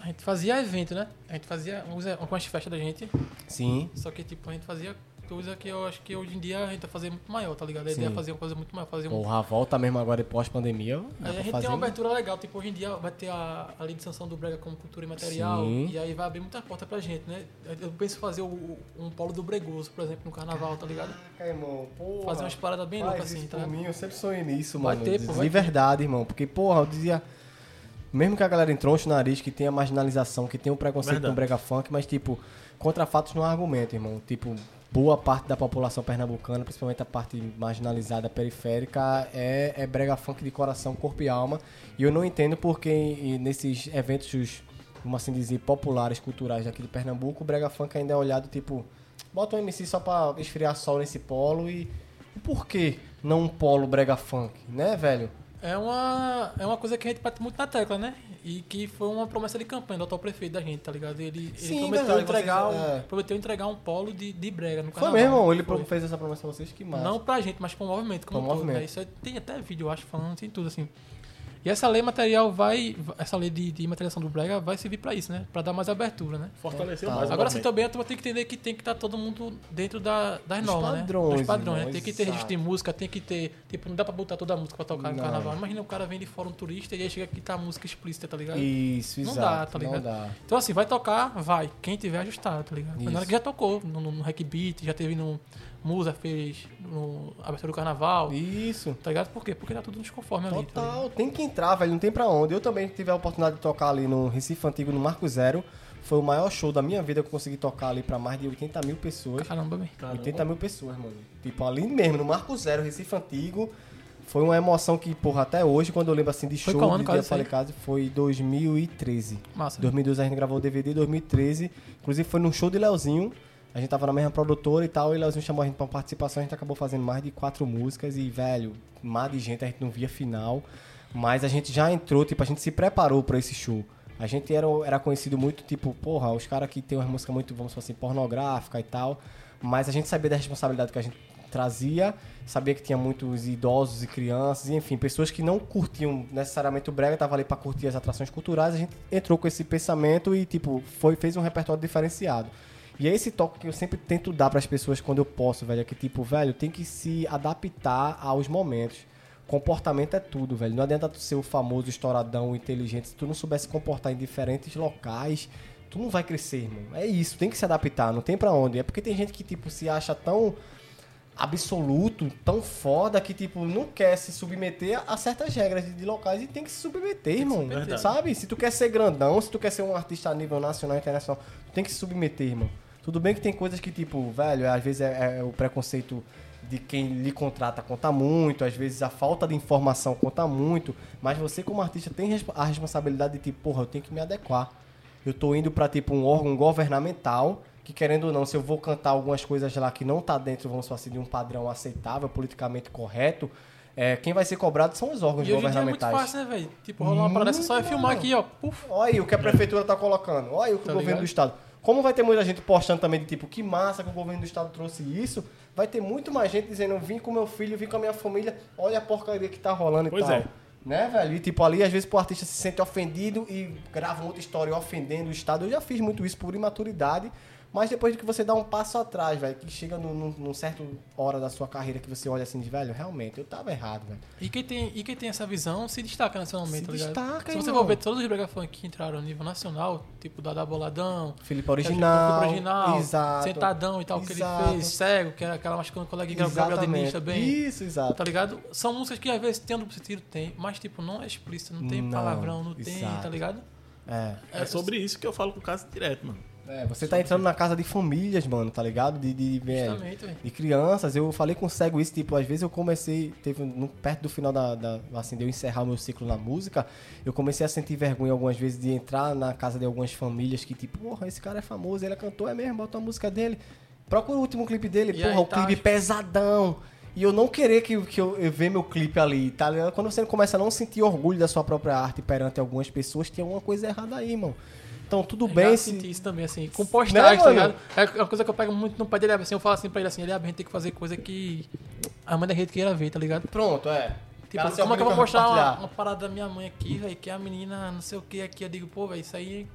A gente fazia evento, né? A gente fazia uns- algumas festas da gente.
Sim.
Só que, tipo, a gente fazia coisa que eu acho que hoje em dia a gente tá fazendo muito maior, tá ligado? A ideia é
Sim.
fazer uma coisa muito maior, fazer um...
Porra, a volta mesmo agora de pós-pandemia. dá
Aí a
pra
gente
fazer
É, tem uma
um-
abertura legal, tipo, hoje em dia vai ter a, a licenção do Brega como cultura e material,
Sim.
e aí vai abrir muita porta pra gente, né? Eu penso fazer o- o- um polo do Bregoso, por exemplo, no carnaval, tá ligado?
Caraca, irmão, porra.
Fazer umas paradas bem
Faz
loucas assim,
isso
tá
por
ligado?
mim, eu sempre sonhei nisso,
Vai
mano.
ter, pô,
de
vai ter.
verdade, irmão. Porque, porra, eu dizia. Mesmo que a galera entronche o nariz, que tem a marginalização, que tem o preconceito
Verdade.
com o brega funk, mas, tipo, contra fatos não há argumento, irmão. Tipo, boa parte da população pernambucana, principalmente a parte marginalizada, periférica, é, é brega funk de coração, corpo e alma. E eu não entendo porque e nesses eventos, como assim dizer, populares, culturais daqui de Pernambuco, o brega funk ainda é olhado, tipo, bota um MC só pra esfriar sol nesse polo e... e Por que não um polo brega funk, né, velho?
É uma, é uma coisa que a gente bate muito na tecla, né? E que foi uma promessa de campanha do atual prefeito da gente, tá ligado? Ele, ele
Sim,
prometeu,
verdade,
entregar
vocês-
um,
é.
prometeu entregar um polo de, de Brega no
Foi
carnaval.
mesmo, ele
Foi.
fez essa promessa pra vocês, que massa.
Não pra gente, mas pra um movimento como
Pra um
um todo, né?
movimento.
Isso é- tem até vídeo, eu acho, falando, tem tudo assim. E essa lei material vai. Essa lei de, de materialização do Brega vai servir pra isso, né? Pra dar mais abertura, né?
Fortaleceu
Tá.
mais. o
Agora
movimento.
sim também a turma tem que entender que tem que estar todo mundo dentro da, das
Dos
normas,
padrões,
né? Dos padrões,
irmão,
né? Tem que ter registro de
exato.
música, tem que ter. Tipo, não dá pra botar toda a música pra tocar
Não.
no carnaval. Imagina o cara vem de fora um turista e aí chega aqui e tá a música explícita, tá ligado?
Isso,
Não
exato.
dá, tá
Não
ligado?
dá.
Então assim, vai tocar, vai. Quem tiver ajustado, tá ligado?
Isso.
Mas nada que já tocou no, no, no Hack Beat, já teve no Musa, fez no Abertura do Carnaval.
Isso.
Tá ligado? Por quê? Porque tá tudo nos conforme ali. tá ligado?
Total, tem que entrar, velho, não tem pra onde. Eu também tive a oportunidade de tocar ali no Recife Antigo, no Marco Zero. Foi o maior show da minha vida que eu consegui tocar ali pra mais de 80 mil pessoas.
Caramba, bem.
Caramba.
80 mil pessoas, mano. Tipo, ali mesmo, no Marco Zero, Recife Antigo. Foi uma emoção que, porra, até hoje, quando eu lembro assim de
Foi
show
qual ano,
de
cara,
Dia
isso aí?
Fale Casa, foi 2013.
Massa.
2012 a gente gravou o DVD, em 2013. Inclusive foi num show de Leozinho. A gente tava na mesma produtora e tal, e Leozinho chamou a gente pra uma participação, a gente acabou fazendo mais de quatro músicas e, velho, mar de gente, a gente não via final. Mas a gente já entrou, tipo, a gente se preparou pra esse show. A gente era, era conhecido muito, tipo, porra, os caras que tem umas músicas muito, vamos falar assim, pornográfica e tal. Mas a gente sabia da responsabilidade que a gente trazia, sabia que tinha muitos idosos e crianças, e, enfim, pessoas que não curtiam necessariamente o brega, tava ali para curtir as atrações culturais, a gente entrou com esse pensamento e tipo, foi fez um repertório diferenciado. E é esse toque que eu sempre tento dar para as pessoas quando eu posso, velho, é que tipo, velho, tem que se adaptar aos momentos. Comportamento é tudo, velho. Não adianta tu ser o famoso estouradão inteligente. Se tu não souber se comportar em diferentes locais, tu não vai crescer, irmão. É isso, tem que se adaptar, não tem pra onde. É porque tem gente que, tipo, se acha tão absoluto, tão foda, que, tipo, não quer se submeter a certas regras de- de locais e tem que se submeter, irmão.
submeter.
Sabe? Se tu quer ser grandão, se tu quer ser um artista a nível nacional e internacional, tu tem que se submeter, irmão. Tudo bem que tem coisas que, tipo, velho, às vezes é, é o preconceito de quem lhe contrata conta muito, às vezes a falta de informação conta muito, mas você como artista tem resp- a responsabilidade de, tipo, porra, eu tenho que me adequar. Eu tô indo pra tipo um órgão governamental que querendo ou não, se eu vou cantar algumas coisas lá que não tá dentro, vamos falar assim, de um padrão aceitável, politicamente correto, é, quem vai ser cobrado são os órgãos
E hoje em dia é muito
governamentais.
fácil, né, velho? Tipo, rolar uma parada dessa, só é
Muito,
filmar
mano.
aqui, ó. Puf.
Olha aí o que a prefeitura tá colocando, olha aí o que
Né? Tá
o governo
ligado?
do estado. Como vai ter muita gente postando também de tipo, que massa que o governo do estado trouxe isso, vai ter muito mais gente dizendo, vim com meu filho, vim com a minha família, olha a porcaria que tá rolando
Pois
e tal.
é.
Né, velho? E tipo, ali às vezes pô, o artista se sente ofendido e grava outra história ofendendo o estado. Eu já fiz muito isso por imaturidade, mas depois que você dá um passo atrás, velho, que chega num, num, num certo hora da sua carreira que você olha assim, de, velho, realmente, eu tava errado, velho.
E quem, tem, e quem tem essa visão se destaca nacionalmente,
Se
tá ligado?
destaca,
Se você
irmão.
for ver todos os brega funk que entraram a nível nacional, tipo Dada Boladão,
Felipe Original.
Felipe original
Exato.
Sentadão e tal, que
Exato.
ele fez, Cego, que era aquela machucando colega que era o Gabriel Denis também.
Isso, exato.
Tá ligado? São músicas que às vezes tem duplo sentido, tem, mas tipo, não é explícito, não tem
Não,
palavrão, não tem,
exato.
tá ligado?
É.
É sobre isso que eu falo com o caso direto, mano.
É, você tá entrando na casa de famílias, mano, tá ligado? De, de, velho,
Justamente, velho.
de crianças. Eu falei com o cego isso, tipo, às vezes eu comecei, teve um- no- perto do final da, da- Assim, de eu encerrar o meu ciclo na música, eu comecei a sentir vergonha algumas vezes de entrar na casa de algumas famílias que, tipo, porra, esse cara é famoso, ele é cantor, é mesmo, bota a música dele. Procura o último clipe dele,
E
porra,
aí
o
tá,
clipe
tipo-
pesadão. E eu não querer que, que eu, eu ver meu clipe ali, tá ligado? Quando você começa a não sentir orgulho da sua própria arte perante algumas pessoas, tem alguma coisa errada aí, mano. Então, tudo
Eu
bem
já
se...
senti isso também, assim, com
Né,
postagem, tá
mano?
ligado? É uma coisa que eu pego muito no pé dele, assim, eu falo assim pra ele assim, ele abre, a gente tem que fazer coisa que a mãe da gente queira ver, tá ligado?
Pronto, é.
Tipo, como é que eu vou postar uma, uma parada da minha mãe aqui, velho, que é a menina não sei o que aqui, eu digo, pô, velho, isso aí...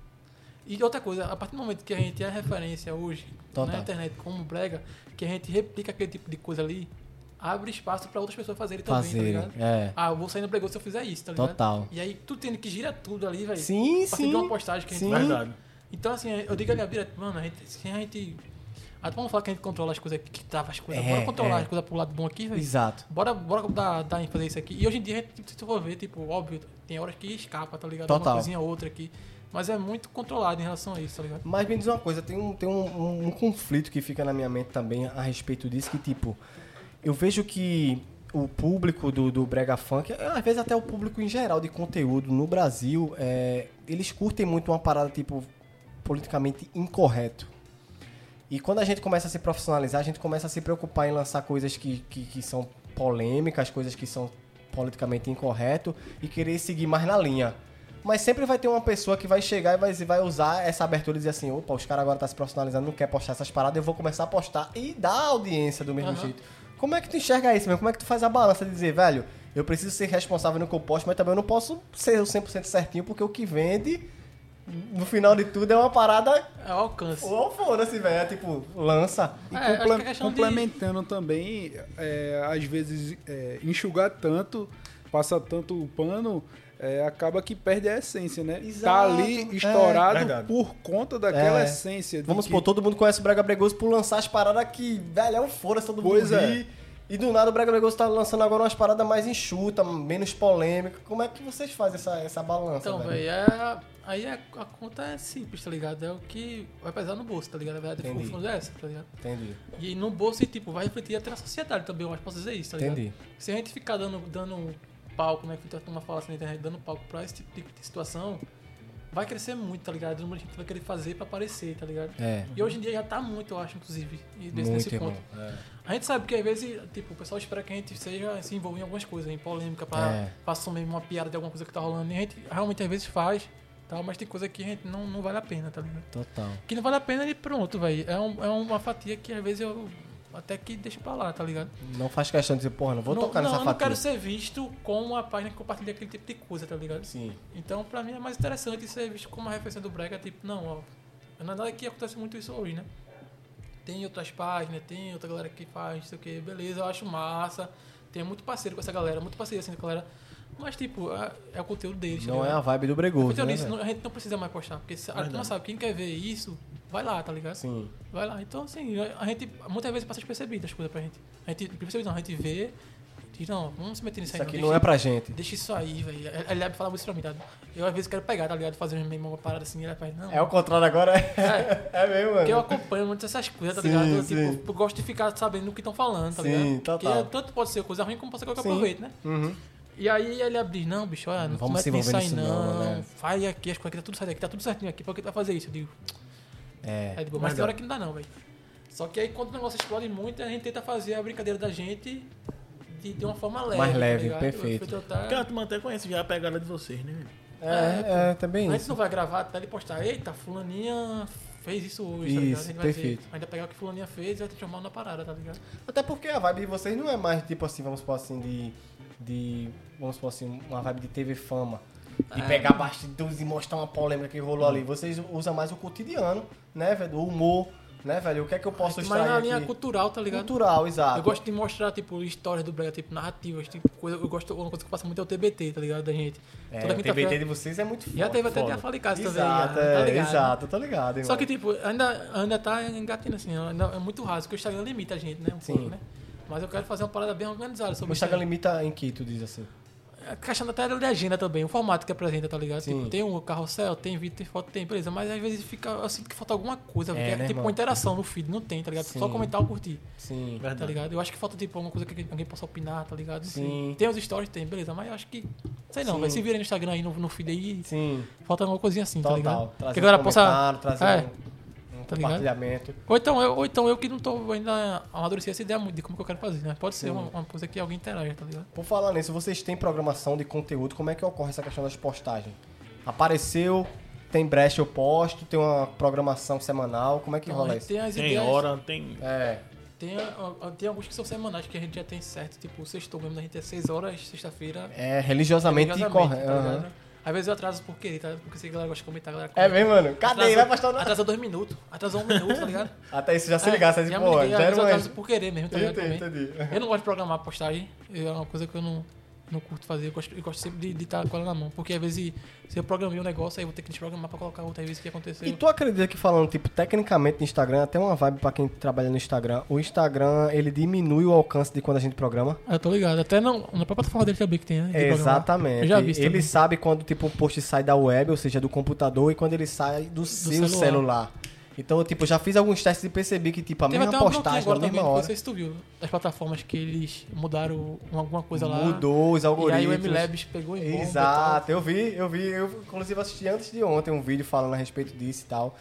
E outra coisa, a partir do momento que a gente é referência hoje
Total.
na internet como brega, que a gente replica aquele tipo de coisa ali, abre espaço pra outras pessoas fazerem também,
Fazerem,
tá ligado?
é.
Ah, eu vou sair no pregão se eu fizer isso, tá ligado?
Total.
E aí tu tendo que gira tudo ali, velho.
Sim,
a partir de
sim.
uma postagem que a gente
Sim.
faz.
Verdade.
Então, assim, eu digo ali, Abira, mano, a gente, se a gente. A turma fala que a gente controla as coisas, que trava as coisas.
É,
bora controlar
é.
as coisas pro lado bom aqui, velho.
Exato.
Bora, bora dar, dar em fazer isso aqui. E hoje em dia, a gente, tipo, se tu for ver, tipo, óbvio, tem horas que escapa, tá ligado?
Total.
Uma coisinha ou outra aqui. Mas é muito controlado em relação a isso, tá ligado?
Mas me diz uma coisa, tem, um, tem um, um- um conflito que fica na minha mente também a respeito disso, que tipo, eu vejo que o público do, do Brega Funk, é, às vezes até o público em geral de conteúdo no Brasil, é, eles curtem muito uma parada, tipo, politicamente incorreto. E quando a gente começa a se profissionalizar, a gente começa a se preocupar em lançar coisas que, que, que são polêmicas, coisas que são politicamente incorreto e querer seguir mais na linha. Mas sempre vai ter uma pessoa que vai chegar e vai, vai usar essa abertura e dizer assim, opa, os caras agora tá se profissionalizando, não quer postar essas paradas, eu vou começar a postar e dar audiência do mesmo
Aham.
jeito. Como é que tu enxerga isso, meu? Como é que tu faz a balança de dizer, velho, Eu preciso ser responsável no que eu posto, mas também eu não posso ser o 100% certinho, porque o que vende, no final de tudo, é uma parada.
É o alcance.
Ou foda-se, velho. É tipo, lança.
E
É, acho que
compla-
é questão de-
complementando também, é, às vezes é, enxugar tanto, passar tanto o pano, é, acaba que perde a essência, né? Tá
Exato,
ali
é.
estourado
Verdade.
por conta daquela
É.
essência. de
Vamos
que-
supor, todo mundo conhece o Brega Bregoso por lançar as paradas que, velho, é um foda, todo mundo
Pois é.
ri. E do nada o Brega Bregoso tá lançando agora umas paradas mais enxuta, menos polêmica. Como é que vocês fazem essa, essa balança,
Então,
velho?
velho, é- aí a, a conta é simples, tá ligado? É o que vai pesar no bolso, tá ligado? Na verdade,
Entendi.
o fundo é essa, tá ligado?
Entendi.
E no bolso, e, tipo, vai refletir até na sociedade também, eu acho que posso dizer isso, tá ligado?
Entendi.
Se a gente ficar dando, dando palco, né, que a turma fala assim na internet, dando palco pra esse tipo de, de situação, vai crescer muito, tá ligado? Todo mundo vai querer fazer pra aparecer, tá ligado?
É.
E hoje em dia já tá muito, eu acho, inclusive, e nesse,
Muito,
nesse
irmão. É,
ponto. A gente sabe que às vezes, tipo, o pessoal espera que a gente seja, se envolva em algumas coisas, em polêmica, pra
É.
faça mesmo uma piada de alguma coisa que tá rolando. E a gente realmente às vezes faz, tal, mas tem coisa que a gente não, não vale a pena, tá ligado?
Total.
Que não vale a pena e pronto, velho. É, um- é uma fatia que às vezes eu até que deixo pra lá, tá ligado?
Não faz questão de dizer, porra, não vou
não,
tocar
não,
nessa
eu
fatia.
não quero ser visto como a página que compartilha aquele tipo de coisa, tá ligado?
Sim.
Então, pra mim é mais interessante ser visto como uma referência do Brega, tipo, não, ó. Na verdade, aqui acontece muito isso hoje, né? Tem outras páginas, tem outra galera que faz, não sei o que, beleza, eu acho massa. Tem muito parceiro com essa galera, muito parceiro assim com a galera. Mas, tipo, é, é o conteúdo deles. tá
Não é
ligado?
a vibe do
Como
Bregoso,
eu
né,
disse,
velho?
não- a gente não precisa mais postar, porque se- a
Verdade.
turma sabe, quem quer ver isso, vai lá, tá ligado?
Sim.
Vai lá. Então, assim, a a gente muitas vezes passa despercebido as coisas pra gente. A gente, percebido não, a gente vê e diz, não, vamos se meter nisso
Isso
aí.
aqui
deixa-
não é pra gente.
Deixa isso aí, velho. Aliás, falava isso pra mim, tá? Eu às vezes quero pegar, tá ligado? Fazer mesmo uma parada assim, ele faz, não.
É o contrário agora, é,
É,
é mesmo, mano.
porque eu acompanho muito essas coisas, tá
Sim,
ligado? Eu,
sim.
tipo, eu gosto de ficar sabendo o que estão falando, tá
Sim,
ligado?
total.
Porque tanto pode ser coisa ruim como pode ser qualquer
Sim.
proveito, né?
Uhum.
E aí ele abre, diz, não, bicho, olha, não
Vamos
vamos
se
mete nisso
envolver
aí
nisso não,
não.
né?
Faz aqui, as coisas que tá tudo certo aqui, tá tudo certinho aqui, por que tu vai fazer isso? Eu digo,
É.
é de boa, mas
Verdade.
tem hora que não dá não, velho. Só que aí quando o negócio explode muito, a gente tenta fazer a brincadeira da gente de, de uma forma leve. tá
leve,
ligado?
perfeito.
Eu fui tentar-
Porque a turma até conhece já a pegada de vocês, né?
É, é, também
A
isso.
gente não vai gravar até ele postar, eita, fulaninha fez isso hoje, tá ligado? A
Isso,
gente vai dizer,
perfeito.
ainda pegar o que fulaninha fez e vai transformar na parada, tá ligado?
Até porque a vibe de vocês não é mais tipo assim, vamos supor assim, de. de vamos supor assim, uma vibe de TV fama. De
É.
pegar bastidores e mostrar uma polêmica que rolou ali. Vocês usam mais o cotidiano, né, velho? O humor, né, velho? O que é que eu posso
Mas na
extrair
linha
aqui?
cultural, tá ligado?
Cultural, exato.
Eu gosto de mostrar, tipo, histórias do Brega, tipo, narrativas, tipo, coisa, eu gosto, uma coisa que passa muito é o TBT, tá ligado, da gente?
É,
Toda
o
quinta-feira-
TBT de vocês é muito forte.
Já teve até
foda.
a Fala em Casa também,
exato,
já, tá
é,
ligado?
Exato, tô ligado,
Só
irmão.
que, tipo, ainda, ainda tá engatinho assim, ainda é muito raso, porque o Instagram limita a gente, né? Um
Sim.
pouco, né? Mas eu quero fazer uma parada bem organizada sobre
O
isso né? aí.
Instagram limita em que, tu diz assim?
Caixando até de agenda também, o formato que apresenta, tá ligado?
Sim.
Tipo, tem um carrossel, tem vídeo, tem foto, tem, beleza. Mas às vezes fica, eu sinto que falta alguma coisa,
É,
é,
né,
tipo
irmão?
uma interação no feed, não tem, tá ligado?
Sim.
Só comentar ou curtir,
Sim.
Verdade.
tá ligado? Eu acho que falta tipo alguma coisa que alguém possa opinar, tá ligado?
Sim.
Tem os stories, tem, beleza, mas eu acho que, sei não,
Sim.
vai se virem no Instagram aí, no, no feed aí,
Sim.
falta alguma coisinha assim, tá
Total.
ligado?
Trazer
que a galera
um
possa.
comentário, trazer
É.
um, um
Tá ligado?
compartilhamento.
Ou então, eu, ou então eu que não tô ainda amadureci essa ideia muito de como que eu quero fazer, né? Pode ser uma, uma coisa que alguém interaja, tá ligado?
Por falar nisso, vocês têm programação de conteúdo, como é que ocorre essa questão das postagens? Apareceu, tem brecha eu posto, tem uma programação semanal, como é que
Então, a
rola
gente
isso?
tem as
Tem
ideias.
hora, tem.
É,
Tem, a- a- tem alguns que são semanais que a gente já tem certo, tipo, sextou mesmo, a gente é 6 horas, sexta-feira.
é religiosamente, corre.
religiosamente, tá
aham.
ligado? Às vezes eu atraso por querer, tá? Porque se a galera gosta de comentar, a galera
É
comenta.
mesmo, mano? Cadê?
Atrasou-
Vai postar nada.
Atrasou dois minutos, atrasou um minuto, tá ligado?
Até isso já se ligar, você
é,
diz,
já me
pô,
liguei, às
já era
vezes eu atraso
mais.
por querer mesmo, tá ligado?
Entendi,
Também.
entendi.
Eu não gosto de programar postagem, é uma coisa que eu não, não curto fazer. Eu gosto, eu gosto sempre de- de estar com ela na mão, porque às vezes se eu programei um negócio, aí eu vou ter que desprogramar pra colocar outra, às vezes o que aconteceu.
E tu acredita que falando, tipo, tecnicamente no Instagram, até uma vibe pra quem trabalha no Instagram, o Instagram, ele diminui o alcance de quando a gente programa?
Ah, eu tô ligado, até não, na própria plataforma dele também que tem, né? de programar.
Exatamente.
Eu já vi isso
ele
também.
sabe quando tipo o post sai da web, ou seja, do computador, e quando ele sai do, seu celular.
celular.
Então, eu, tipo, já fiz alguns testes e percebi que tipo a
Teve até
mesma
uma bloqueio
postagem
agora
na
também,
mesma
não
hora
sei se tu viu, das plataformas que eles mudaram alguma coisa lá.
mudou os
E aí o
algoritmos.
MLabs pegou em bomba e
Exato, eu vi, eu vi, eu inclusive assisti antes de ontem um vídeo falando a respeito disso e tal.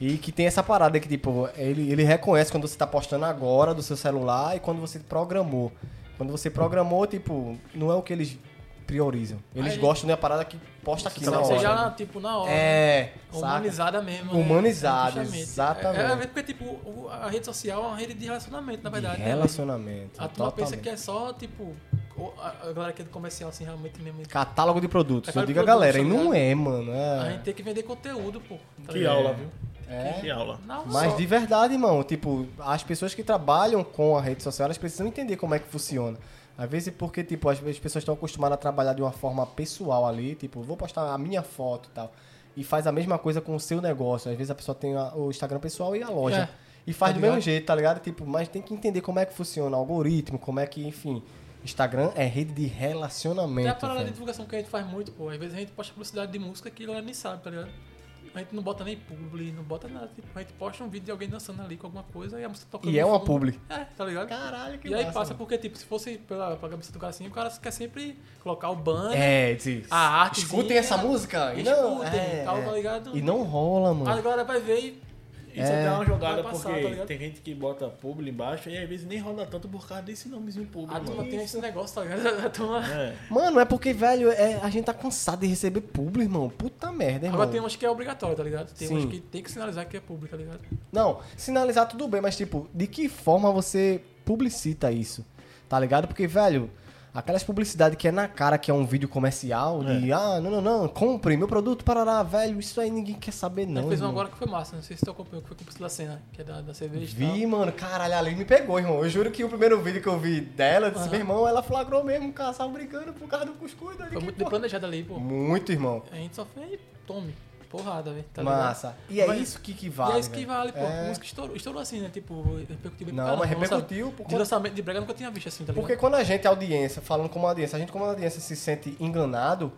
E que tem essa parada que, tipo, ele, ele reconhece quando você tá postando agora do seu celular e quando você programou. Quando você programou, tipo, não é o que eles priorizam. Eles
Aí-
gostam de uma parada que posta aqui
tal.
na
Tá Você
hora.
já, tipo, na hora.
É, saca?
Humanizada mesmo.
Humanizada,
Né? Justamente.
exatamente.
É, é porque, tipo, o- a rede social é uma rede de relacionamento, na verdade.
De
né?
relacionamento.
A turma pensa é
totalmente.
que é só, tipo, o- a, a galera que é do comercial, assim, realmente mesmo.
Catálogo de produtos. Eu
Catálogo de
digo a
produtos,
galera, e
tá
não
ligado?
é, mano.
A
É.
gente tem que vender conteúdo, pô. tá
Que
ligado?
aula, viu?
É.
Que aula.
Não,
Mas
um só.
de verdade, irmão, tipo, as pessoas que trabalham com a rede social, elas precisam entender como é que funciona. Às vezes porque, tipo, as as pessoas estão acostumadas a trabalhar de uma forma pessoal ali, tipo, vou postar a minha foto e tal. E faz a mesma coisa com o seu negócio. Às vezes a pessoa tem a- o Instagram pessoal e a loja.
É.
E faz
Tá
do
ligado?
mesmo jeito, tá ligado? Tipo, mas tem que entender como é que funciona o algoritmo, como é que, enfim. Instagram é rede de
Tem a
relacionamento.
parada de
velho.
divulgação que a gente faz muito, pô. Às vezes a gente posta publicidade de música que a galera nem sabe, tá ligado? A gente não bota nem publi, não bota nada. Tipo, a gente posta um vídeo de alguém dançando ali com alguma coisa e a música tocando.
E é
no
uma
fundo.
publi.
É, tá ligado?
Caralho, que
E aí
massa,
passa
mano.
porque, tipo, se fosse pela, pela cabeça do cara assim, o cara quer sempre colocar o banner.
É, diz.
né? A artezinha.
Escutem essa música. E não,
Escutem,
é,
tal,
é.
tá ligado?
E não rola, mano.
A galera vai ver e.
Isso é,
É.
até uma jogada
Vai passar, tá
porque
ligado?
tem gente que bota publi embaixo e às vezes nem roda tanto por causa desse nomezinho público.
A turma tem esse negócio, tá ligado? A turma.
É.
Mano, é porque, velho, é, a gente tá cansado de receber publi, irmão. Puta merda, irmão.
Agora tem umas que é obrigatório, tá ligado? Tem umas
Sim.
que tem que sinalizar que é público, tá ligado?
Não, sinalizar tudo bem, mas, tipo, de que forma você publicita isso? Tá ligado? Porque, velho, aquelas publicidades que é na cara, que é um vídeo comercial,
É.
de, ah, não, não, não, compre meu produto, parará, velho, isso aí ninguém quer saber,
Aí
não.
fez um
irmão.
agora que foi massa, não sei se tu acompanhou, que foi com o Priscila Senna, que é da, da cerveja. e tal.
Vi, mano, caralho, ali me pegou, irmão. Eu juro que o primeiro vídeo que eu vi dela, eu disse,
Aham.
meu irmão, ela flagrou mesmo um casal brigando por causa do cuscuz. eu
Foi
digo,
muito
"Pô".
bem planejado ali, pô.
Muito, irmão.
A gente só foi tome, porrada, velho. Tá ligado?
Massa. E é
Mas-
isso que, que
e
vale.
é isso que
velho.
vale, pô.
É.
A música estourou, estourou assim, né? Tipo, repercutiu bem pra
Não, mas
caramba, sabe?
repercutiu por
De
conta...
lançamento de brega eu nunca tinha visto assim, tá ligado?
Porque quando a gente, a audiência, falando como audiência, a gente como audiência se sente enganado,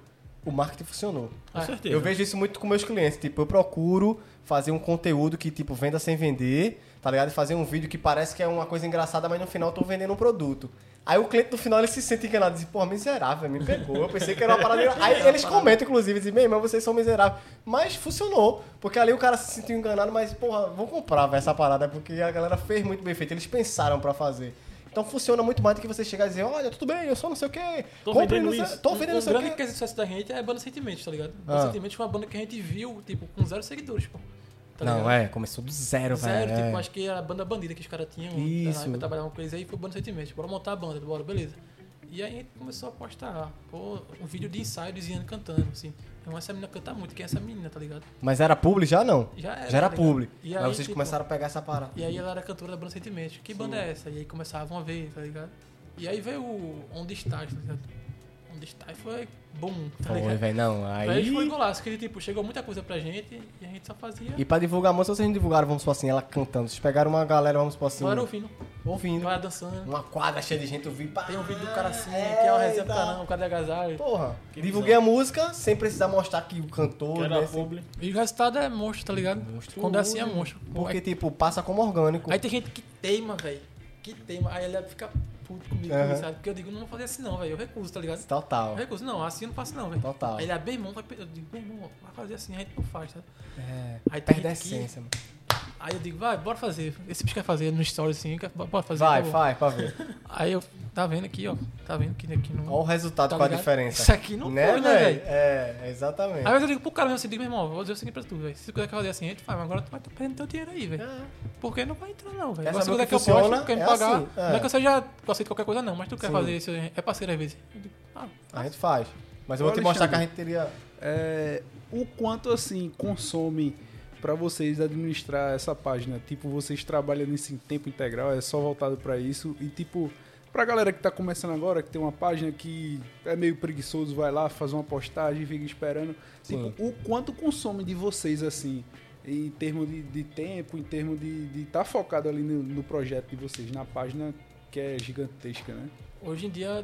o marketing funcionou.
Com
É.
certeza.
Eu vejo isso muito com meus clientes. Tipo, eu procuro fazer um conteúdo que, tipo, venda sem vender, tá ligado? E Fazer um vídeo que parece que é uma coisa engraçada, mas no final eu tô vendendo um produto. Aí o cliente no final ele se sente enganado e diz, pô, miserável, me pegou. Eu pensei que era uma parada. Aí eles comentam, inclusive, dizem, meu irmão, vocês são miseráveis. Mas funcionou, porque ali o cara se sentiu enganado, mas, porra, vou comprar véi, essa parada, porque a galera fez muito bem feito. Eles pensaram pra fazer. Então funciona muito mais do que você chegar e dizer, olha, tudo bem, eu sou não sei o quê.
Tô
compre
vendendo
não sei-
isso.
Tô vendendo
o
não sei o
Um
quê.
grande quesito sucesso da gente é a banda Sentimentos, tá ligado? A
Ah.
Banda Sentimentos foi uma banda que a gente viu, tipo, com zero seguidores, pô. Tá ligado?
Não, é, começou do zero,
Zero,
velho.
tipo,
é.
acho que era a banda bandida que os caras tinham.
Isso.
Na época trabalhavam com eles aí, foi banda sentimento. Bora montar a banda, bora, beleza. E aí a gente começou a postar, pô, um vídeo de ensaio de Ziane cantando, assim. Então essa menina canta muito, quem é essa menina, tá ligado?
Mas era publi já não?
Já era,
Já era
tá ligado?
publi.
E
mas
aí,
vocês
tipo,
começaram a pegar essa parada.
E aí ela era cantora da banda Sentimentos. Que banda é essa? E aí começavam a ver, tá ligado? E aí veio o Onde Estás, tá ligado? Onde Estás foi bom, tá
Foi,
ligado?
velho, não. Aí...
Aí foi golaço, que tipo, chegou muita coisa pra gente e a gente só fazia.
E pra divulgar a música, vocês não divulgaram, vamos supor assim, ela cantando. Vocês pegaram uma galera, vamos supor assim,
Só era ouvindo.
ouvindo.
Ela dançando.
Uma quadra cheia de gente, eu vi. pá,
Tem um vídeo do cara assim, que é uma resenha do caramba, o cara de agasalho.
Porra, divulguei a música sem precisar mostrar que o cantor...
Que era
né, assim,
publi.
E o resultado é monstro, tá ligado? Quando é assim é monstro. é
Porque, tipo, passa como orgânico.
Aí tem gente que teima, velho. Que teima. Aí ela fica puto comigo,
Aham.
sabe? Porque eu digo, não vou fazer assim não, velho. Eu recuso, tá ligado? Eu
Total.
recuso, não, assim eu não faço não, velho.
Total.
Aí ele é bem irmão, vai pe- eu digo, meu irmão, vai fazer assim, a gente não faz, tá?
É,
Aí tem
perde a
gente que-
essência, mano. Né, É, É. assim, é.
assim, tá Tá né, assim, tá É. é "Ah,
É, assim, Tipo, é tipo, tá é Tipo, assim, tá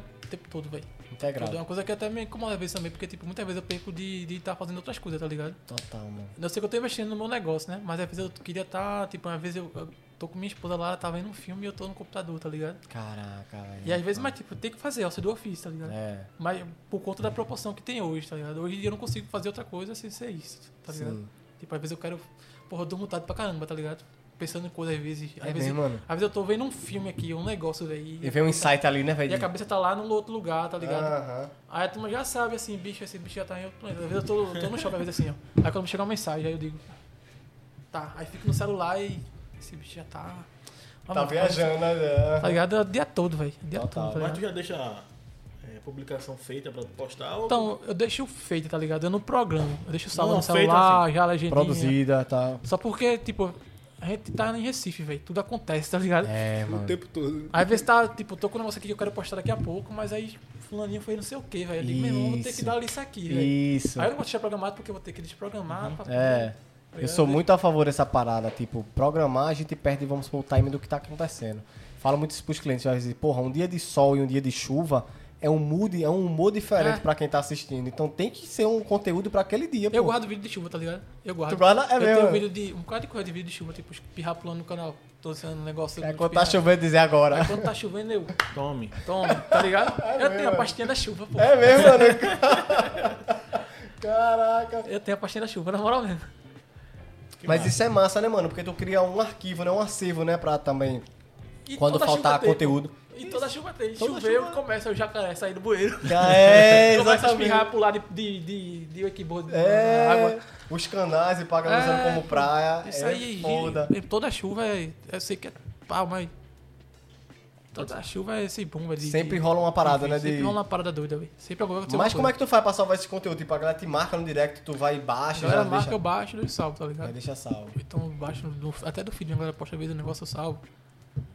É. um né, Tá é.
é né?
é um tipo, tá né? tá, tipo, um tá tipo, tá né? tá Tipo, um tá né? assim, tá tá. Tá É né?
é, publicação feita pra postar? ou-
Então, eu deixo feito, tá ligado? Eu não programo. Eu deixo salvo
Não,
no
feito
celular, já legendinha.
Produzida, tá.
Só porque, tipo, a gente tá em Recife, velho. Tudo acontece, tá ligado?
É,
O
mano.
tempo todo.
Aí vê se tá, tipo, tô com um negócio aqui que eu quero postar daqui a pouco, mas aí fulaninho foi não sei o que, velho. Eu digo, meu irmão, vou ter
Isso.
que dar isso aqui, velho.
Isso.
Aí eu não vou deixar programado porque eu vou ter que desprogramar. pra-
É.
tá
Eu sou
ligado?
muito a favor dessa parada, tipo, programar a gente perde, vamos supor, o time do que tá acontecendo. Falo muito isso pros clientes, às vezes, porra, um dia de sol e um dia de chuva é um mood, é um humor diferente
É.
pra quem tá assistindo. Então tem que ser um conteúdo pra aquele dia,
Eu
pô.
guardo vídeo de chuva, tá ligado? Eu guardo.
Tu guarda? É
eu
mesmo,
tenho
é?
vídeo de. Um bocado de coisa de vídeo de chuva, tipo, espirrar pulando no canal. Tô sendo um negócio.
É
de
quando tá
espirrar.
chovendo dizer agora.
Aí quando tá chovendo, eu
Tome.
tomo, tá ligado? eu tenho
mesmo,
a pastinha da chuva, pô.
É mesmo, mano?
né?
Caraca.
Eu tenho a pastinha da chuva, na moral mesmo.
Mas isso é massa, né, mano? Porque tu cria um arquivo, né? Um acervo, né? Pra também,
E
quando
toda
faltar
chuva tem,
conteúdo.
pô. E toda chuva tem.
Toda
Choveu,
chuva-
começa o jacaré sair do bueiro.
Já é,
começa a
exatamente.
espirrar, pular de, de, de, de wakeboard na
É,
água.
os canais e paga usando
É,
como praia.
Isso
é
aí,
foda.
e- e toda chuva é. Eu sei que é pau, mas. Toda chuva é esse boom, velho. de-
Sempre
de-
rola uma parada,
enfim,
né?
Sempre
De...
rola uma parada doida, velho. Sempre alguma coisa.
Mas como é que tu faz pra salvar esse conteúdo? Tipo, a galera te marca no direct, tu vai e baixa,
A galera
já
marca,
deixa...
eu baixo e salvo, tá ligado?
Aí deixa salvo.
Então eu baixo, no- até do feed, a galera posta vez o negócio eu salvo.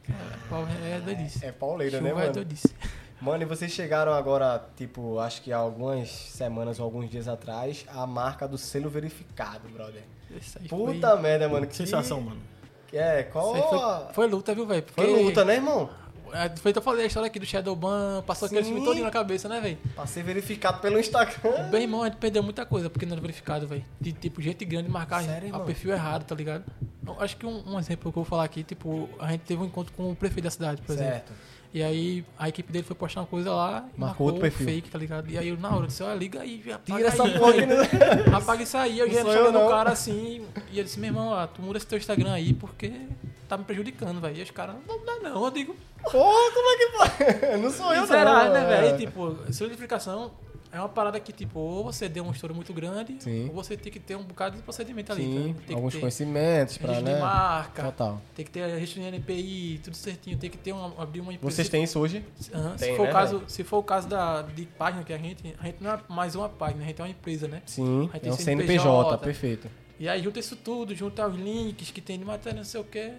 É, pau, é, é doidice.
É pauleira,
chuva
né,
é
mano?
doidice.
Mano, e vocês chegaram agora, tipo, acho que há algumas semanas ou alguns dias atrás, a marca do selo verificado, brother.
Isso aí foi-
Puta merda, mano. Que
Que sensação, mano.
É, qual
isso aí
a-
foi, foi luta, viu, velho?
Foi
Porque-
luta, né, irmão?
É, Foi que eu falei a história aqui do Shadowban, passou aquele
Sim.
filme todinho na cabeça, né, velho?
Pra ser verificado pelo Instagram.
Bem, irmão, a gente perdeu muita coisa porque não era verificado, velho. De tipo, gente grande marcar
Sério,
o
irmão?
perfil errado, tá ligado? Eu acho que um, um exemplo que eu vou falar aqui, tipo, a gente teve um encontro com o prefeito da cidade, por exemplo.
Certo.
E aí a equipe dele foi postar uma coisa lá e
Marcou outro perfil.
fake, tá ligado? E aí eu, na hora, eu disse, olha, liga aí, apaga
Tira essa
aí,
porra aqui.
velho.
no-
Apaga isso aí, eu
Não
já
sou
cheguei
eu,
no
não.
cara assim e ele disse, meu irmão, ó, tu muda esse teu Instagram aí porque tá me prejudicando, velho. E os caras, não dá não, eu digo,
Porra, como é que pode? Não sou eu, não. é.
Será, né,
mano.
velho? E, Tipo, solidificação é uma parada que, tipo, ou você deu um estouro muito grande,
Sim.
ou você tem que ter um bocado de procedimento ali.
Sim,
tá? Tem
alguns
que ter
conhecimentos pra,
registro
né?
de marca,
Total.
tem que ter registro de NPI, tudo certinho, tem que ter uma, abrir uma empresa.
Vocês têm isso hoje?
Aham, se,
Tem,
for
né,
o caso, se for o caso da, de página que a gente. A gente não é mais uma página, a gente é uma empresa, né?
Sim,
Aí
é
tem
um CNPJ,
CNPJ,
perfeito.
E aí junta isso tudo, junta os links que tem de matéria, não sei o quê.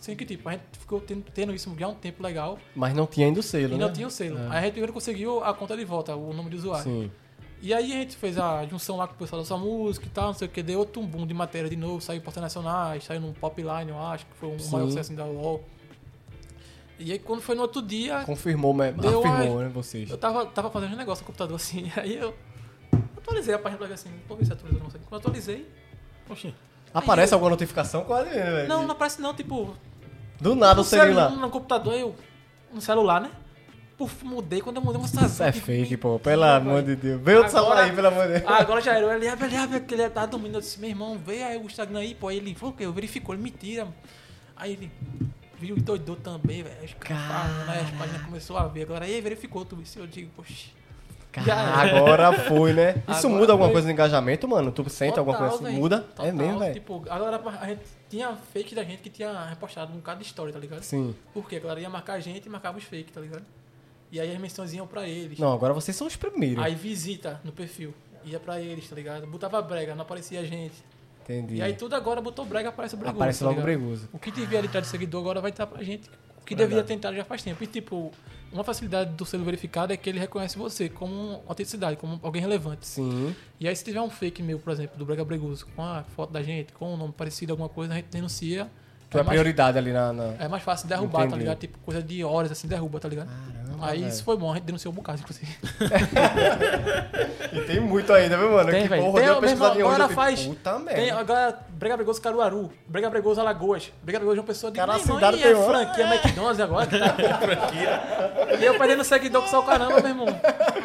Assim que, tipo, a gente ficou tendo, tendo isso já há um tempo legal
Mas não tinha ainda o selo,
e
né?
não tinha o selo.
É.
Aí a gente primeiro conseguiu a conta de volta, o nome de usuário.
Sim.
E aí a gente fez a junção lá com o pessoal da sua música e tal, não sei o que, deu outro boom de matéria de novo, saiu em portais nacionais, saiu num pop line, eu acho, que foi um
Sim.
maior sucesso da UOL. E aí quando foi no outro dia,
Confirmou, mas
é. Deu
afirmou,
uma-
né, vocês.
eu tava, tava fazendo um negócio no computador assim, aí eu atualizei a página pra ver assim, pô, ver se atualizou não sei. o quê. Quando eu atualizei,
Oxi.
Aparece
eu-
alguma notificação? Quase, né, velho?
não, não aparece não, tipo,
Do nada o
no
selinho
celular,
lá.
no computador, eu, no celular, né? Puf, mudei, quando eu mudei, eu mostrei
Isso é fake, pô. Pelo amor de Deus. Vem
veio
outro celular aí, pelo amor de Deus.
Ah, agora já era. Ele abre, ele abre, que ele tá dormindo. Eu disse, meu irmão, vê aí o Instagram aí, pô. Aí ele falou o quê? Eu verificou, ele mentira. Aí ele viu e doidou também, velho. Os caras falam, né? As páginas começou a ver. Agora aí verificou tudo isso. Eu digo, poxa.
Cara, agora foi, né? Isso
Agora
muda alguma
foi.
coisa no engajamento, mano? Tu sente alguma
Total,
coisa assim?
véi.
Muda? é
Total.
mesmo, velho?
Tipo, agora a gente tinha fake da gente que tinha repostado um bocado de história, tá ligado?
Sim.
Porque a galera ia marcar a gente e marcava os fake, tá ligado? E aí as menções iam pra eles.
Não, agora vocês são os primeiros.
Aí visita no perfil. Ia pra eles, tá ligado? Botava brega, não aparecia a gente.
Entendi.
E aí tudo agora botou brega, aparece o bregoso.
É. Aparece
tá
logo o
ligado?
bregoso.
O que devia entrar de seguidor agora vai estar pra gente. O que
Verdade.
devia ter entrado já faz tempo. E tipo, uma facilidade do selo verificado é que ele reconhece você como uma autenticidade, como alguém relevante.
Sim.
E aí se tiver um fake meu, por exemplo, do brega bregoso, com a foto da gente, com um nome parecido, alguma coisa, a gente denuncia.
Tu é,
mais-
prioridade ali na. na-
é mais fácil derrubar,
Entendi.
tá ligado? Tipo, coisa de horas assim, derruba, tá ligado?
Caramba,
aí
velho.
isso foi bom, a gente denunciou um bocado, inclusive.
E tem muito ainda, viu, mano?
Tem,
que
velho.
porra,
Tem,
deu
meu irmão,
pesquisadinha hoje,
agora
eu fico,
faz.
Puta
Tem
merda.
agora é Brega Bregoso Caruaru, Brega Bregoso Alagoas, Brega Bregoso João Pessoa de
Cara, a
Meu irmão,
cidade
e
tem um-
é
uma.
franquia McDonald's agora. E eu perdendo seguidor com só o caramba, meu irmão.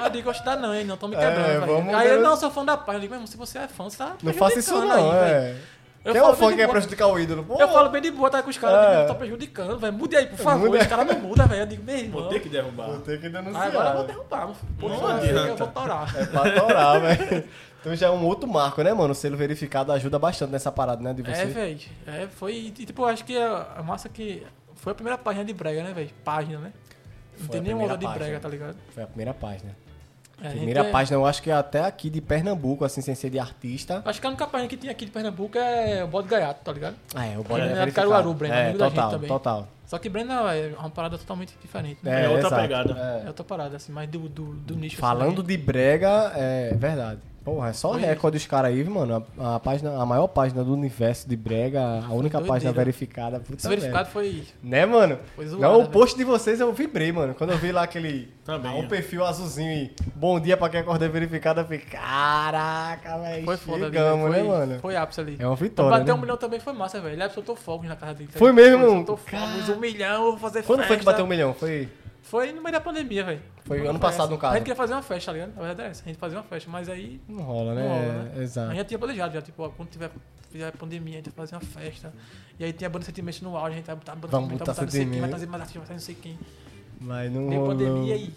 Eu digo, gosto da não, hein? Não tô me quebrando.
É,
velho.
vamos
aí
ver.
eu não sou fã da página. Eu digo, meu irmão, se você é fã, você tá
Não faça isso,
prejudicando
não,
aí, velho.
é.
Eu
Tem
falo
uma fã
bem
que é
de boa.
prejudicar o ídolo. Pô,
Eu falo bem de boa, tá com os caras,
É.
eu digo, tá prejudicando, velho. Mude aí, por favor.
Muda.
Os caras não mudam, velho. Eu digo, meu irmão.
Vou ter que derrubar.
Vou ter que denunciar.
Agora eu vou derrubar, mano. Pô,
Não
não, eu
adianta.
vou torar.
É pra torar, velho. Então já é um outro marco, né, mano? O selo verificado ajuda bastante nessa parada, né, de você.
É, velho. É, foi. E, tipo, eu acho que a a massa que. Foi a primeira página de Brega, né, velho? Página, né? Não
Foi
tem
a
nenhuma
primeira
onda de
página.
brega, tá ligado?
Foi a primeira página.
É, a
primeira
gente é-
página, eu acho que até aqui de Pernambuco, assim, sem ser de artista.
Acho que a única página que tem aqui de Pernambuco é o Bode Gaiato, tá ligado?
Ah, é, o
É,
Bode
era
verificado.
Caruaru, Breno,
É,
amigo da gente
total,
também.
total.
Só que Brenda é uma parada totalmente diferente. né?
É outra pegada.
É
é.
outra parada, assim, mais do, do, do nicho.
Falando
assim,
de brega, é verdade. Porra, é só
Foi
recorde os caras aí, mano. A, a página, a maior página do universo de brega, a única
doideira.
página verificada. Puta
Esse
merda.
verificado foi.
Né, mano?
Foi zoado,
Não, o
né,
post de vocês eu vibrei, mano. Quando eu vi lá aquele.
Também,
ah,
é.
o perfil azulzinho e bom dia pra quem acordou verificado, eu fiquei. Caraca, velho.
Foi foda,
chegamos,
velho.
né,
Foi,
mano?
foi ápice ali.
É uma vitória,
Bater
né?
um milhão também foi massa, velho. Ele soltou fogos na casa dele. tá
Foi
ligado?
mesmo?
Ele Soltou fogos,
Cara.
um milhão, eu vou fazer
Quando foi que
festa.
bateu um milhão? Foi,
Foi no meio da pandemia, velho.
foi ano
Quando
passado,
essa?
no caso.
A gente queria fazer uma festa, tá ligado? Na verdade é essa. A gente fazia uma festa, mas aí
Não rola, né?
Não rola, né? A
Exato.
gente já tinha planejado, já, tipo, ó, quando tiver, tiver pandemia, a gente vai fazer uma festa. E aí tem a banda Sentimentos no auge, a gente vai botar a banda
Vamos
Sentimentos,
botar
vai botar não sei quem,
Sentimentos.
vai trazer mais artista, vai trazer não sei quem.
Mas não
Veio
rolou.
pandemia aí.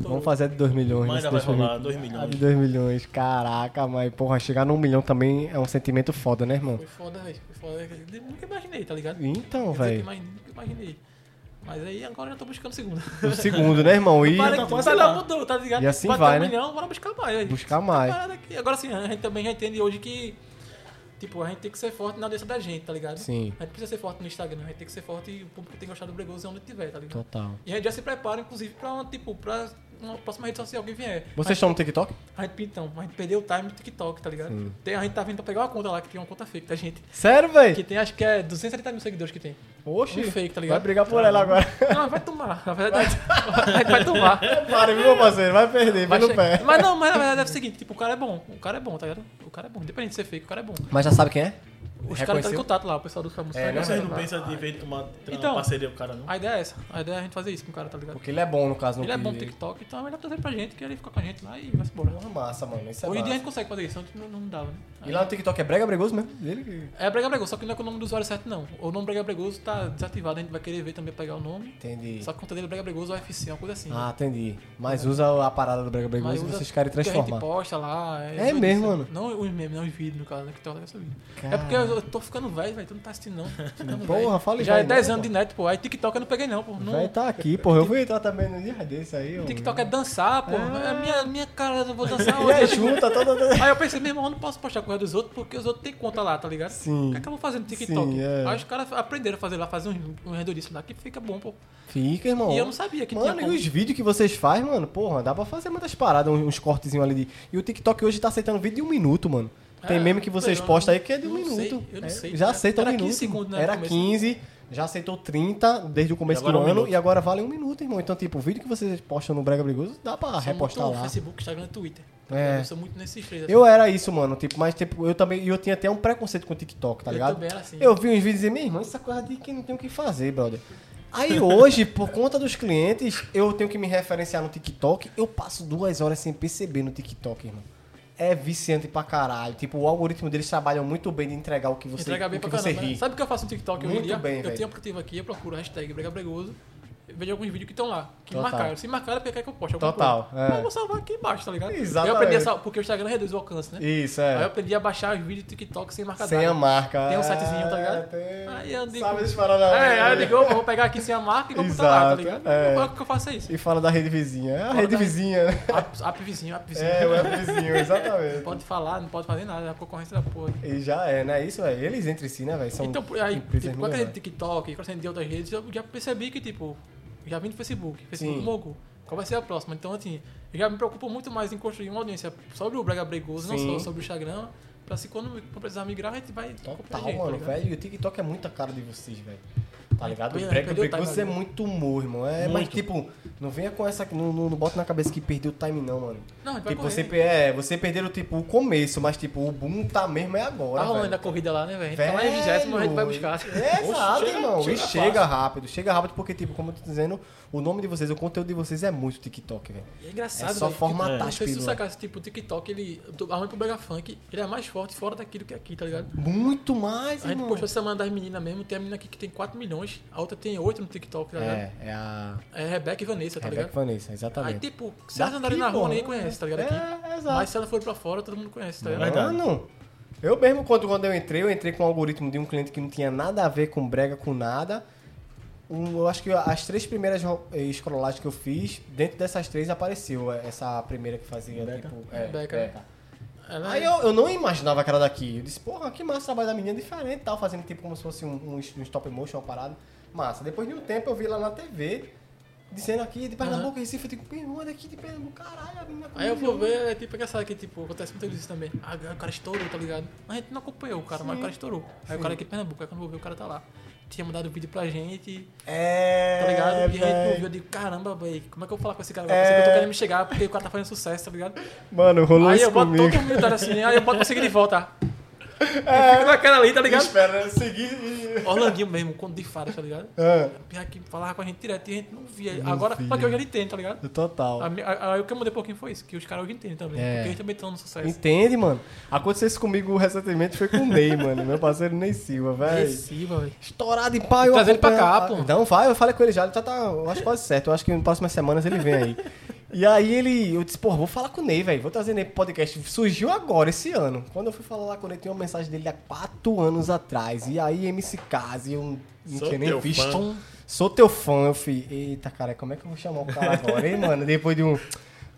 Vamos fazer a de 2 milhões.
Mas
nesse
ainda vai
2020.
rolar, 2 milhões.
A de 2 milhões. Caraca, mas porra, chegar num milhão também é um sentimento foda, né, irmão?
Foi foda, velho. Foi foda. Eu nunca imaginei, tá ligado?
Então,
Quer dizer que
velho.
imagine- Nunca imaginei. Mas aí agora eu tô buscando segunda.
O segundo, né, irmão? E
Para
tá
que
quase
tá lá
lá.
mudou, tá ligado?
E assim
Bateu
vai,
um
né?
milhão, bora buscar mais. aí.
buscar mais.
Parada aqui. Agora sim, a gente também já entende hoje que. Tipo, a gente tem que ser forte na audiência da gente, tá ligado?
Sim.
A gente precisa ser forte no Instagram, a gente tem que ser forte e o público tem que gostar do Bregoso onde tiver, tá ligado?
Total.
E a gente já se prepara, inclusive, pra uma, tipo, pra uma próxima rede social que vier.
Vocês estão no TikTok?
A gente, então, a gente perdeu o time no TikTok, tá ligado? Tem, a gente tá vindo pra pegar uma conta lá, que tem uma conta fake da gente.
Sério,
Que
velho?
tem, acho que é 270 mil seguidores que tem.
Oxi.
Um fake, tá ligado?
Vai brigar por ela agora.
Não, vai tomar, na verdade. A gente vai tomar.
Para, viu, meu parceiro? Vai perder, vai
Vai
no
che-
pé.
Mas não, mas na verdade é o seguinte, tipo, o cara é bom. O cara é bom, tá ligado? O cara é bom. Independente de ser fake, o cara é bom.
Mas já sabe quem é?
Os
Reconheceu?
caras estão em contato lá, o pessoal do Famoso.
É, né?
Vocês não
Lá.
pensam de vez de tomar ter uma
Então.
parceria com o cara, não?
A ideia é essa. A ideia é a gente fazer isso com o cara, tá ligado?
Porque ele é bom, no caso. no
Ele é bom no
que-
TikTok, então é melhor trazer pra gente, que ele fica com a gente lá e vai se embora.
Porra, massa, mano. Isso é
Hoje em dia a
massa.
gente consegue fazer isso, antes não, não dava, né?
E lá no TikTok é brega bregoso mesmo? Ele que-
É Brega Bregoso, só que não é com o nome do usuário certo, não. O nome Brega Bregoso tá desativado, a gente vai querer ver também pegar o nome.
Entendi.
Só que a conta dele é Brega Bregoso UFC, uma coisa assim.
Ah, entendi. Mas usa a parada do brega
Mas
bregoso e
usa
É vocês querem
o que A
transformar.
gente posta lá.
É
doidice.
mesmo, mano?
Não os memes, não os vídeos, no caso, né? Que tá lá essa vida.
Cara.
É porque eu eu tô ficando velho, velho. Tu não tá assistindo, não. Tô ficando
Porra,
velho.
fala aí,
Já é
velho,
10
não,
anos de net, pô. Aí TikTok eu não peguei, não, pô. Não,
Vai tá aqui, porra. Eu vou entrar também no dia desse aí. ó.
TikTok é dançar, pô. É minha, minha cara, eu vou dançar
E é aí,
hoje.
junta toda.
Aí eu pensei, meu irmão, eu não posso postar coisa dos outros porque os outros têm conta lá, tá ligado?
Sim.
O que é que eu vou fazer no TikTok?
Sim, é.
Aí os caras aprenderam a fazer lá, fazer um, um redondíssimo lá que fica bom, pô.
Fica, irmão.
E eu não sabia que tinha
Mano, e
como.
os vídeos que vocês fazem, mano, porra, dá pra fazer muitas paradas, uns cortezinhos ali de. E o TikTok hoje tá aceitando vídeo de um minuto, mano. Tem
É,
meme que vocês
eu não-
postam aí que é de um
não
minuto.
sei, eu não
É,
sei.
Já
Era-
aceita um
era
minuto.
15 segundos, né, no
Era
começo. é
15, já aceitou 30 desde o
E
começo do
agora um
ano
minuto.
e agora vale um minuto, irmão. Então, tipo, o vídeo que vocês postam no Brega Brigoso, dá pra
Sou
repostar
é muito
lá.
Facebook, Instagram e Twitter. tá
É.
ligado? Eu sou muito nesses três. assim.
Eu era isso, mano, tipo, mas tipo, eu também, e eu tinha até um preconceito com o TikTok, tá
Eu
ligado?
também era assim.
Eu vi uns vídeos e dizia, meu irmão, essa coisa de que não tem o que fazer, brother. Aí hoje, por conta dos clientes, eu tenho que me referenciar no TikTok, eu passo duas horas sem perceber no TikTok, irmão. É viciante pra caralho. Tipo, o algoritmo deles trabalham muito bem de entregar o que você,
Entrega bem
o que
pra
você
caramba. né?
ri.
Sabe o que eu faço no TikTok hoje em
Muito
dia?
bem,
eu
velho.
tenho um aplicativo aqui, eu procuro hashtag Brega Bregoso. eu Vejo alguns vídeos que estão lá, que
Total.
marcaram. Se marcaram, é porque quer que eu poste alguma
Total,
coisa.
é.
Mas Eu vou salvar aqui embaixo, tá ligado?
Exatamente.
Eu aprendi a salvar, porque o Instagram reduz o alcance, né?
Isso,
Aí eu
é.
aprendi a baixar os vídeos do TikTok sem marcar
Sem
nada.
a marca.
Tem um sitezinho, tá ligado?
É, tem-
Aí eu digo-
Sabe, eles pararam
É, aí eu digo, eu vou pegar aqui sem a marca e vou botar lá, tá
Exato,
ligado?
é.
Como é que eu faço isso?
E fala da rede vizinha. É a
Fala
rede
da-
vizinha. né?
App, app vizinho, app vizinho.
É, o é vizinho, exatamente.
Pode falar, não pode fazer nada, é a concorrência da porra.
E já é, né? Isso é. Eles entre si, né, velho? São
Então, por- aí,
empresas
tipo, com a
muito
crescente
grandes.
de TikTok, com a crescente de outras redes, eu já percebi que, tipo, já vim do Facebook, Facebook
Sim.
Mogo. Qual vai ser a próxima? Então, assim, eu já me preocupo muito mais em construir uma audiência sobre o Brega Bregoso,
Sim.
não só sobre o Instagram, pra se quando precisar migrar, a gente vai
Total,
comprar gente, tá
mano,
ligado?
velho. E o TikTok é muita cara de vocês, velho. Tá ligado?
perdeu-
O Brega
perdeu o
Bregoso é
time, né?
muito humor, irmão. É, mas
Muito.
tipo, não venha com essa. Não, não, não bota na cabeça que perdeu o time, não, mano.
Não, a gente Ah, vai
Tipo,
correr. Tá
você, pe- é, você perdeu tipo, o começo, mas tipo, o boom tá mesmo é agora.
Tá rolando a
velho.
corrida lá, né, velho? A gente tá lá em vigésimo, a gente vai buscar.
É, exato,
chega-
irmão.
chega
e
fácil.
chega rápido, chega rápido, porque, tipo, como eu tô dizendo, o nome de vocês, o conteúdo de vocês é muito TikTok, velho.
E é engraçado,
É só
velho,
formatar
que,
as
Não sei se tu
pílulas.
sacasse, tipo, o TikTok, ele... A mãe pro Brega Funk, ele é mais forte fora daqui do que aqui, tá ligado?
Muito mais,
A gente
irmão.
postou essa semana das meninas mesmo, tem a menina aqui que tem 4 milhões, a outra tem 8 no TikTok, tá ligado?
É, é a
É Rebeca e Vanessa, tá
Rebeca
ligado?
Vanessa, exatamente.
Aí, tipo, se elas
Daqui,
andarem na rua,
porra,
ninguém
né?
conhece, tá ligado? Aqui.
É, exato. É
Mas se ela for pra fora, todo mundo conhece, tá ligado?
Verdade.
Mano, eu mesmo, quando, quando eu entrei, eu entrei com um algoritmo de um cliente que não tinha nada a ver com brega, com nada. um- eu acho que as três primeiras ro- eh, escrolagens que eu fiz, dentro dessas três apareceu eh, essa primeira que fazia,
Beca?
tipo... É,
Beca. Ela
Aí
é-
eu, eu não imaginava que era daqui. Eu disse, porra, que massa o trabalho da menina diferente e tal, fazendo tipo como se fosse um, um, um stop motion, uma parada. Massa. Depois de um tempo eu vi ela na TV, dizendo aqui de Pernambuco, Recife, eu digo, "Pô, irmão, é daqui de Pernambuco, caralho, a menina
Aí eu
comeu."
vou ver, é tipo engraçado que tipo, acontece muito isso também. Ah, o cara estourou, tá ligado? A gente não acompanhou o cara, mas o cara estourou. Aí o cara é aqui em Pernambuco, aí quando eu vou ver o cara tá lá. Tinha mandado o vídeo pra gente,
É.
tá ligado? e a gente não
véi.
viu, eu digo, caramba, véi, como é que eu vou falar com esse cara?
É.
É... Eu tô querendo me chegar, porque o cara tá fazendo sucesso, tá ligado?
Mano, rolou
aí
isso
eu boto
comigo.
todo mundo assim, aí eu boto conseguir de volta. É. Eu fico naquela ali, tá ligado?
Espera, seguir e...
Orlandinho mesmo, quando de fada, tá ligado?
Ah,
Pinha que falava com a gente direto e a gente não via. Agora, só que hoje ele entende, tá ligado?
total.
A mi- a- Aí o que eu mudei um pouquinho foi isso, que os caras hoje entendem também.
É. Então,
Porque eles também estão no sucesso.
Entende, mano? Aconteceu isso comigo recentemente, foi com o Ney, mano. Meu parceiro Ney Silva, É velho.
Receba, velho.
Estourado em pai, eu
Traz ele pra
acompanho- Ah,
cá, pô.
Não, vai, eu falei com ele já, ele já tá, eu acho quase certo. Eu acho que nas próximas semanas ele vem aí. E aí ele, eu disse, pô, vou falar com o Ney, velho, vou trazer Ney pro podcast. Surgiu agora, esse ano. Quando eu fui falar lá com o Ney, tinha uma mensagem dele há quatro anos atrás. E aí, MC Case, eu não
Sou
tinha nem
teu
visto.
fã.
Sou teu fã, eu fui. Eita, cara, como é que eu vou chamar o cara agora, hein, mano? Depois de um.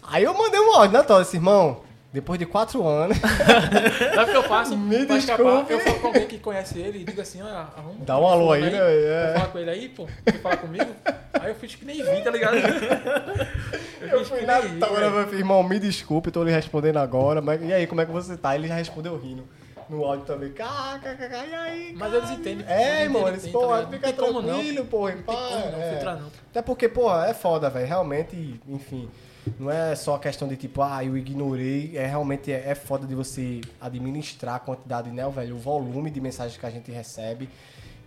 Aí eu mandei um áudio na tosse, assim, irmão. Depois de quatro anos.
Sabe o que eu faço?
Me
pra escapar,
desculpe.
eu falo com alguém que conhece ele e digo assim, ó, arruma.
Dá um alô aí,
telefone
né? É.
Vou falar com ele aí, pô. Vou falar comigo. Aí eu fiz que nem vi, tá ligado?
Eu fui na agora eu falei, irmão, me desculpe, tô lhe respondendo agora, mas e aí, como é que você tá? Ele já respondeu rindo no áudio também. Kkk, e aí?
Mas
cara?"
eles entendem, pô, eles
É, irmão,
entendem,
eles,
tá
pô,
ligado? Não
fica
tem como não.
tranquilo, pô,
Não tem como
é."
não filtrar, não.
Até porque, porra, é foda, velho. Realmente, enfim, não é só a questão de tipo, ah, eu ignorei. É realmente é, é foda de você administrar a quantidade, né, velho? O volume de mensagens que a gente recebe.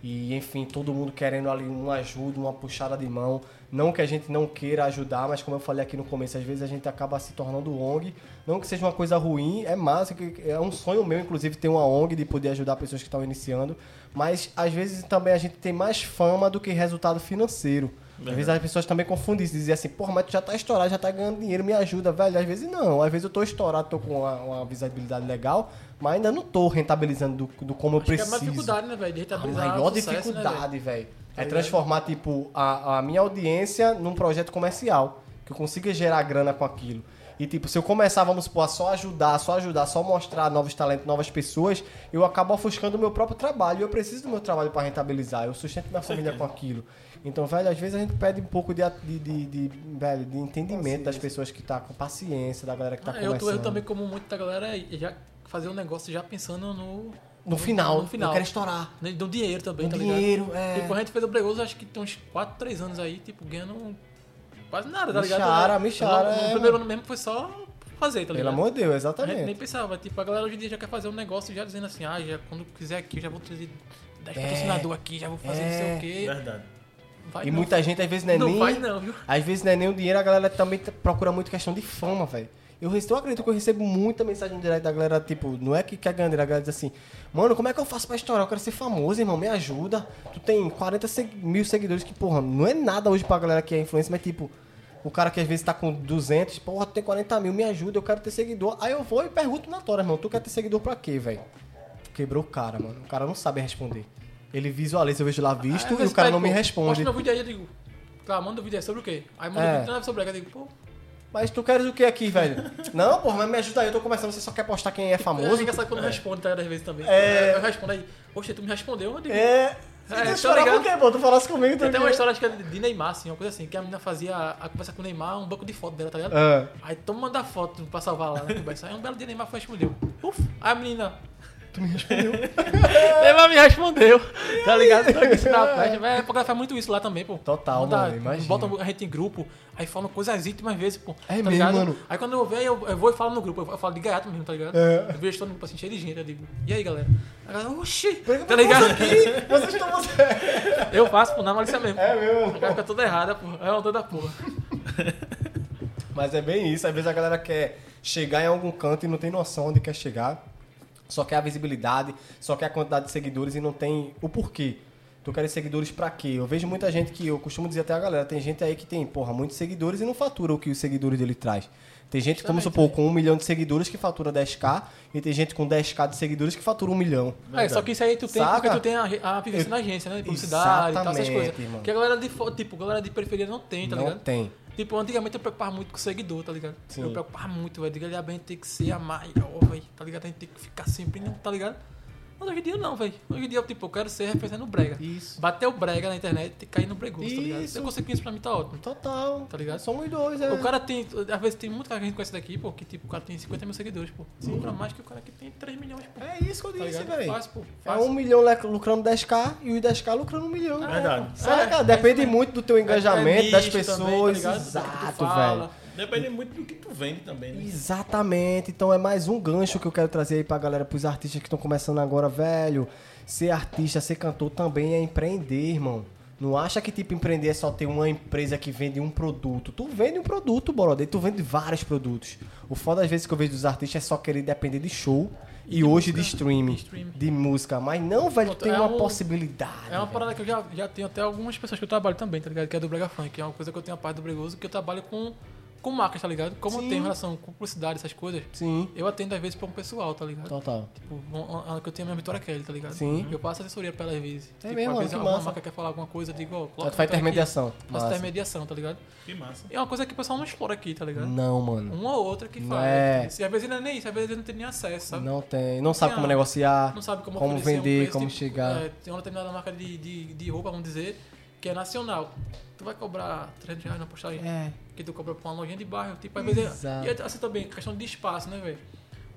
E, enfim, todo mundo querendo ali uma ajuda, uma puxada de mão. Não que a gente não queira ajudar, mas como eu falei aqui no começo, às vezes a gente acaba se tornando ONG. Não que seja uma coisa ruim, é massa, que- é um sonho meu, inclusive, ter uma ONG de poder ajudar pessoas que estão iniciando. Mas, às vezes, também a gente tem mais fama do que resultado financeiro. Às vezes as pessoas também confundem isso, dizem assim, porra, mas tu já tá estourado, já tá ganhando dinheiro, me ajuda, velho. Às vezes não, às vezes eu tô estourado, tô com uma, uma visibilidade legal, mas ainda não tô rentabilizando do, do como eu
Acho que é a
preciso.
maior dificuldade, né, velho? De
A
rentabilizar
é, maior
sucesso, né, velho? Tá
dificuldade, velho, é transformar, tipo, a, a minha audiência num projeto comercial, que eu consiga gerar grana com aquilo. E, tipo, se eu começar, vamos supor, a só ajudar, só ajudar, só mostrar novos talentos, novas pessoas, eu acabo ofuscando o meu próprio trabalho. E eu preciso do meu trabalho para rentabilizar. Eu sustento minha família com aquilo. Então, velho, às vezes a gente pede um pouco de, at- de, de, de, velho, de entendimento das pessoas que tá com paciência, da galera que tá
Ah, eu,
começando.
tô, eu também, como muito da galera, é já fazer um negócio já pensando no.
No final,
No final.
eu quero estourar.
né, Do dinheiro também,
No
tá
dinheiro,
ligado?
é.
Tipo, a gente fez o Bregoso, acho que tem uns 4, 3 anos aí, tipo, ganhando quase nada, tá ligado?
Mixara, mixara,
No, no
é,
primeiro ano mesmo foi só fazer, tá ligado?
Pelo amor de Deus,
A gente nem
exatamente.
pensava, tipo, a galera hoje em dia já quer fazer um negócio já dizendo assim, ah, já, quando quiser aqui, já vou trazer 10
É.
patrocinadores aqui, já vou fazer não sei
É.
o quê.
Verdade.
Vai
E
não,
muita gente, às vezes, não é
não né?
nem...
vai não, viu?
Às vezes não é nem o dinheiro, a galera também t- procura muito questão de fama, velho. Eu, rece- eu acredito que eu recebo muita mensagem no direct da galera, tipo, não é que quer ganhar dinheiro, a galera diz assim, mano, como é que eu faço pra estourar? Eu quero ser famoso, irmão, me ajuda. Tu tem 40 seg- mil seguidores que, porra, não é nada hoje pra galera que é influencer, mas tipo, o cara que às vezes tá com 200, porra, tu tem 40 mil, me ajuda, eu quero ter seguidor. Aí eu vou e pergunto na tora, irmão, tu quer ter seguidor pra quê, velho? Quebrou o cara, mano. O cara não sabe responder. Ele visualiza, eu vejo lá visto
Aí,
e o cara não me
É, pô,
responde.
Posta meu vídeo aí, eu digo, tá, manda o vídeo aí sobre o quê? Aí manda
É.
o vídeo, não é sobre o quê? Eu digo, pô,
Mas tu queres o que aqui, velho? Não, porra, mas me ajuda aí, eu tô começando, você só quer postar quem é
É
famoso.
engraçado quando responde, tá? Às vezes também.
É.
Eu respondo aí, poxa, tu me respondeu, eu digo.
É. Então,
É,
Tu
tô
chorar por
ligado.
quê, pô? Tu falasse comigo, tu
Tem até uma
queria-
história acho que é de Neymar, assim, uma coisa assim, que a menina fazia a conversa com o Neymar, um banco de foto dela, tá ligado?
Ah.
Aí todo mundo manda foto pra salvar lá na conversa. Aí um belo dia Neymar foi e respondeu. Uf, aí a menina. Tu me respondeu. Neymar me respondeu. Tá ligado? Então, isso na festa, velho, porque ela faz muito isso lá também, pô.
Total,
Manda-
mano, imagina.
Bota a gente em grupo, aí falam coisas íntimas às vezes, pô.
É
tá
mesmo,
ligado?
mano.
Aí quando eu ver, eu, eu vou e falo no grupo. Eu, eu falo de gaiato mesmo, tá ligado?
É.
Eu vejo todo mundo assim, cheio de gente. Eu digo, e aí, galera? A galera, oxi,
Por que
tá
eu tô
ligado?
aqui? Vocês estão.
Eu faço, pô, na malícia mesmo.
É mesmo,
A cara fica toda errada, pô. É uma dor da porra.
Mas é bem isso. Às vezes a galera quer chegar em algum canto e não tem noção onde quer chegar. Só quer a visibilidade, só quer a quantidade de seguidores e não tem o porquê. Tu queres seguidores pra quê? Eu vejo muita gente que eu costumo dizer até a galera, tem gente aí que tem, porra, muitos seguidores e não fatura o que os seguidores dele traz. Tem gente, como supor,
né?
com um milhão de seguidores que fatura 10k e tem gente com 10k de seguidores que fatura um milhão.
É, só que isso aí tu tem
Saca?
porque tu tem a, a vivência na agência, né? De publicidade e tal, essas
Exatamente,
coisas.
irmão.
Que a galera de fo- tipo, a galera de periferia não tem, tá
não
ligado?
tem.
Tipo, antigamente eu preocupava muito com o seguidor, tá ligado?
Sim.
Eu preocupava muito, velho. Diga, a gente tem que ser a maior, velho. Tá ligado? A gente tem que ficar sempre,
É.
não, tá ligado? Mas hoje em dia não, velho. Hoje em dia, tipo, eu quero ser referência no brega.
Isso.
Bater o brega na internet e cair no bregoso, tá ligado? Se
Isso.
eu conseguir isso pra mim, tá ótimo.
Total.
Tá ligado?
Somos dois, é.
O cara tem, às vezes tem muito cara que a gente conhece daqui, pô, que tipo, o cara tem 50 mil seguidores, pô. Lucra mais que o cara que tem 3 milhões, pô.
É isso que eu
Tá
disse,
ligado?
velho.
Fácil, pô.
É
Fácil.
um milhão le- lucrando 10k e os 10k lucrando um milhão.
Verdade.
Saca?
É,
Depende
é isso
muito do teu engajamento,
É
das
nicho
pessoas.
também, tá ligado? Do que tu
Exato,
fala.
velho.
Depende muito do que tu vende também, né?
Exatamente. Então é mais um gancho que eu quero trazer aí pra galera, pros artistas que estão começando agora, velho. Ser artista, ser cantor também é empreender, irmão. Não acha que, tipo, empreender é só ter uma empresa que vende um produto. Tu vende um produto, brother. Tu vende vários produtos. O foda, às vezes, que eu vejo dos artistas é só querer depender de show e, hoje de streaming, de
streaming.
música. Mas não, velho,
Pronto,
tem
é
uma
um-
possibilidade.
É uma
velho.
parada que eu já, já tenho até algumas pessoas que eu trabalho também, tá ligado? Que é do Brega Funk, que é uma coisa que eu tenho a parte do Bregoso, que eu trabalho com, com marcas, tá ligado? Como
Sim.
eu tenho relação com publicidade, essas coisas,
Sim,
eu atendo às vezes pra um pessoal, tá ligado?
total.
Tipo, um- um- um- que eu tenho a minha Vitória Kelly, tá ligado?
Sim.
Eu passo assessoria pra ela às vezes. Tipo,
É mesmo,
às
mano,
vezes
que
alguma
massa.
marca quer falar alguma coisa, eu digo, ó, coloca
Então tu faz
a Vitória aqui.
intermediação.
Faço
Massa.
intermediação, tá ligado?
Que massa.
É uma coisa que o pessoal não explora aqui, tá ligado?
Não, mano.
Uma ou outra que
Não
faz.
Hum. é.
E às vezes não é nem isso, às vezes não tem nem acesso, sabe?
Não tem. Não sabe
Tem
como
a-
negociar,
não sabe como,
como
oferecer um
vender,
preço,
como
tipo,
chegar.
é, tem uma determinada marca de, de, de roupa, vamos dizer, que é nacional. Tu vai cobrar 300 reais na postagem
É.
que tu cobra pra uma lojinha de bairro. Tipo, às vezes,
Exato.
e é assim também, questão de espaço, né, velho?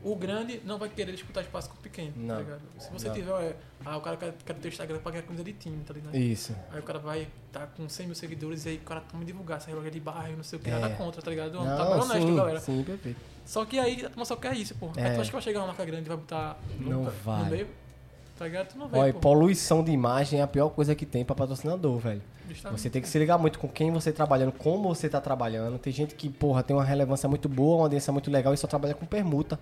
O grande não vai querer disputar espaço com o pequeno,
Não.
tá ligado? Se você
Não.
tiver, é, ah, o cara quer, quer ter o Instagram pra ganhar comida de time, tá ligado?
Isso.
Aí o cara vai tá com 100 mil seguidores e aí o cara toma divulgar essa loja de bairro, não sei o que,
É.
nada contra, tá ligado? Não, tá bem honesto,
sim,
galera.
Sim, perfeito.
Só que aí a turma só quer isso, pô.
É.
Aí tu acha que vai chegar uma marca grande e vai botar
Não
no
vai.
meio? Tá ligado? Tu não vai,
Olha,
pô.
poluição de imagem é a pior coisa que tem pra patrocinador, velho.
Justamente.
Você tem que se ligar muito com quem você tá trabalhando, como você tá trabalhando. Tem gente que, porra, tem uma relevância muito boa, uma audiência muito legal e só trabalha com permuta.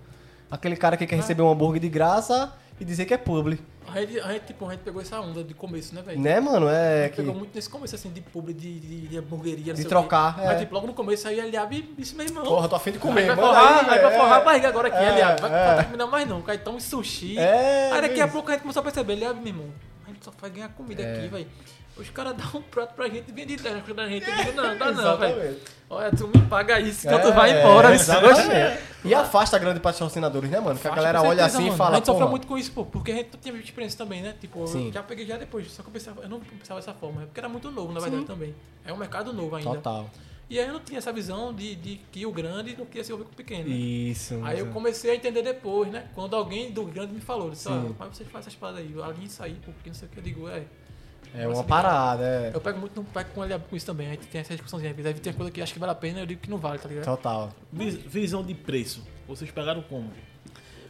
Aquele cara que quer
Ah.
receber um hambúrguer de graça e dizer que é publi.
A gente, a gente, tipo, a gente pegou essa onda de começo, né, velho?
Né, mano?
A
É
gente
que...
pegou muito nesse começo, assim, de publi, de, de, de hamburgueria, não
De
sei o quê.
trocar, é.
Mas, tipo, logo no começo, aí ele abre isso mesmo, irmão.
Porra, tô afim de comer,
Aí vai
manda
forrar,
aí,
aí
velho,
vai forrar
é.
a barriga agora aqui,
É,
ele abre. Vai
é.
não terminar mais não, cara. Então, sushi.
É,
aí daqui
é
a
isso. É.
pouco a gente começou a perceber, ele abre, meu irmão. A gente só faz ganhar comida aqui, velho. Os caras dão um prato pra gente e vende 10 na comida da gente. Eu digo, não, dá não,
Exatamente.
velho. Olha, tu me paga isso, senão Então tu vai
É,
embora. isso
exatamente.
hoje.
E afasta grandes patrocinadores, né, mano? Que a
Acho,
galera
com
olha
certeza,
assim
mano.
e fala,
A gente sofreu
porra,
muito com isso, pô, porque a gente não tinha experiência também, né? Tipo,
Sim.
eu já peguei já depois, só que eu pensava, eu não pensava dessa forma, é porque era muito novo, na verdade, também. É um mercado novo ainda.
Total.
E aí eu não tinha essa visão de, de que o grande não queria se ouvir com o pequeno. né?
Isso.
Aí eu
mano.
comecei a entender depois, né? Quando alguém do grande me falou, disse, ó,
É. Sim.
mas vocês fazem essas paradas aí, alguém sair, pô, porque não sei o que eu digo, é.
É uma parada, é.
Eu pego muito no pé com ele com isso também, a gente tem essa discussãozinha, às vezes aí tem coisa que acho que vale a pena, eu digo que não vale, tá ligado?
Total.
Vis- visão de preço. Vocês pegaram como?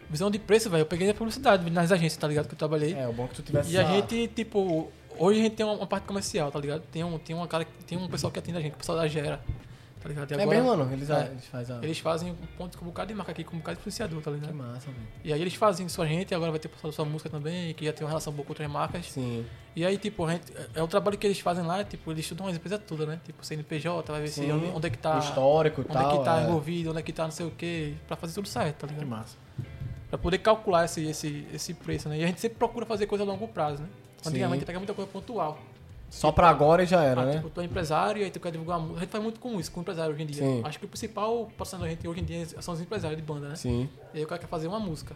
Visão de preço, velho, eu peguei na publicidade, nas agências, tá ligado? Que eu trabalhei.
É, o bom que tu tivesse.
E a
essa-
gente, tipo, hoje a gente tem uma, uma parte comercial, tá ligado? Tem um, tem uma cara, que- tem um pessoal que atende a gente, o pessoal da Gera, tá ligado? E
É
agora,
mesmo, mano? Eles,
É.
eles fazem a.
Eles fazem um ponto com um bocado de marca aqui, com um bocado de influenciador, tá
Que
ligado?
massa, velho.
E aí eles fazem sua gente, agora vai ter pessoal da sua música também, que já tem uma relação boa com outras marcas.
Sim.
E aí, tipo, a gente, é- é o trabalho que eles fazem lá, tipo, eles estudam as empresas todas, né? Tipo, CNPJ, vai ver se
Sim.
onde, onde é que tá.
O histórico e
onde
tal.
é que tá
é.
envolvido, onde é que tá não sei o quê, pra fazer tudo certo, tá
Que
ligado?
massa.
Pra poder calcular esse, esse, esse preço, né? E a gente sempre procura fazer coisa a longo prazo, né?
Sim.
Antigamente pega muita coisa pontual.
Só pra agora e já era,
Ah,
né?
tipo, tu é empresário, aí tu quer divulgar a música. A gente faz muito com isso, com empresário hoje em dia.
Sim.
Acho que o principal patrocinador da gente hoje em dia são os empresários de banda, né?
Sim.
E aí o cara quer fazer uma música.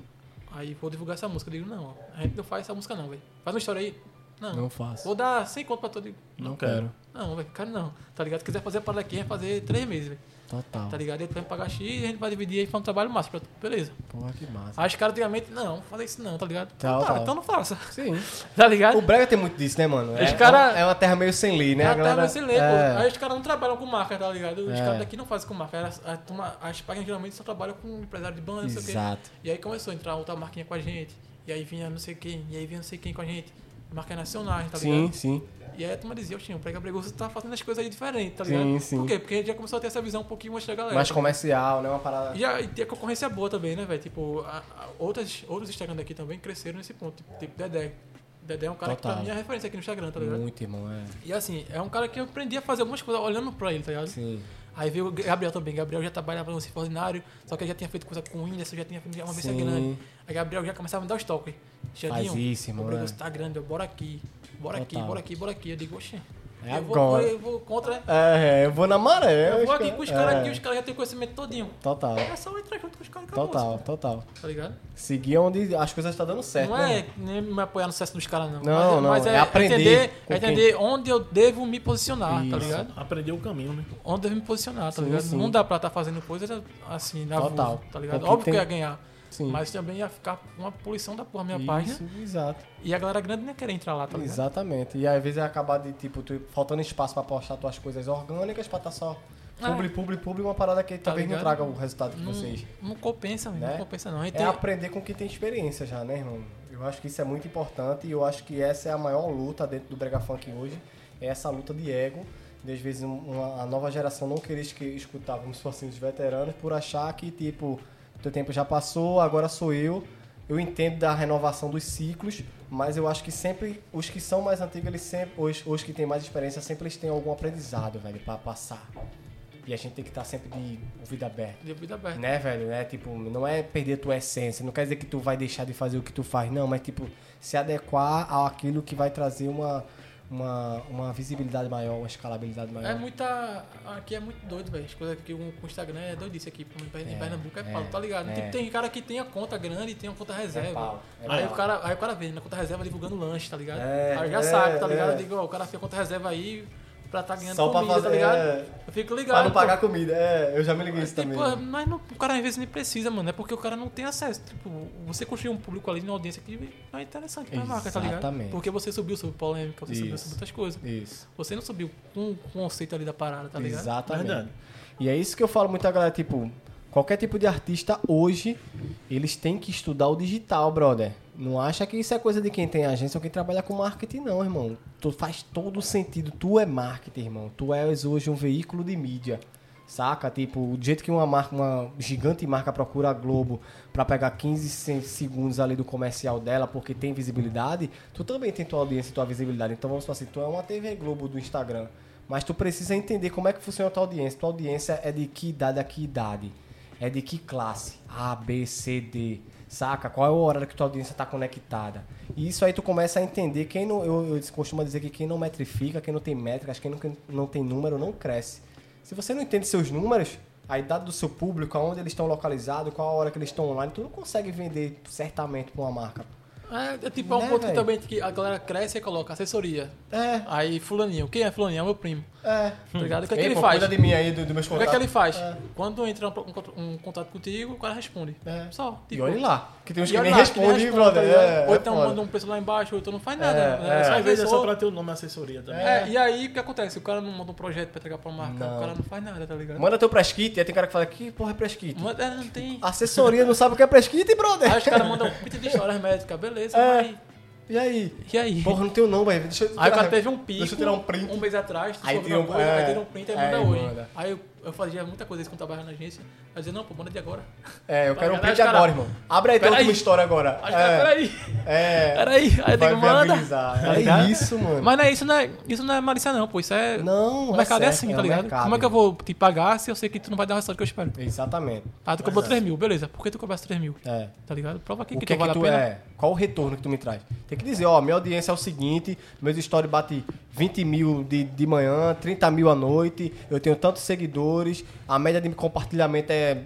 Aí vou divulgar essa música. Eu digo, não, ó, a gente não faz essa música não, velho. Faz uma história aí. Não.
Não faço.
Vou dar 100 conto pra todo. Eu digo,
Não quero.
Não, velho, cara, não. Tá ligado? Se quiser fazer a parada aqui, vai fazer 3 meses, velho.
Total.
Tá ligado? Aí tu vai me pagar X e a gente vai dividir aí faz um trabalho massa pra tu. Beleza.
Porra, que massa.
Aí os caras antigamente, não, não fazer isso não, tá ligado?
Tá,
Então
tá.
então não faça.
Sim.
Tá ligado?
O Brega tem muito disso, né, mano? É,
Os cara-
é uma terra meio sem lei, né?
É
a
a terra
galera-
brasileira,
é.
pô. Aí os caras não trabalham com marca, tá ligado? Os
É.
caras daqui não fazem com marca. Elas- a turma- As páginas geralmente só trabalham com empresário de banda, não sei o quê.
Exato.
E aí começou a entrar outra marquinha com a gente. E aí vinha não sei quem, e aí vinha não sei quem com a gente. Marca nacional, tá
Sim,
ligado?
sim.
E aí a turma dizia, oxinho, o Prega Bregoso tá fazendo as coisas aí diferente, tá
Sim,
ligado?
sim.
Por quê? Porque a gente já começou a ter essa visão um pouquinho mais da galera.
Mais
tá ligado?
comercial, né? Uma parada.
E a, e tem a concorrência boa também, né, velho? Tipo, a, a, outras, outros Instagram daqui também cresceram nesse ponto. Tipo, tipo Dedé. Dedé é um cara que
Total.
pra mim é referência aqui no Instagram, tá ligado?
Muito, irmão, é.
E assim, é um cara que eu aprendi a fazer algumas coisas olhando pra ele, tá ligado?
Sim.
Aí veio o Gabriel também. Gabriel já trabalhava no Cifre Ordinário, só que ele já tinha feito coisa com o Whindersson, já tinha feito uma vez
Sim.
grande. Aí Gabriel já começava a me dar os toques. Xandinho,
isso, irmão,
O Brego
é.
tá grande, eu, bora aqui, bora aqui,
Total.
bora aqui, bora aqui. Eu digo, oxê.
É
eu, vou,
agora.
eu vou contra.
É, eu vou na maré.
Eu
os
vou aqui
cara-
com os caras
é.
aqui, os caras já têm conhecimento todinho.
Total,
É só eu entrar junto com os caras e acabou,
total,
assim,
total.
Tá ligado?
Seguir onde as coisas estão dando certo.
não
né,
é nem me apoiar no sucesso dos caras, não.
Não,
mas,
não,
mas
é aprender
entender,
com
é
quem-
entender onde eu devo me posicionar,
Isso.
tá ligado?
Aprender o caminho, né?
onde deve me posicionar, tá
Sim,
ligado?
sim.
Não dá pra estar fazendo coisa assim, na
Total. É
vulva, tá ligado?
Porque
Óbvio que
tem-
eu ia ganhar,
Sim.
mas também ia ficar uma poluição da porra minha
Isso,
página
Exato.
e a galera grande nem ia querer entrar lá, tá ligado?
Exatamente. E às vezes é acabar de, tipo, tu, faltando espaço pra postar tuas coisas orgânicas pra tá só publi, publi, publi, uma parada que talvez não
É. Tá ligado?
traga o resultado que
Não,
vocês.
não compensa, velho,
Né?
não compensa não. A gente
É aprender com quem tem experiência já, né, irmão? Eu acho que isso é muito importante e eu acho que essa é a maior luta dentro do Brega Funk hoje. É essa luta de ego. De às vezes um- uma- a nova geração não querer esque- escutar, vamos supor assim, os veteranos, por achar que, tipo, teu tempo já passou, agora sou eu. Eu entendo da renovação dos ciclos, mas eu acho que sempre os que são mais antigos, eles sempre, os, os que têm mais experiência, sempre eles têm algum aprendizado, velho, pra passar. E a gente tem que estar sempre de ouvido aberto.
de vida aberta.
Né, velho? Né? Tipo, não é perder tua essência. Não quer dizer que tu vai deixar de fazer o que tu faz, não. Mas, tipo, se adequar àquilo que vai trazer uma, uma, uma visibilidade maior, uma escalabilidade maior.
É muita. Aqui é muito doido, velho. As coisas aqui com com o Instagram é doidice aqui. pô, Em Pern- em Pernambuco é, pau, tá ligado?
é.
Tipo, tem cara que tem a conta grande e tem a conta reserva.
pau, é
aí,
pau.
o cara, aí o cara vê, na conta reserva divulgando lanche, tá ligado?
É,
aí eu já
é,
sabe, tá ligado?
é.
Eu digo, ó, o cara fez conta reserva aí pra tá ganhando
Só pra
comida, tá
fazer-
ligado?
é.
Eu fico ligado.
Pra não
pô.
pagar comida. É, eu já me liguei isso
Tipo,
também. né?
mas não- o cara às vezes nem precisa, mano. É porque o cara não tem acesso. Tipo, você construir um público ali numa audiência que não é interessante pra marca, tá ligado?
Exatamente.
Porque você subiu sobre polêmica, você subiu
Isso.
sobre outras coisas.
Isso.
Você não subiu com o conceito ali da parada, tá ligado?
Exatamente.
Verdade.
E é isso que eu falo muito a galera, tipo, qualquer tipo de artista hoje, eles têm que estudar o digital, brother. Não acha que isso é coisa de quem tem agência ou quem trabalha com marketing, não, irmão. Tu faz todo sentido. Tu é marketing, irmão. Tu és hoje um veículo de mídia. Saca? Tipo, do jeito que uma marca, uma gigante marca procura a Globo pra pegar 15 se- segundos ali do comercial dela porque tem visibilidade, tu também tem tua audiência e tua visibilidade. Então vamos falar assim, tu é uma TV Globo do Instagram, mas tu precisa entender como é que funciona a tua audiência. Tua audiência é de que idade a que idade? É de que classe? A, B, C, D. Saca? Qual é o horário que tua audiência está conectada? E isso aí tu começa a entender. Quem não, eu, eu costumo dizer que quem não metrifica, quem não tem métricas, quem não, quem não tem número, não cresce. Se você não entende seus números, a idade do seu público, aonde eles estão localizados, qual a hora que eles estão online, tu não consegue vender certamente pra uma marca.
É, é tipo, é um
Né,
ponto que
velho?
também que a galera cresce e coloca assessoria.
É,
Aí fulaninho, quem é fulaninho? É meu primo.
é.
Tá ligado? O que é que
Ei,
ele
pô,
faz?
Cuida de mim tá? aí, do- dos meus
O que é
contatos.
que ele faz? Quando entra um, contra- um contato contigo, o cara responde.
É.
Só. tipo,
E olha lá, que tem uns
E
que
olha
nem
lá,
respondem,
que nem
brother.
responde, tá ligado?
É,
ou
é
então
foda.
manda um preço lá embaixo, ou então não faz nada.
É,
né?
é.
Só
Às vezes é só
pessoa-
pra ter o nome assessoria também.
É, e aí o que acontece? O cara não manda um projeto pra entregar pra uma marca,
Não.
o cara não faz nada, tá ligado?
Manda teu press kit, aí tem cara que fala, que porra é press kit?
Manda- é, não tem.
Assessoria não sabe o que é press kit, brother.
Aí os caras mandam um pita de histórias médicas, beleza,
É.
mas.
E aí?
E aí?
Porra, não tenho não, velho. Deixa eu
Aí o
tirar-
cara teve um pico.
Deixa eu tirar um print.
Um mês atrás, tu
Aí
soube
tem
uma
um-
coisa,
é.
aí tira um print e
Aí
manda hoje.
manda.
Aí eu, eu fazia muita coisa isso quando trabalhava na agência. Aí eu dizia, não, pô, manda de agora.
É, eu quero um
Aí
print
os cara-
agora, irmão. Abre aí tua
Peraí.
última história agora.
Aí os
é,
caras, peraí,
é.
peraí. Aí eu
vai
digo, manda.
viabilizar.
Tá
É
ligado?
isso, mano.
Mas não é, isso, não é, isso não é malícia, não, pô. Isso é.
Não,
o mercado é,
certo,
assim,
é
tá
o
ligado?
mercado, É.
Como é que eu vou te pagar se eu sei que tu não vai dar o resultado que eu espero?
Exatamente.
Ah, tu cobrou 3 mil, beleza. Por que tu cobrasse 3 mil?
É.
Tá ligado? Prova aqui
o
que,
que,
tu
é
vale
que
a
tu
pena.
é? Qual o retorno que tu me traz? Tem que dizer, ó, minha audiência é o seguinte, meus stories batem 20 mil de, de manhã, 30 mil à noite, eu tenho tantos seguidores, a média de compartilhamento é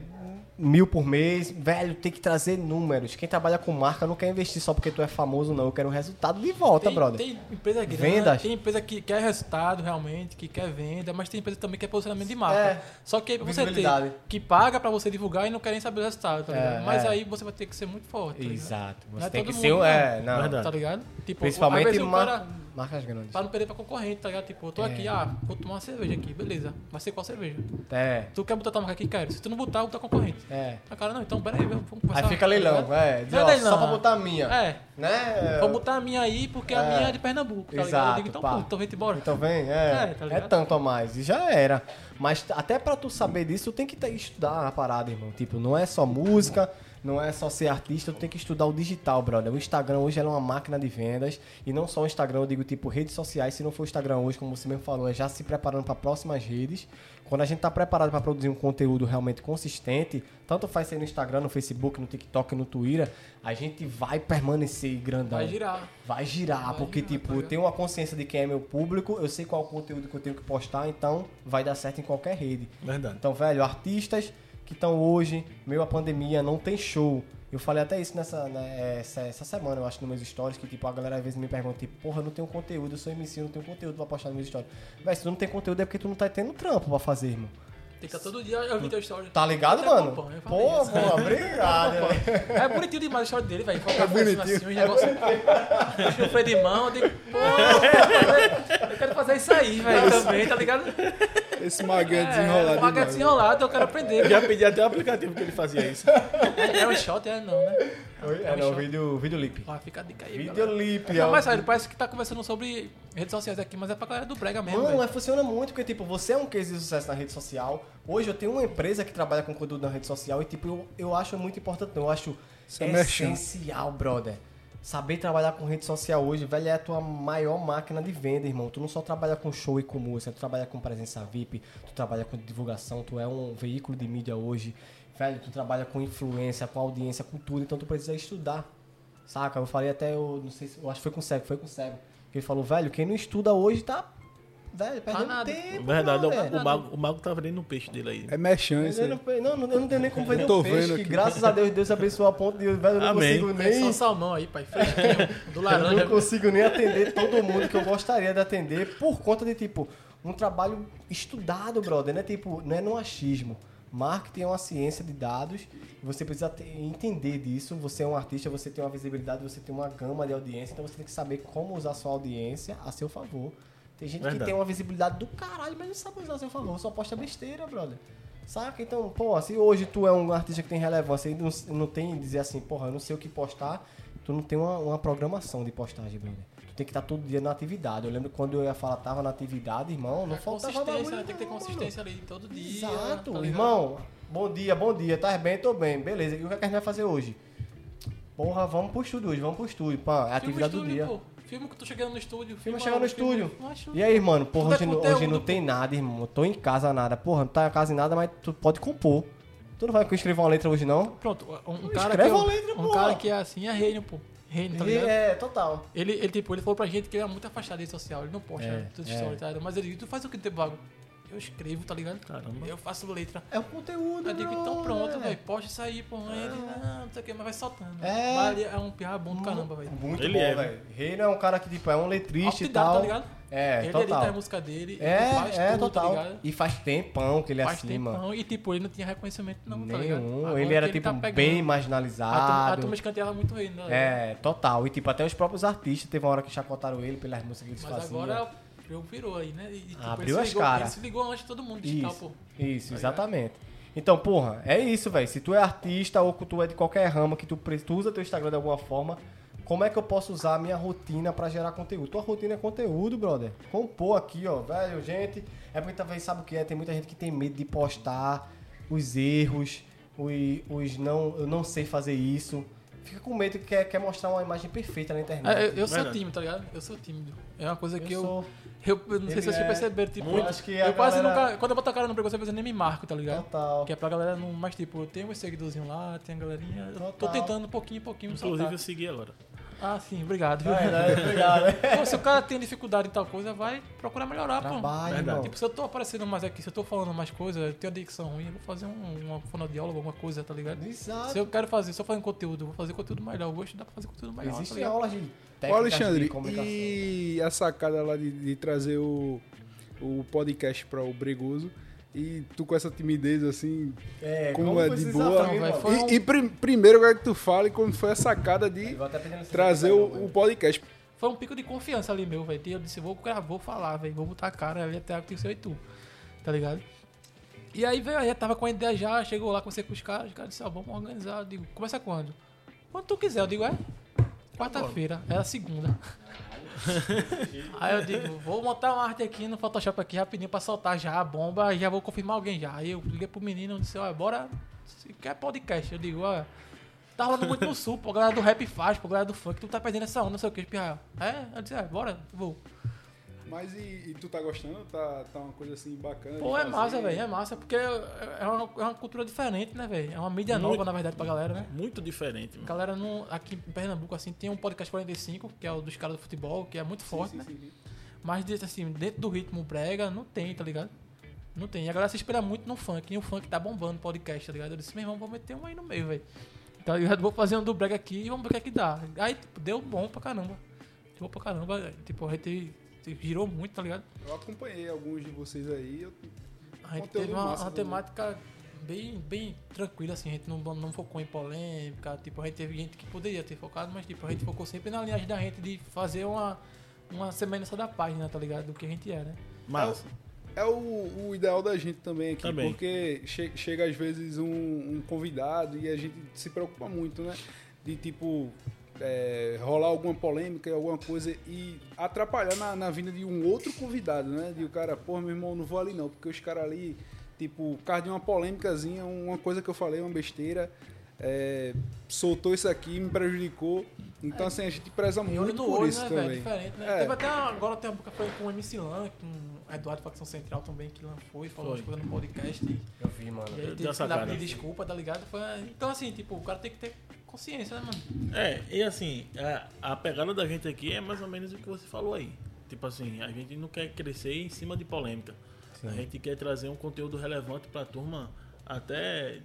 mil por mês. Velho, tem que trazer números. Quem trabalha com marca não quer investir só porque tu é famoso, não. Eu quero um resultado de volta,
Tem,
brother.
tem empresa grande,
Vendas.
tem empresa que quer resultado realmente, que quer venda, mas tem empresa também que quer posicionamento de marca.
É.
Só que aí pra você ter,
Visibilidade.
que paga pra você divulgar e não quer nem saber o resultado, tá
É,
ligado? mas
é.
aí você vai ter que ser muito forte, tá ligado?
Exato. Você
Não é
tem que
todo
ser
mundo,
um. É,
não.
não.
Verdade.
Tá ligado? Tipo, às
Principalmente
vezes o
mar-
cara,
marcas grandes.
pra não perder pra concorrente, tá ligado? Tipo, eu tô aqui, ah, vou tomar uma cerveja aqui, beleza. Vai ser qual cerveja?
É,
Tu quer botar tua marca aqui? Quero. Se tu não botar, eu vou botar concorrente.
é.
Ah, cara, não, então peraí, vamos conversar.
Aí fica
tá ligado?
leilão, é. Diz,
Não é
ó,
leilão.
Só pra botar a minha.
É.
Né?
Vou botar a minha aí porque a minha é de Pernambuco, tá ligado? Eu
Exato,
digo, então,
pá.
pô, então vem embora.
Então vem,
É,
é.
tá
É,
ligado?
tanto a mais. E já era. Mas t- até pra tu saber disso, tu tem que ter- estudar a parada, irmão. Tipo, não é só música, Não é só ser artista, tu tem que estudar o digital, brother. O Instagram hoje ela é uma máquina de vendas. E não só o Instagram, eu digo tipo redes sociais. Se não for o Instagram hoje, como você mesmo falou, é já se preparando para próximas redes. Quando a gente tá preparado para produzir um conteúdo realmente consistente, tanto faz ser no Instagram, no Facebook, no TikTok, no Twitter, a gente vai permanecer grandão.
Vai girar.
Vai girar,
Vai
porque
girar, tá
tipo, eu
ligado?
tenho uma consciência de quem é meu público, eu sei qual o conteúdo que eu tenho que postar, então vai dar certo em qualquer rede.
Verdade.
Então, velho, artistas que estão hoje, meio a pandemia, não tem show. Eu falei até isso nessa né, essa, essa semana, eu acho, nos meus stories, que tipo, a galera às vezes me pergunta, tipo, porra, eu não tenho conteúdo, eu sou MC, eu não tenho conteúdo pra postar nos meus stories. Véi, se tu não tem conteúdo é porque tu não tá tendo trampo pra fazer, irmão.
Tem que estar todo dia eu vi teu story. Então
Tá ligado,
Eu
mano?
acompanho, eu
Pô,
falei isso.
pô, obrigado. velho.
É bonitinho demais o story dele, velho. É bonitinho. Assim, os negócios...
É
o freio de mão, eu digo, pô, eu quero fazer isso aí, velho, também, tá ligado?
Esse maguete desenrolado.
É, uma gata
demais.
desenrolada, eu quero aprender.
Já pedi até o aplicativo que ele fazia isso.
É um shot, é não, né?
Oi,
É
É,
um
não,
show.
vídeo, é videolip.
Porra, fica a dica aí, galera.
Videolip,
Não,
ó.
mas sério, parece que tá conversando sobre redes sociais aqui, mas é pra galera do brega mesmo,
Mano,
velho.
mas funciona muito, porque, tipo, você é um case de sucesso na rede social. Hoje eu tenho uma empresa que trabalha com conteúdo na rede social e, tipo, eu, eu acho muito importante, não. Eu acho
Isso é merchan.
essencial, brother. Saber trabalhar com rede social hoje, velho, é a tua maior máquina de venda, irmão. Tu não só trabalha com show e com música, tu trabalha com presença VIP, tu trabalha com divulgação, tu é um veículo de mídia hoje. Velho, tu trabalha com influência, com audiência, com tudo, então tu precisa estudar. Saca? Eu falei até, eu não sei se. Eu acho que foi com o cego, foi com o cego. Ele falou, velho, quem não estuda hoje tá. Velho, perdendo
nada.
tempo.
Verdade, um
brother.
o, o, mago, o mago tá vendendo um peixe dele
Tipo,
aí.
É merchan isso
Eu não,
aí.
um não, não, eu não tenho nem como
Eu
fazer
tô
um peixe,
vendo
que
aqui.
graças a Deus, Deus abençoou a ponto de, velho, eu não
Amém.
consigo
É só
nem.
um salmão aí, pai, fresquinho, do
Eu
laranja.
não consigo nem atender todo mundo que eu gostaria de atender por conta de, tipo, um trabalho estudado, brother. Não é tipo, não é no achismo. Marketing é uma ciência de dados, você precisa te- entender disso. Você é um artista, você tem uma visibilidade, você tem uma gama de audiência, então você tem que saber como usar sua audiência a seu favor. Tem gente que
Verdade.
tem uma visibilidade do caralho, mas não sabe usar a seu favor, só posta besteira, brother. Saca? Então, pô, se hoje tu é um artista que tem relevância e não, não tem dizer assim, porra, eu não sei o que postar, tu não tem uma, uma programação de postagem, brother. Tu tem que estar todo dia na atividade. Eu lembro quando eu ia falar, tava na atividade, irmão, não
É
faltava
consistência,
bagulho
né? Tem que ter
nenhum, mano.
consistência ali todo dia.
Exato,
tá ligado?
irmão. Bom dia, bom dia. Tá bem, tô bem. Beleza. E o que é que a gente vai fazer hoje? Porra, vamos pro estúdio hoje, vamos pro estúdio. Pá, é a
Filma o
atividade do
estúdio,
dia.
Pô. Filma que eu tô chegando no estúdio.
Filma
filma
chegar no
o filme.
estúdio.
Eu acho-
E aí, mano,
Tudo
porra,
é
hoje, não-
conteúdo,
hoje não tem nada, irmão. Eu tô em casa nada. Porra, não tá em casa em nada, mas tu pode compor. Tu não vai escrever uma letra hoje, não?
Pronto, um cara, que,
Escreve
é-
uma letra,
um
porra.
cara que é assim é reino, pô. Reino, tá
E
ligado?
é, total.
Ele, ele, tipo, ele falou pra gente que ele é muito afastado da rede social, ele não posta
É,
tudo
é.
story, tá ligado? Mas ele, tu faz o que no tempo vago? Eu escrevo, tá ligado?
Caramba.
Eu faço letra.
É o conteúdo,
Eu digo, então
brother.
pronto, velho, posta isso aí, pô. Aí Ele, não, não sei o que, mas vai soltando.
É.
Vale, é um piá bom do caramba, velho.
né? Muito
Ele
bom,
é,
velho. Reino é um cara que, tipo, é um letrista e
Autodidata,
tal.
tá ligado?
É,
ele
total.
edita a música dele,
é,
ele faz
é,
tudo,
total.
tá ligado?
e faz tempão que ele é
Faz
assim,
tempão,
mano.
e tipo, ele não tinha reconhecimento não, tá ligado?
Nenhum.
Agora
ele
que
era,
ele
tipo,
tá pegando.
bem
A turma, a
marginalizado.
turma escanteava muito ele, né?
É, total. E, tipo, até os próprios artistas teve uma hora que chacotaram ele pelas músicas que eles
Mas
faziam.
agora o jogo virou aí, né? E, tipo,
Abriu
ele se
as
ligou-
cara.
Ele se ligou antes de todo mundo digital,
Isso,
pô.
isso
Tá
exatamente. Então, porra, é isso, velho. Se tu é artista ou que tu é de qualquer ramo que tu, pre- tu usa teu Instagram de alguma forma, como é que eu posso usar a minha rotina pra gerar conteúdo? Tua rotina é conteúdo, brother. Compor aqui, ó, velho, gente. É porque talvez sabe o que é? Tem muita gente que tem medo de postar os erros, os, os não, eu não sei fazer isso. Fica com medo que quer, quer mostrar uma imagem perfeita na internet.
É, eu, eu sou
Verdade.
tímido, tá ligado? Eu sou tímido. É uma coisa que
Eu
eu.
sou.
Eu, eu não
Ele
sei se vocês
é
perceberam, tipo.
muito- acho que a
eu quase
galera-
nunca. Quando eu boto a cara no preconceito, eu nem me marco, tá ligado?
Total.
Que é pra galera não. Mas, tipo, eu tenho meus seguidorzinhos lá, tem a galerinha. Eu tô
Total.
tentando pouquinho, pouquinho. me
Inclusive eu
soltar.
segui agora.
Ah, sim, obrigado. viu?
É, né? Obrigado, né?
Pô, se o cara tem dificuldade em tal coisa, vai procurar melhorar, pô.
Trabalho,
Verdade.
irmão.
Tipo, se eu tô aparecendo mais aqui, se eu tô falando mais coisas, eu tenho adicção ruim, eu vou fazer um, uma fonoaudióloga, alguma coisa, tá ligado?
Exato.
Se eu quero fazer, só fazer um conteúdo, eu vou fazer conteúdo melhor. Eu vou estudar pra fazer conteúdo melhor. tá
Existem
ligado?
aulas de
Ô,
técnicas de
Alexandre,
comunicação.
e
né?
a sacada lá de, de trazer o, o podcast para o Bregoso e tu com essa timidez assim,
É,
como,
como
é
foi
de
esse
boa.
desafio,
Não, velho,
mano?
foi
E,
um-
e prim- primeiro eu quero que tu fale como foi a sacada de
Eu vou até pedir licença
trazer
pra
o,
ele,
o podcast.
Foi um pico de confiança ali meu, velho. Eu disse, vou gravar, vou falar, velho. Vou botar a cara ali até que tem que ser tu. Tá ligado? E aí, velho, eu já tava com a ideia já, chegou lá, conversei com os caras, os caras disseram, ó, vamos organizar. Eu digo, começa quando? Quando tu quiser. Eu digo, é? Quarta-feira, era segunda. aí eu digo, vou montar uma arte aqui no Photoshop aqui rapidinho pra soltar já a bomba e já vou confirmar alguém já. Aí eu liguei pro menino e disse, ó, bora, se quer podcast. Eu digo, ó, Tá rolando muito no sul, pô. A galera do rap faz, pô. A galera do funk. Tu tá perdendo essa onda, não sei o que, espirrar. É, eu disse, ah, bora, vou.
Mas e, e tu tá gostando? Tá, tá uma coisa assim bacana? de
Pô, é
fazer?
massa, velho. É massa, porque é uma, é uma cultura diferente, né, velho? É uma mídia
Muito.
nova, na verdade, pra galera, né?
Muito diferente,
A
mano.
galera não, aqui em Pernambuco, assim, tem um podcast 45, que é o dos caras do futebol, que é muito forte,
Sim,
né?
sim, sim.
Mas, de- assim, dentro do ritmo brega, não tem, tá ligado? Não tem. E a galera se espelha muito no funk. E o funk tá bombando podcast, tá ligado? Eu disse, meu irmão, vou meter um aí no meio, velho. Tá ligado? Vou fazer um do brega aqui e vamos ver o que é que dá. Aí, tipo, deu bom pra caramba. Deu bom pra caramba. Tipo, a gente girou muito, tá ligado?
Eu acompanhei alguns de vocês aí. Eu...
A gente
Conteúdo
teve uma,
massa
uma
também.
temática bem, bem tranquila, assim, a gente não, não focou em polêmica, tipo, a gente teve gente que poderia ter focado, mas tipo, a gente focou sempre na linhagem da gente de fazer uma, uma semelhança da página, tá ligado? Do que a gente é, né?
Mas,
É o, o ideal da gente também aqui,
Também.
porque che- chega às vezes um, um convidado e a gente se preocupa muito, né? De tipo, é, rolar alguma polêmica, alguma coisa e atrapalhar na, na vinda de um outro convidado, né? De o cara, pô, meu irmão, não vou ali não, porque os caras ali, tipo, por causa de uma polêmicazinha, uma coisa que eu falei, uma besteira. é, soltou isso aqui, me prejudicou. Então, assim, a gente preza
É. E olho
muito
no
por
olho,
isso
né, velho?
também.
Diferente, né?
É.
Teve até agora tem uma boca foi com o MC Lan, com o Eduardo Facção Central também, que Lan foi, falou
Foi.
umas coisas no podcast. E,
Eu vi, mano.
e aí
Deu
teve que
essa
dar
cara. assim.
desculpa, tá ligado? Foi, então, assim, tipo, o cara tem que ter consciência, né, mano?
é, e assim, a, a pegada da gente aqui é mais ou menos o que você falou aí. Tipo assim, a gente não quer crescer em cima de polêmica. A gente quer trazer um conteúdo relevante pra turma até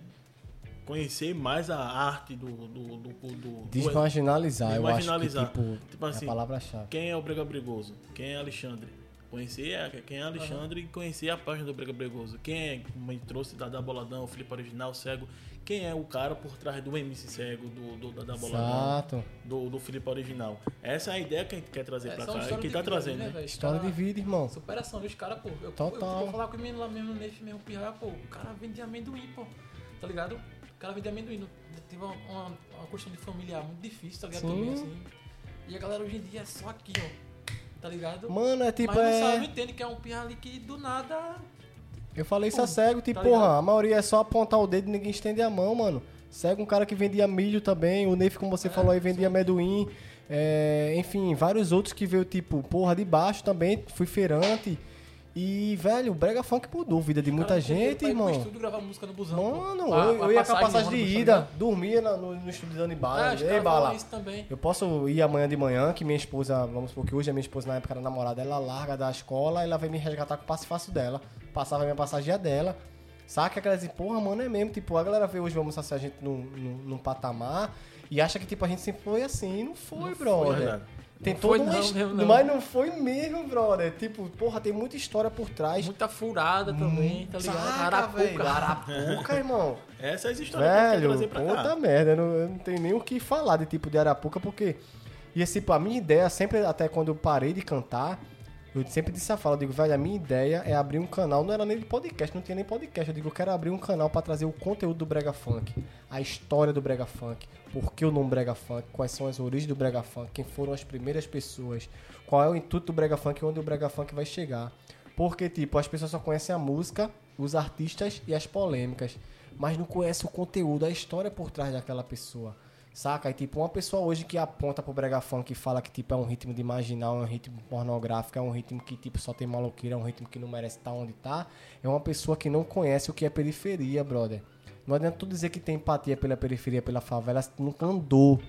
conhecer mais a arte do... do, do, do- do-
Desmarginalizar, eu acho que,
Desmarginalizar.
tipo,
Tipo
é
assim,
a palavra-chave.
Quem é o Brega Bregoso? Quem é Alexandre? Conhecer a- quem é Alexandre e conhecer a página do Brega Bregoso. Quem é, como ele trouxe, Dada Boladão, o Felipe Original, Cego. Quem é o cara por trás do MC Cego, do, do Dada Boladão,
Exato.
do, do Felipe Original. Essa é a ideia que a gente quer trazer
É,
pra
só uma
cá e
história
que
de
tá
vida,
trazendo, né?
velho? Os
História de
cara-
vida, irmão.
Superação dos caras, pô. Eu,
Total.
eu vou falar com o menino lá mesmo, nesse mesmo pirra, pô. O cara vende amendoim, pô. Tá ligado? O cara vende amendoim. não- Teve uma, uma, uma questão de familiar muito difícil, tá ligado?
Sim.
Também, assim. E a galera hoje em dia é só aqui, ó. Tá ligado?
Mano, é tipo,
Mas não sabe, não
é...
entende que é um pirra ali que do nada.
Eu falei isso a
Pô,
cego, tipo,
tá ligado?
porra, a maioria é só apontar o dedo e ninguém estende a mão, mano. Cego um cara que vendia milho também, o Neif, como você
É,
falou aí, vendia amendoim. é, enfim, vários outros que veio, tipo, porra, de baixo também, fui feirante. E, velho, o Brega Funk mudou a vida de muita
cara não tem dinheiro
gente,
pra ir pro
irmão.
estúdio gravar música no busão. pô.
Mano,
A-
eu, eu ia com a passagem
ônibus,
de
tá
ida,
ligado?
dormia na- no, no estúdio dando
Ah,
bala.
os
Ei,
caras falam
bala.
isso também.
Eu posso ir amanhã de manhã, que minha esposa, vamos supor que hoje a minha esposa na época era namorada, ela larga da escola, ela vem me resgatar com o passe fácil dela. Passava a minha passagem e a dela. Saca aquela assim, porra, mano, é mesmo. Tipo, a galera vê hoje, vamos assistir a gente num, num, num patamar e acha que, tipo, a gente sempre foi assim. E não foi, brother.
é verdade.
tem
Não
todo
foi
uma
não,
his-
mesmo não.
Mas não foi mesmo, brother. Tipo, porra, tem muita história por trás.
Muita furada também, tá ligado?
Hum. velho.
Arapuca.
Arapuca, irmão.
Essa é a história que a gente
Velho,
quer trazer pra
puta
cá.
merda, eu não, eu não tenho nem o que falar de tipo de Arapuca, porque. E assim, pô, a minha ideia, sempre até quando eu parei de cantar, eu sempre disse a fala, eu digo, velho, a minha ideia é abrir um canal, não era nem de podcast, não tinha nem podcast. Eu digo, eu quero abrir um canal pra trazer o conteúdo do Brega Funk, a história do Brega Funk, por que o nome Brega Funk, quais são as origens do Brega Funk, quem foram as primeiras pessoas, qual é o intuito do Brega Funk e onde o Brega Funk vai chegar. Porque, tipo, as pessoas só conhecem a música, os artistas e as polêmicas, mas não conhecem o conteúdo, a história por trás daquela pessoa. Saca? E, tipo, uma pessoa hoje que aponta pro brega funk e fala que, tipo, é um ritmo de marginal, é um ritmo pornográfico, é um ritmo que, tipo, só tem maloqueira, é um ritmo que não merece estar onde tá, é uma pessoa que não conhece o que é periferia, brother. Não adianta tu dizer que tem empatia pela periferia, pela favela, se tu nunca andou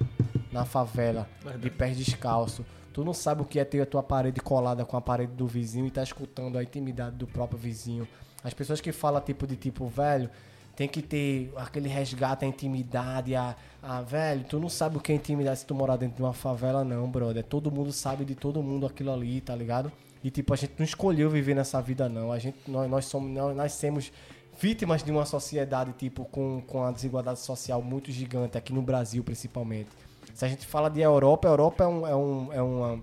na favela, de pés descalço. Tu não sabe o que é ter a tua parede colada com a parede do vizinho e tá escutando a intimidade do próprio vizinho. As pessoas que falam tipo de tipo, velho, tem que ter aquele resgate, a intimidade, a, a- velho, tu não sabe o que é intimidade se tu morar dentro de uma favela, não, brother. Todo mundo sabe de todo mundo aquilo ali, tá ligado? E tipo, a gente não escolheu viver nessa vida, não. A gente, nós, nós somos, nós nascemos vítimas de uma sociedade, tipo, com, com a desigualdade social muito gigante, aqui no Brasil principalmente. Se a gente fala de Europa, a Europa é um, é um, é uma-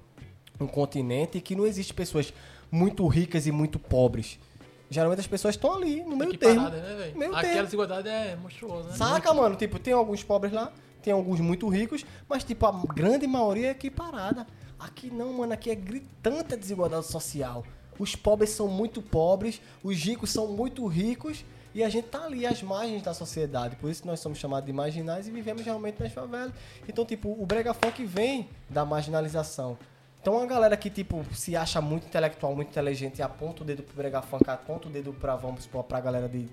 um continente que não existe pessoas muito ricas e muito pobres. Geralmente as pessoas estão ali, no meio termo.
Equiparada, né, velho?
Meio
Aquela
termo.
desigualdade é monstruosa, né?
Saca, mano? Tipo, tem alguns pobres lá, tem alguns muito ricos, mas, tipo, a grande maioria é equiparada. Aqui não, mano, aqui é gritante a desigualdade social. os pobres são muito pobres, os ricos são muito ricos e a gente tá ali às margens da sociedade. Por isso que nós somos chamados de marginais e vivemos realmente nas favelas. Então, tipo, o brega funk vem da marginalização. Então, a galera que, tipo, se acha muito intelectual, muito inteligente e aponta o dedo pro brega funk, aponta o dedo pra, vamos supor, pra galera de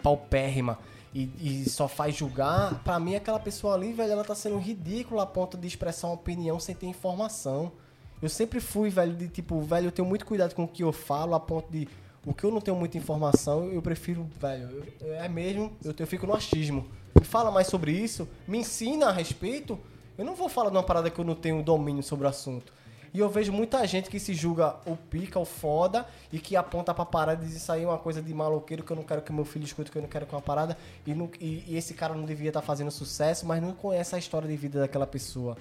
paupérrima e, e só faz julgar, pra mim aquela pessoa ali, velho, ela tá sendo ridícula a ponto de expressar uma opinião sem ter informação. Eu sempre fui, velho, de tipo, velho, eu tenho muito cuidado com o que eu falo, a ponto de o que eu não tenho muita informação, eu prefiro, velho, eu- é mesmo, eu, te- eu fico no achismo. Me fala mais sobre isso, me ensina a respeito. Eu não vou falar de uma parada que eu não tenho domínio sobre o assunto. E eu vejo muita gente que se julga o pica, o foda, e que aponta pra parada e diz isso aí é uma coisa de maloqueiro que eu não quero que meu filho escute, que eu não quero que uma parada, e, não- e- e esse cara não devia estar fazendo sucesso, mas não conhece a história de vida daquela pessoa.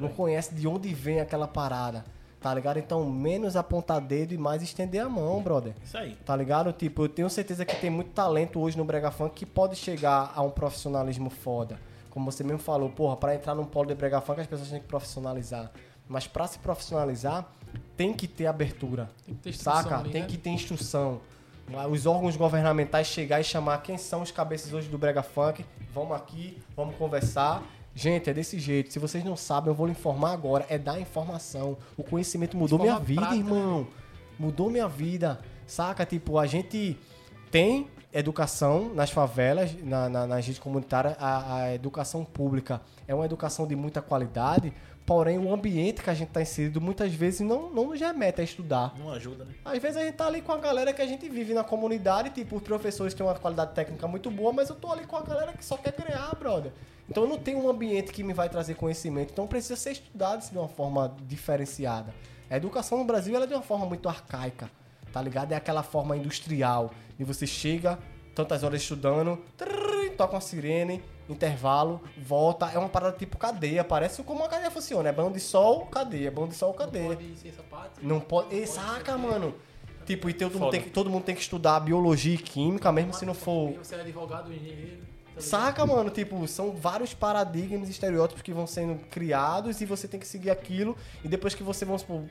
Não conhece de onde vem aquela parada, tá ligado? Então, menos apontar dedo e mais estender a mão, brother
Isso aí.
tá ligado? Tipo, eu tenho certeza que tem muito talento hoje no Brega Funk que pode chegar a um profissionalismo foda. Como você mesmo falou, porra, pra entrar num polo de Brega Funk as pessoas têm que profissionalizar. Mas pra se profissionalizar, tem que ter abertura.
Tem que ter instrução
saca?
ali,
tem
né?
que ter instrução. Os órgãos governamentais chegar e chamar quem são os cabeças hoje do Brega Funk. Vamos aqui, vamos conversar. Gente, é desse jeito. Se vocês não sabem, eu vou lhe informar agora. É dar informação. O conhecimento mudou minha
forma
vida,
prática, né?
irmão irmão, mudou minha vida, saca? Tipo, a gente tem educação nas favelas, na, na, na rede comunitária, a, a educação pública é uma educação de muita qualidade, porém o ambiente que a gente está inserido muitas vezes não, não nos remete a estudar.
Não ajuda, né?
Às vezes a gente tá ali com a galera que a gente vive na comunidade, tipo, os professores têm uma qualidade técnica muito boa, mas eu tô ali com a galera que só quer criar, brother. Então eu não tenho um ambiente que me vai trazer conhecimento, então precisa ser estudado isso de uma forma diferenciada. A educação no Brasil ela é de uma forma muito arcaica, tá ligado? É aquela forma industrial, de você chega, tantas horas estudando, trrr, toca uma sirene, intervalo, volta, é uma parada tipo cadeia, parece como uma cadeia funciona, é banho de sol, cadeia, banho de sol, cadeia.
Pode ser sapato.
Não pode. Ei, saca, mano. Tipo, e todo mundo,
Foda.
tem que, todo mundo tem que estudar biologia e química, mesmo se não for.
Você é advogado, engenheiro. tá ligado?
Saca, mano? Tipo, são vários paradigmas e estereótipos que vão sendo criados e você tem que seguir aquilo. E depois que você, vamos supor,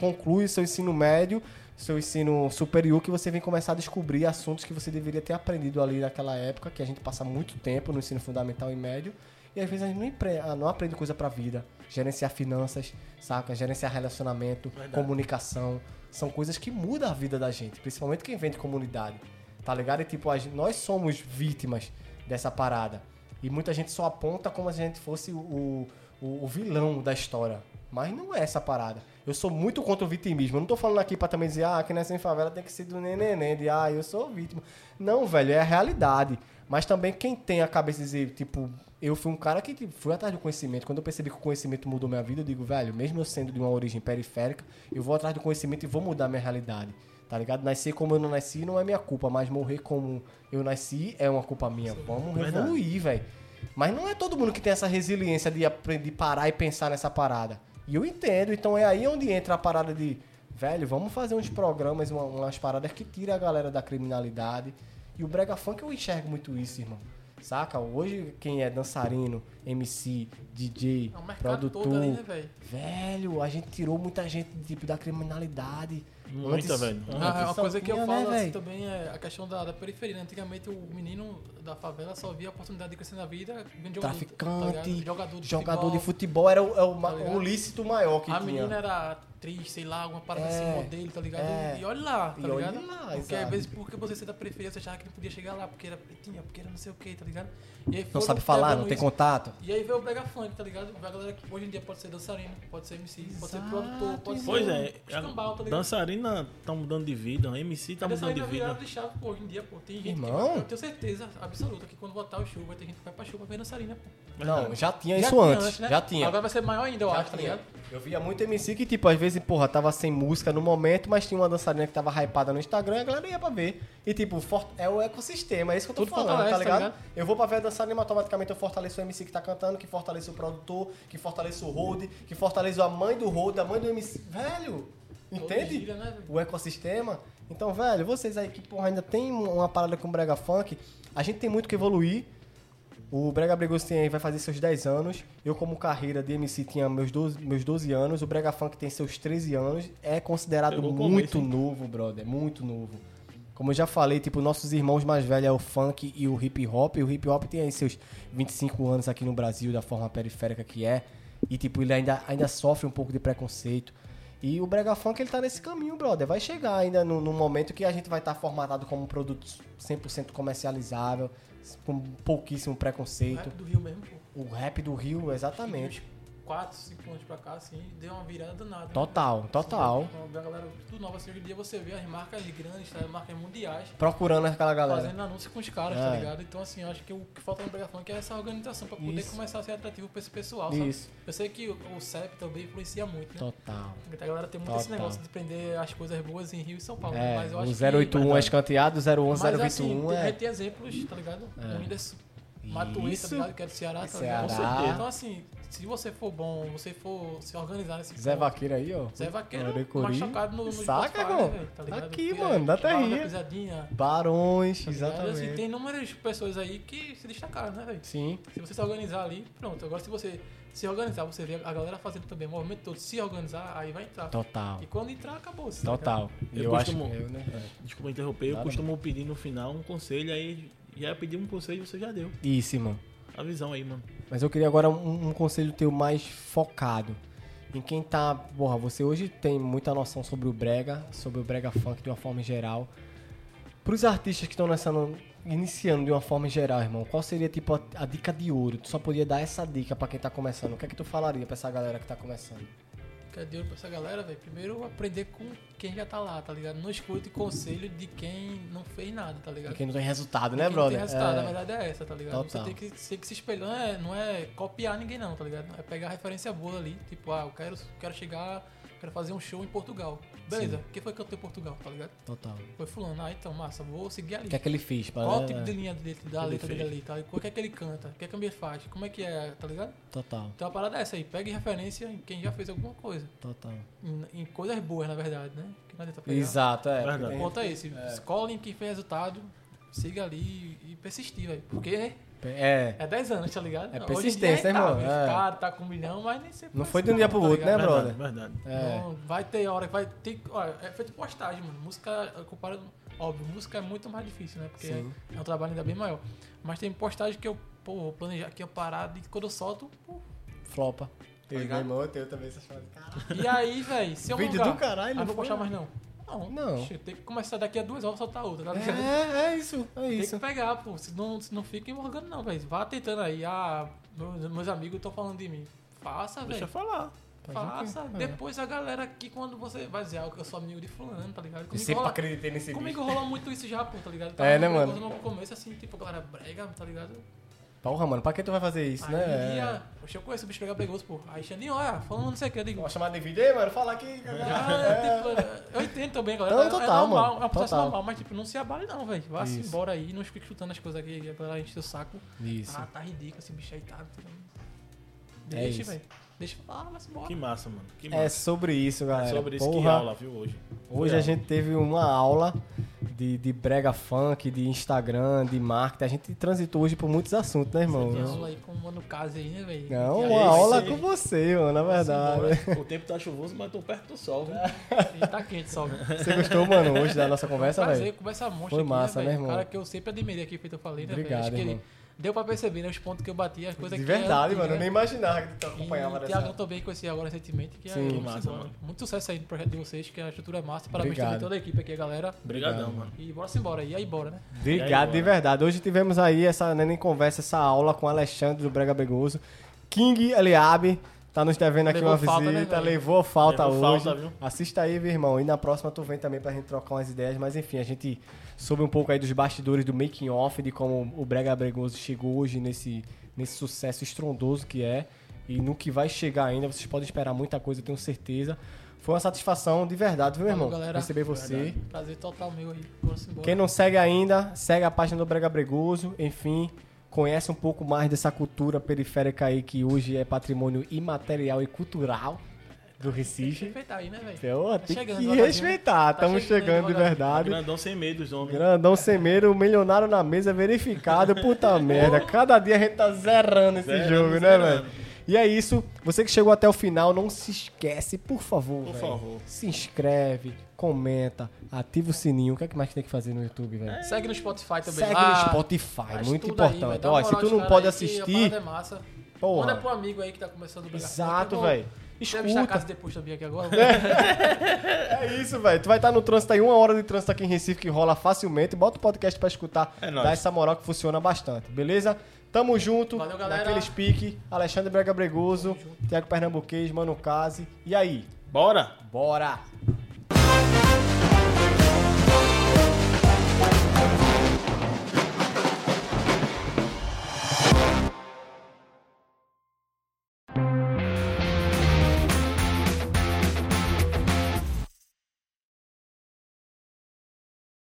conclui seu ensino médio, seu ensino superior, que você vem começar a descobrir assuntos que você deveria ter aprendido ali naquela época, que a gente passa muito tempo no ensino fundamental e médio. E às vezes a gente não, empre- ah, não aprende coisa pra vida. Gerenciar finanças, saca? Gerenciar relacionamento,
Verdade.
comunicação. São coisas que mudam a vida da gente, principalmente quem vem de comunidade. Tá ligado? E tipo, a gen- nós somos vítimas dessa parada. E muita gente só aponta como se a gente fosse o, o, o vilão da história. Mas não é essa parada. Eu sou muito contra o vitimismo. Eu não tô falando aqui pra também dizer, ah, quem nasceu em favela tem que ser do neném, de ah, eu sou vítima. Não, velho, é a realidade. Mas também quem tem a cabeça de dizer, tipo, eu fui um cara que tipo, fui atrás do conhecimento. Quando eu percebi que o conhecimento mudou minha vida, eu digo, velho, mesmo eu sendo de uma origem periférica, eu vou atrás do conhecimento e vou mudar minha realidade. Tá ligado? Nascer como eu não nasci não é minha culpa, mas morrer como eu nasci é uma culpa minha. Vamos
Verdade.
evoluir, velho. tipo Mas não é todo mundo que tem essa resiliência de, apre- de parar e pensar nessa parada. E eu entendo, então é aí onde entra a parada de, velho, vamos fazer uns programas, uma- umas paradas que tira a galera da criminalidade. E o Brega Funk eu enxergo muito isso, irmão. Saca? Hoje quem é dançarino, MC, DJ,
É um mercado
produtor,
todo ali, né, velho?
Velho, a gente tirou muita gente tipo, da criminalidade.
Muita, velho.
antes
Ah, é uma
só
coisa que eu
tinha,
falo
né,
assim,
velho?
também é a questão da, da periferia. né? Antigamente o menino da favela só via a oportunidade de crescer na vida vendo jogador, tá
Traficante,
ligado? jogador de
jogador de
futebol.
futebol era o, é o ma-
Tá ligado?
o lícito maior que
A
tinha.
menina era atriz, sei lá, alguma parada
É,
assim, modelo, tá ligado?
é.
E olha lá, tá
E olha
ligado?
lá,
porque
exato.
às vezes, porque você ser da periferia, você achava que não podia chegar lá, porque era pretinha, porque era não sei o que, tá ligado? E aí
Não
foram
sabe falar, não
quebrando
tem
isso.
contato.
E aí veio o Brega Funk, tá ligado? A galera que hoje em dia pode ser dançarino, pode ser MC, pode ser
Exato,
produtor, pode ser
Pois é,
um escambau, tá
a
ligado?
dançarina tá mudando de vida, a MC tá mudando de
Dançarina é virada
vida.
de chave, pô, hoje em dia, pô. Tem gente
Irmão?
que. Eu tenho certeza absoluta que quando botar o show, vai ter gente que vai pra show pra ver dançarina, pô.
Não, já tinha
Já
é isso
tinha
antes.
né?
Já tinha.
Agora vai ser maior ainda, eu
Já
acho, tá
tinha.
ligado?
Eu via muito MC que, tipo, às vezes, porra, tava sem música no momento, mas tinha uma dançarina que tava hypada no Instagram e a galera ia pra ver. E, tipo, for- é o ecossistema, é isso que eu tô
Tudo
falando,
fortalece,
tá
tá
ligado?
ligado?
Eu vou pra ver a dançarina, automaticamente eu fortaleço o MC que tá cantando, que fortaleço o produtor, que fortaleço o hold, que fortaleço a mãe do hold, a mãe do MC. Velho! Entende?
gira, né, velho?
o ecossistema. Então, um, velho, vocês aí que porra, ainda tem uma parada com o Brega Funk, a gente tem muito que evoluir. O Brega Bregoso tem aí, vai fazer seus 10 anos. Eu, como carreira de MC, tinha meus 12, meus 12 anos. O Brega Funk tem seus 13 anos. É considerado
Pegou o começo,
muito
hein?
novo, brother. Muito novo. Como eu já falei, tipo, nossos irmãos mais velhos é o funk e o hip hop. E o hip hop tem aí seus 25 anos aqui no Brasil, da forma periférica que é. E, tipo, ele ainda, ainda sofre um pouco de preconceito. E o Brega Funk, ele tá nesse caminho, brother. Vai chegar ainda no, no momento que a gente vai estar formatado como um produto 100% comercializável, com pouquíssimo preconceito.
do Rio mesmo, pô.
O rap do Rio, exatamente.
Uns 4, 5 anos pra cá, assim, deu uma virada né? danada.
Total, total.
Então, A galera, tudo nova, assim, hoje em dia você vê as marcas grandes, tá? as marcas mundiais,
Procurando aquela galera.
fazendo anúncio com os caras,
É.
tá ligado? Então, assim, eu acho que o que falta no Brega Funk é essa organização pra poder
Isso.
começar a ser atrativo pra esse pessoal, sabe?
Isso.
Eu sei que o o CEP também influencia muito, né?
Total.
A galera tem muito esse
Total.
negócio de prender as coisas boas em Rio e São Paulo,
É,
né? mas eu
o
acho que...
081 é escanteado, 011,
Mas, assim,
021
tem,
é...
tem exemplos, tá ligado? É. Unidas Matuí, tá
Isso.
ligado? Que é do Ceará, tá
Ceará.
ligado? Com certeza. Então, assim, se você for bom, você for se organizar nesse
Zé Vaqueiro aí, ó.
Zé Vaqueiro,
Arecori.
mais chocado no, no
Saca,
Spotify,
irmão?
né, velho, tá ligado?
Aqui,
Porque
mano, dá até
Barra da
rir.
Pisadinha,
Barões,
tá ligado?
exatamente.
Assim, tem inúmeras pessoas aí que se destacaram, né, velho?
Sim,
Se você se organizar ali, pronto. Agora, se você se organizar, você vê a galera fazendo também, o movimento todo, se organizar, aí vai entrar.
total.
E quando entrar, acabou. assim, tá se
Total. E eu,
Eu
acho
costumo-
que eu, né?
Desculpa interromper, eu
Nada,
costumo pedir no final um conselho, aí já pedi um conselho e você já deu.
Isso, irmão.
A visão aí, mano.
Mas eu queria agora um, um conselho teu mais focado. Em quem tá. Porra, você hoje tem muita noção sobre o Brega, sobre o Brega Funk de uma forma geral. Pros artistas que estão nessa. no- Iniciando de uma forma geral, irmão, qual seria tipo a, a dica de ouro? Tu só podia dar essa dica pra quem tá começando. O que é que tu falaria pra essa galera que tá começando?
Cadê pra essa galera, velho? Primeiro aprender com quem já tá lá, tá ligado? Não escute conselho de quem não fez nada, tá
Pra
ligado?
quem não tem resultado, né,
Quem
brother?
Tem resultado,
É.
a verdade é essa, tá ligado?
Total.
Você tem que, tem que se espelhar, não é, não é copiar ninguém não, tá ligado? É pegar a referência boa ali, tipo, ah, eu quero, quero chegar, quero fazer um show em Portugal. Beleza, quem foi que cantou em Portugal, tá ligado?
Total.
Foi fulano, ah, então, massa, vou seguir ali.
O que é que ele fez? Pra,
Qual o tipo de linha dele, da
Ele
letra dele
fez.
ali, tá? O que é que ele canta? O que é que ele faz? Como é que é, tá ligado?
Total,
Então a parada é essa aí, pegue referência em quem já fez alguma coisa.
total.
Em, em coisas boas, na verdade, né? Que não adianta pegar.
Exato, é.
Verdade.
porque
O ponto é esse. Escolhe em quem fez resultado, siga ali e persistir, velho. Porque
tem- É.
é 10 anos, tá ligado?
É
Hoje em
persistência,
dia é
né, irmão?
rentável.
É.
Esse cara tá com um milhão, mas nem sempre.
Não
vai
foi
ser
de um dia
bom,
pro
tá
outro, né,
ligado?
brother?
verdade.
É.
Então, vai ter hora que vai ter. Olha, é feito postagem, mano. Música, comparando. Óbvio, música é muito mais difícil, né? Porque
Sim.
é um trabalho ainda bem maior. Mas tem postagem que eu, pô, vou planejar aqui a parada e quando eu solto, pô.
Flopa. Teu
Tá ligado?
irmão, teu também, essas frases. Caralho.
E aí, velho, se eu
Vídeo
mangar,
do caralho,
aí eu
foi?
vou postar mais não. Não,
Não.
oxe, Tem que começar daqui a duas horas soltar outra, tá ligado?
É, é isso, é
Tem
isso.
que pegar, pô. Se não, se não fica emorgando, não, velho. Vá tentando aí. Ah, meus, meus amigos estão falando de mim. Faça,
Deixa eu
velho.
falar.
Faça.
Fazer o quê? É.
Depois a galera aqui, quando você vai dizer, ah, eu sou amigo de fulano, tá ligado?
Eu
Comigo
sempre
rola,
acreditei nesse
comigo
bicho.
rola muito isso já, pô, tá ligado? Eu
É, né,
contando
mano?
No começo, assim, tipo, a galera brega, tá ligado?
Porra, mano, pra que tu vai fazer isso,
Aí,
né?
ia, poxa, eu conheço o bicho brega bregoso, pô. Aí, Xandinho, olha, falando não sei o que, eu digo...
Uma chamada de vídeo, ei, mano, fala aqui.
Ah, é, tipo, eu entendo também, galera.
Não,
É- é
Então, total,
normal,
mano.
é um processo
Total.
normal, mas tipo, não se abale não, velho. Vá se
Isso.
embora aí, não fique chutando as coisas aqui, a galera enche seu saco.
Isso.
Ah, tá ridículo esse bicho aí, tá?
É
Deixa,
isso.
velho. Deixa eu falar, vai se embora.
Que massa, mano. Que
É
massa.
sobre isso, galera.
Sobre isso que
Porra,
aula, viu, hoje.
Hoje a gente teve uma aula de, de brega funk, de Instagram, de marketing. A gente transitou hoje por muitos assuntos, né, irmão?
Tem aula aí com o Mano Case aí, né, velho?
Não,
Que
uma
aí,
aula
aí.
com você, mano, na é verdade.
Bora. O tempo tá chuvoso, mas tô perto do sol. viu?
ele Tá quente só.
Você gostou, mano, hoje da nossa conversa,
Prazer,
velho?
conversa monstro
Foi
aqui,
massa,
né,
né,
velho?
irmão?
O cara que eu sempre admirei aqui, feito eu falei, né, velho?
Obrigado,
Acho que ele
irmão.
deu pra perceber, né, os pontos que eu bati, as coisas
De
que eu
verdade,
antiga,
mano. Eu nem
né?
imaginava que tu acompanhava
E o
dessa.
Thiago também conheci agora recentemente, que
Sim.
é
Massa,
massa,
mano.
Muito sucesso aí no projeto de vocês, que a estrutura é massa. Parabéns
Obrigado.
também a toda a equipe aqui, a galera.
Obrigadão, mano.
E bora se embora. E aí, bora, né?
Obrigado de
bora.
verdade. Hoje tivemos aí essa né, nem nem conversa, essa aula com Alexandre do Brega Begoso. King Eliabe tá nos devendo aqui
Levou
uma
falta, né,
visita,
velho?
levou falta
Levou
hoje.
falta, viu?
Assista aí, meu irmão. E na próxima tu vem também pra gente trocar umas ideias, mas enfim, a gente soube um pouco aí dos bastidores do making off, de como o Brega Begoso chegou hoje nesse nesse sucesso estrondoso que é e no que vai chegar ainda, vocês podem esperar muita coisa, eu tenho certeza. Foi uma satisfação de verdade, viu, meu
Falou,
irmão?
galera.
Receber você.
Prazer total meu aí. Bora se embora.
Quem não segue ainda, segue a página do Brega Bregoso, enfim, conhece um pouco mais dessa cultura periférica aí que hoje é patrimônio imaterial e cultural do Recife.
Respeitar aí, né, velho?
Então, tem
chegando,
que
devagarzinho.
respeitar.
Tá
Estamos
chegando,
chegando de
devagarzinho.
verdade.
tá Grandão sem medo, os homens.
Grandão semeiro, milionário na mesa verificado. Puta merda, cada dia a gente tá zerando esse
Zerando,
jogo, né,
zerando.
velho? E é isso. Você que chegou até o final, não se esquece, por favor.
Por
velho.
favor.
Se inscreve, comenta, ativa o sininho. O que é que mais tem que fazer no YouTube, velho?
Segue no Spotify também.
Segue
lá.
no Spotify, é
Faz
muito
tudo aí, velho.
importante.
Dá uma
Ó, se
moral
tu
aos
não
caras
pode
aí que a parada é
assistir,
massa.
Porra.
Manda pro amigo aí que tá começando o Briga Funk.
Exato,
Eu vou-
velho.
Deve
Escuta.
estar casa depois também aqui agora.
é isso, velho. Tu vai estar no trânsito aí, uma hora de trânsito aqui em Recife que rola facilmente. Bota o podcast pra escutar.
É nóis.
dá essa moral que funciona bastante, beleza? Tamo junto.
Valeu, galera.
Naquele speak. Alexandre Brega Bregoso, Tiago Pernambuquês, Mano Case. E aí?
Bora!
Bora!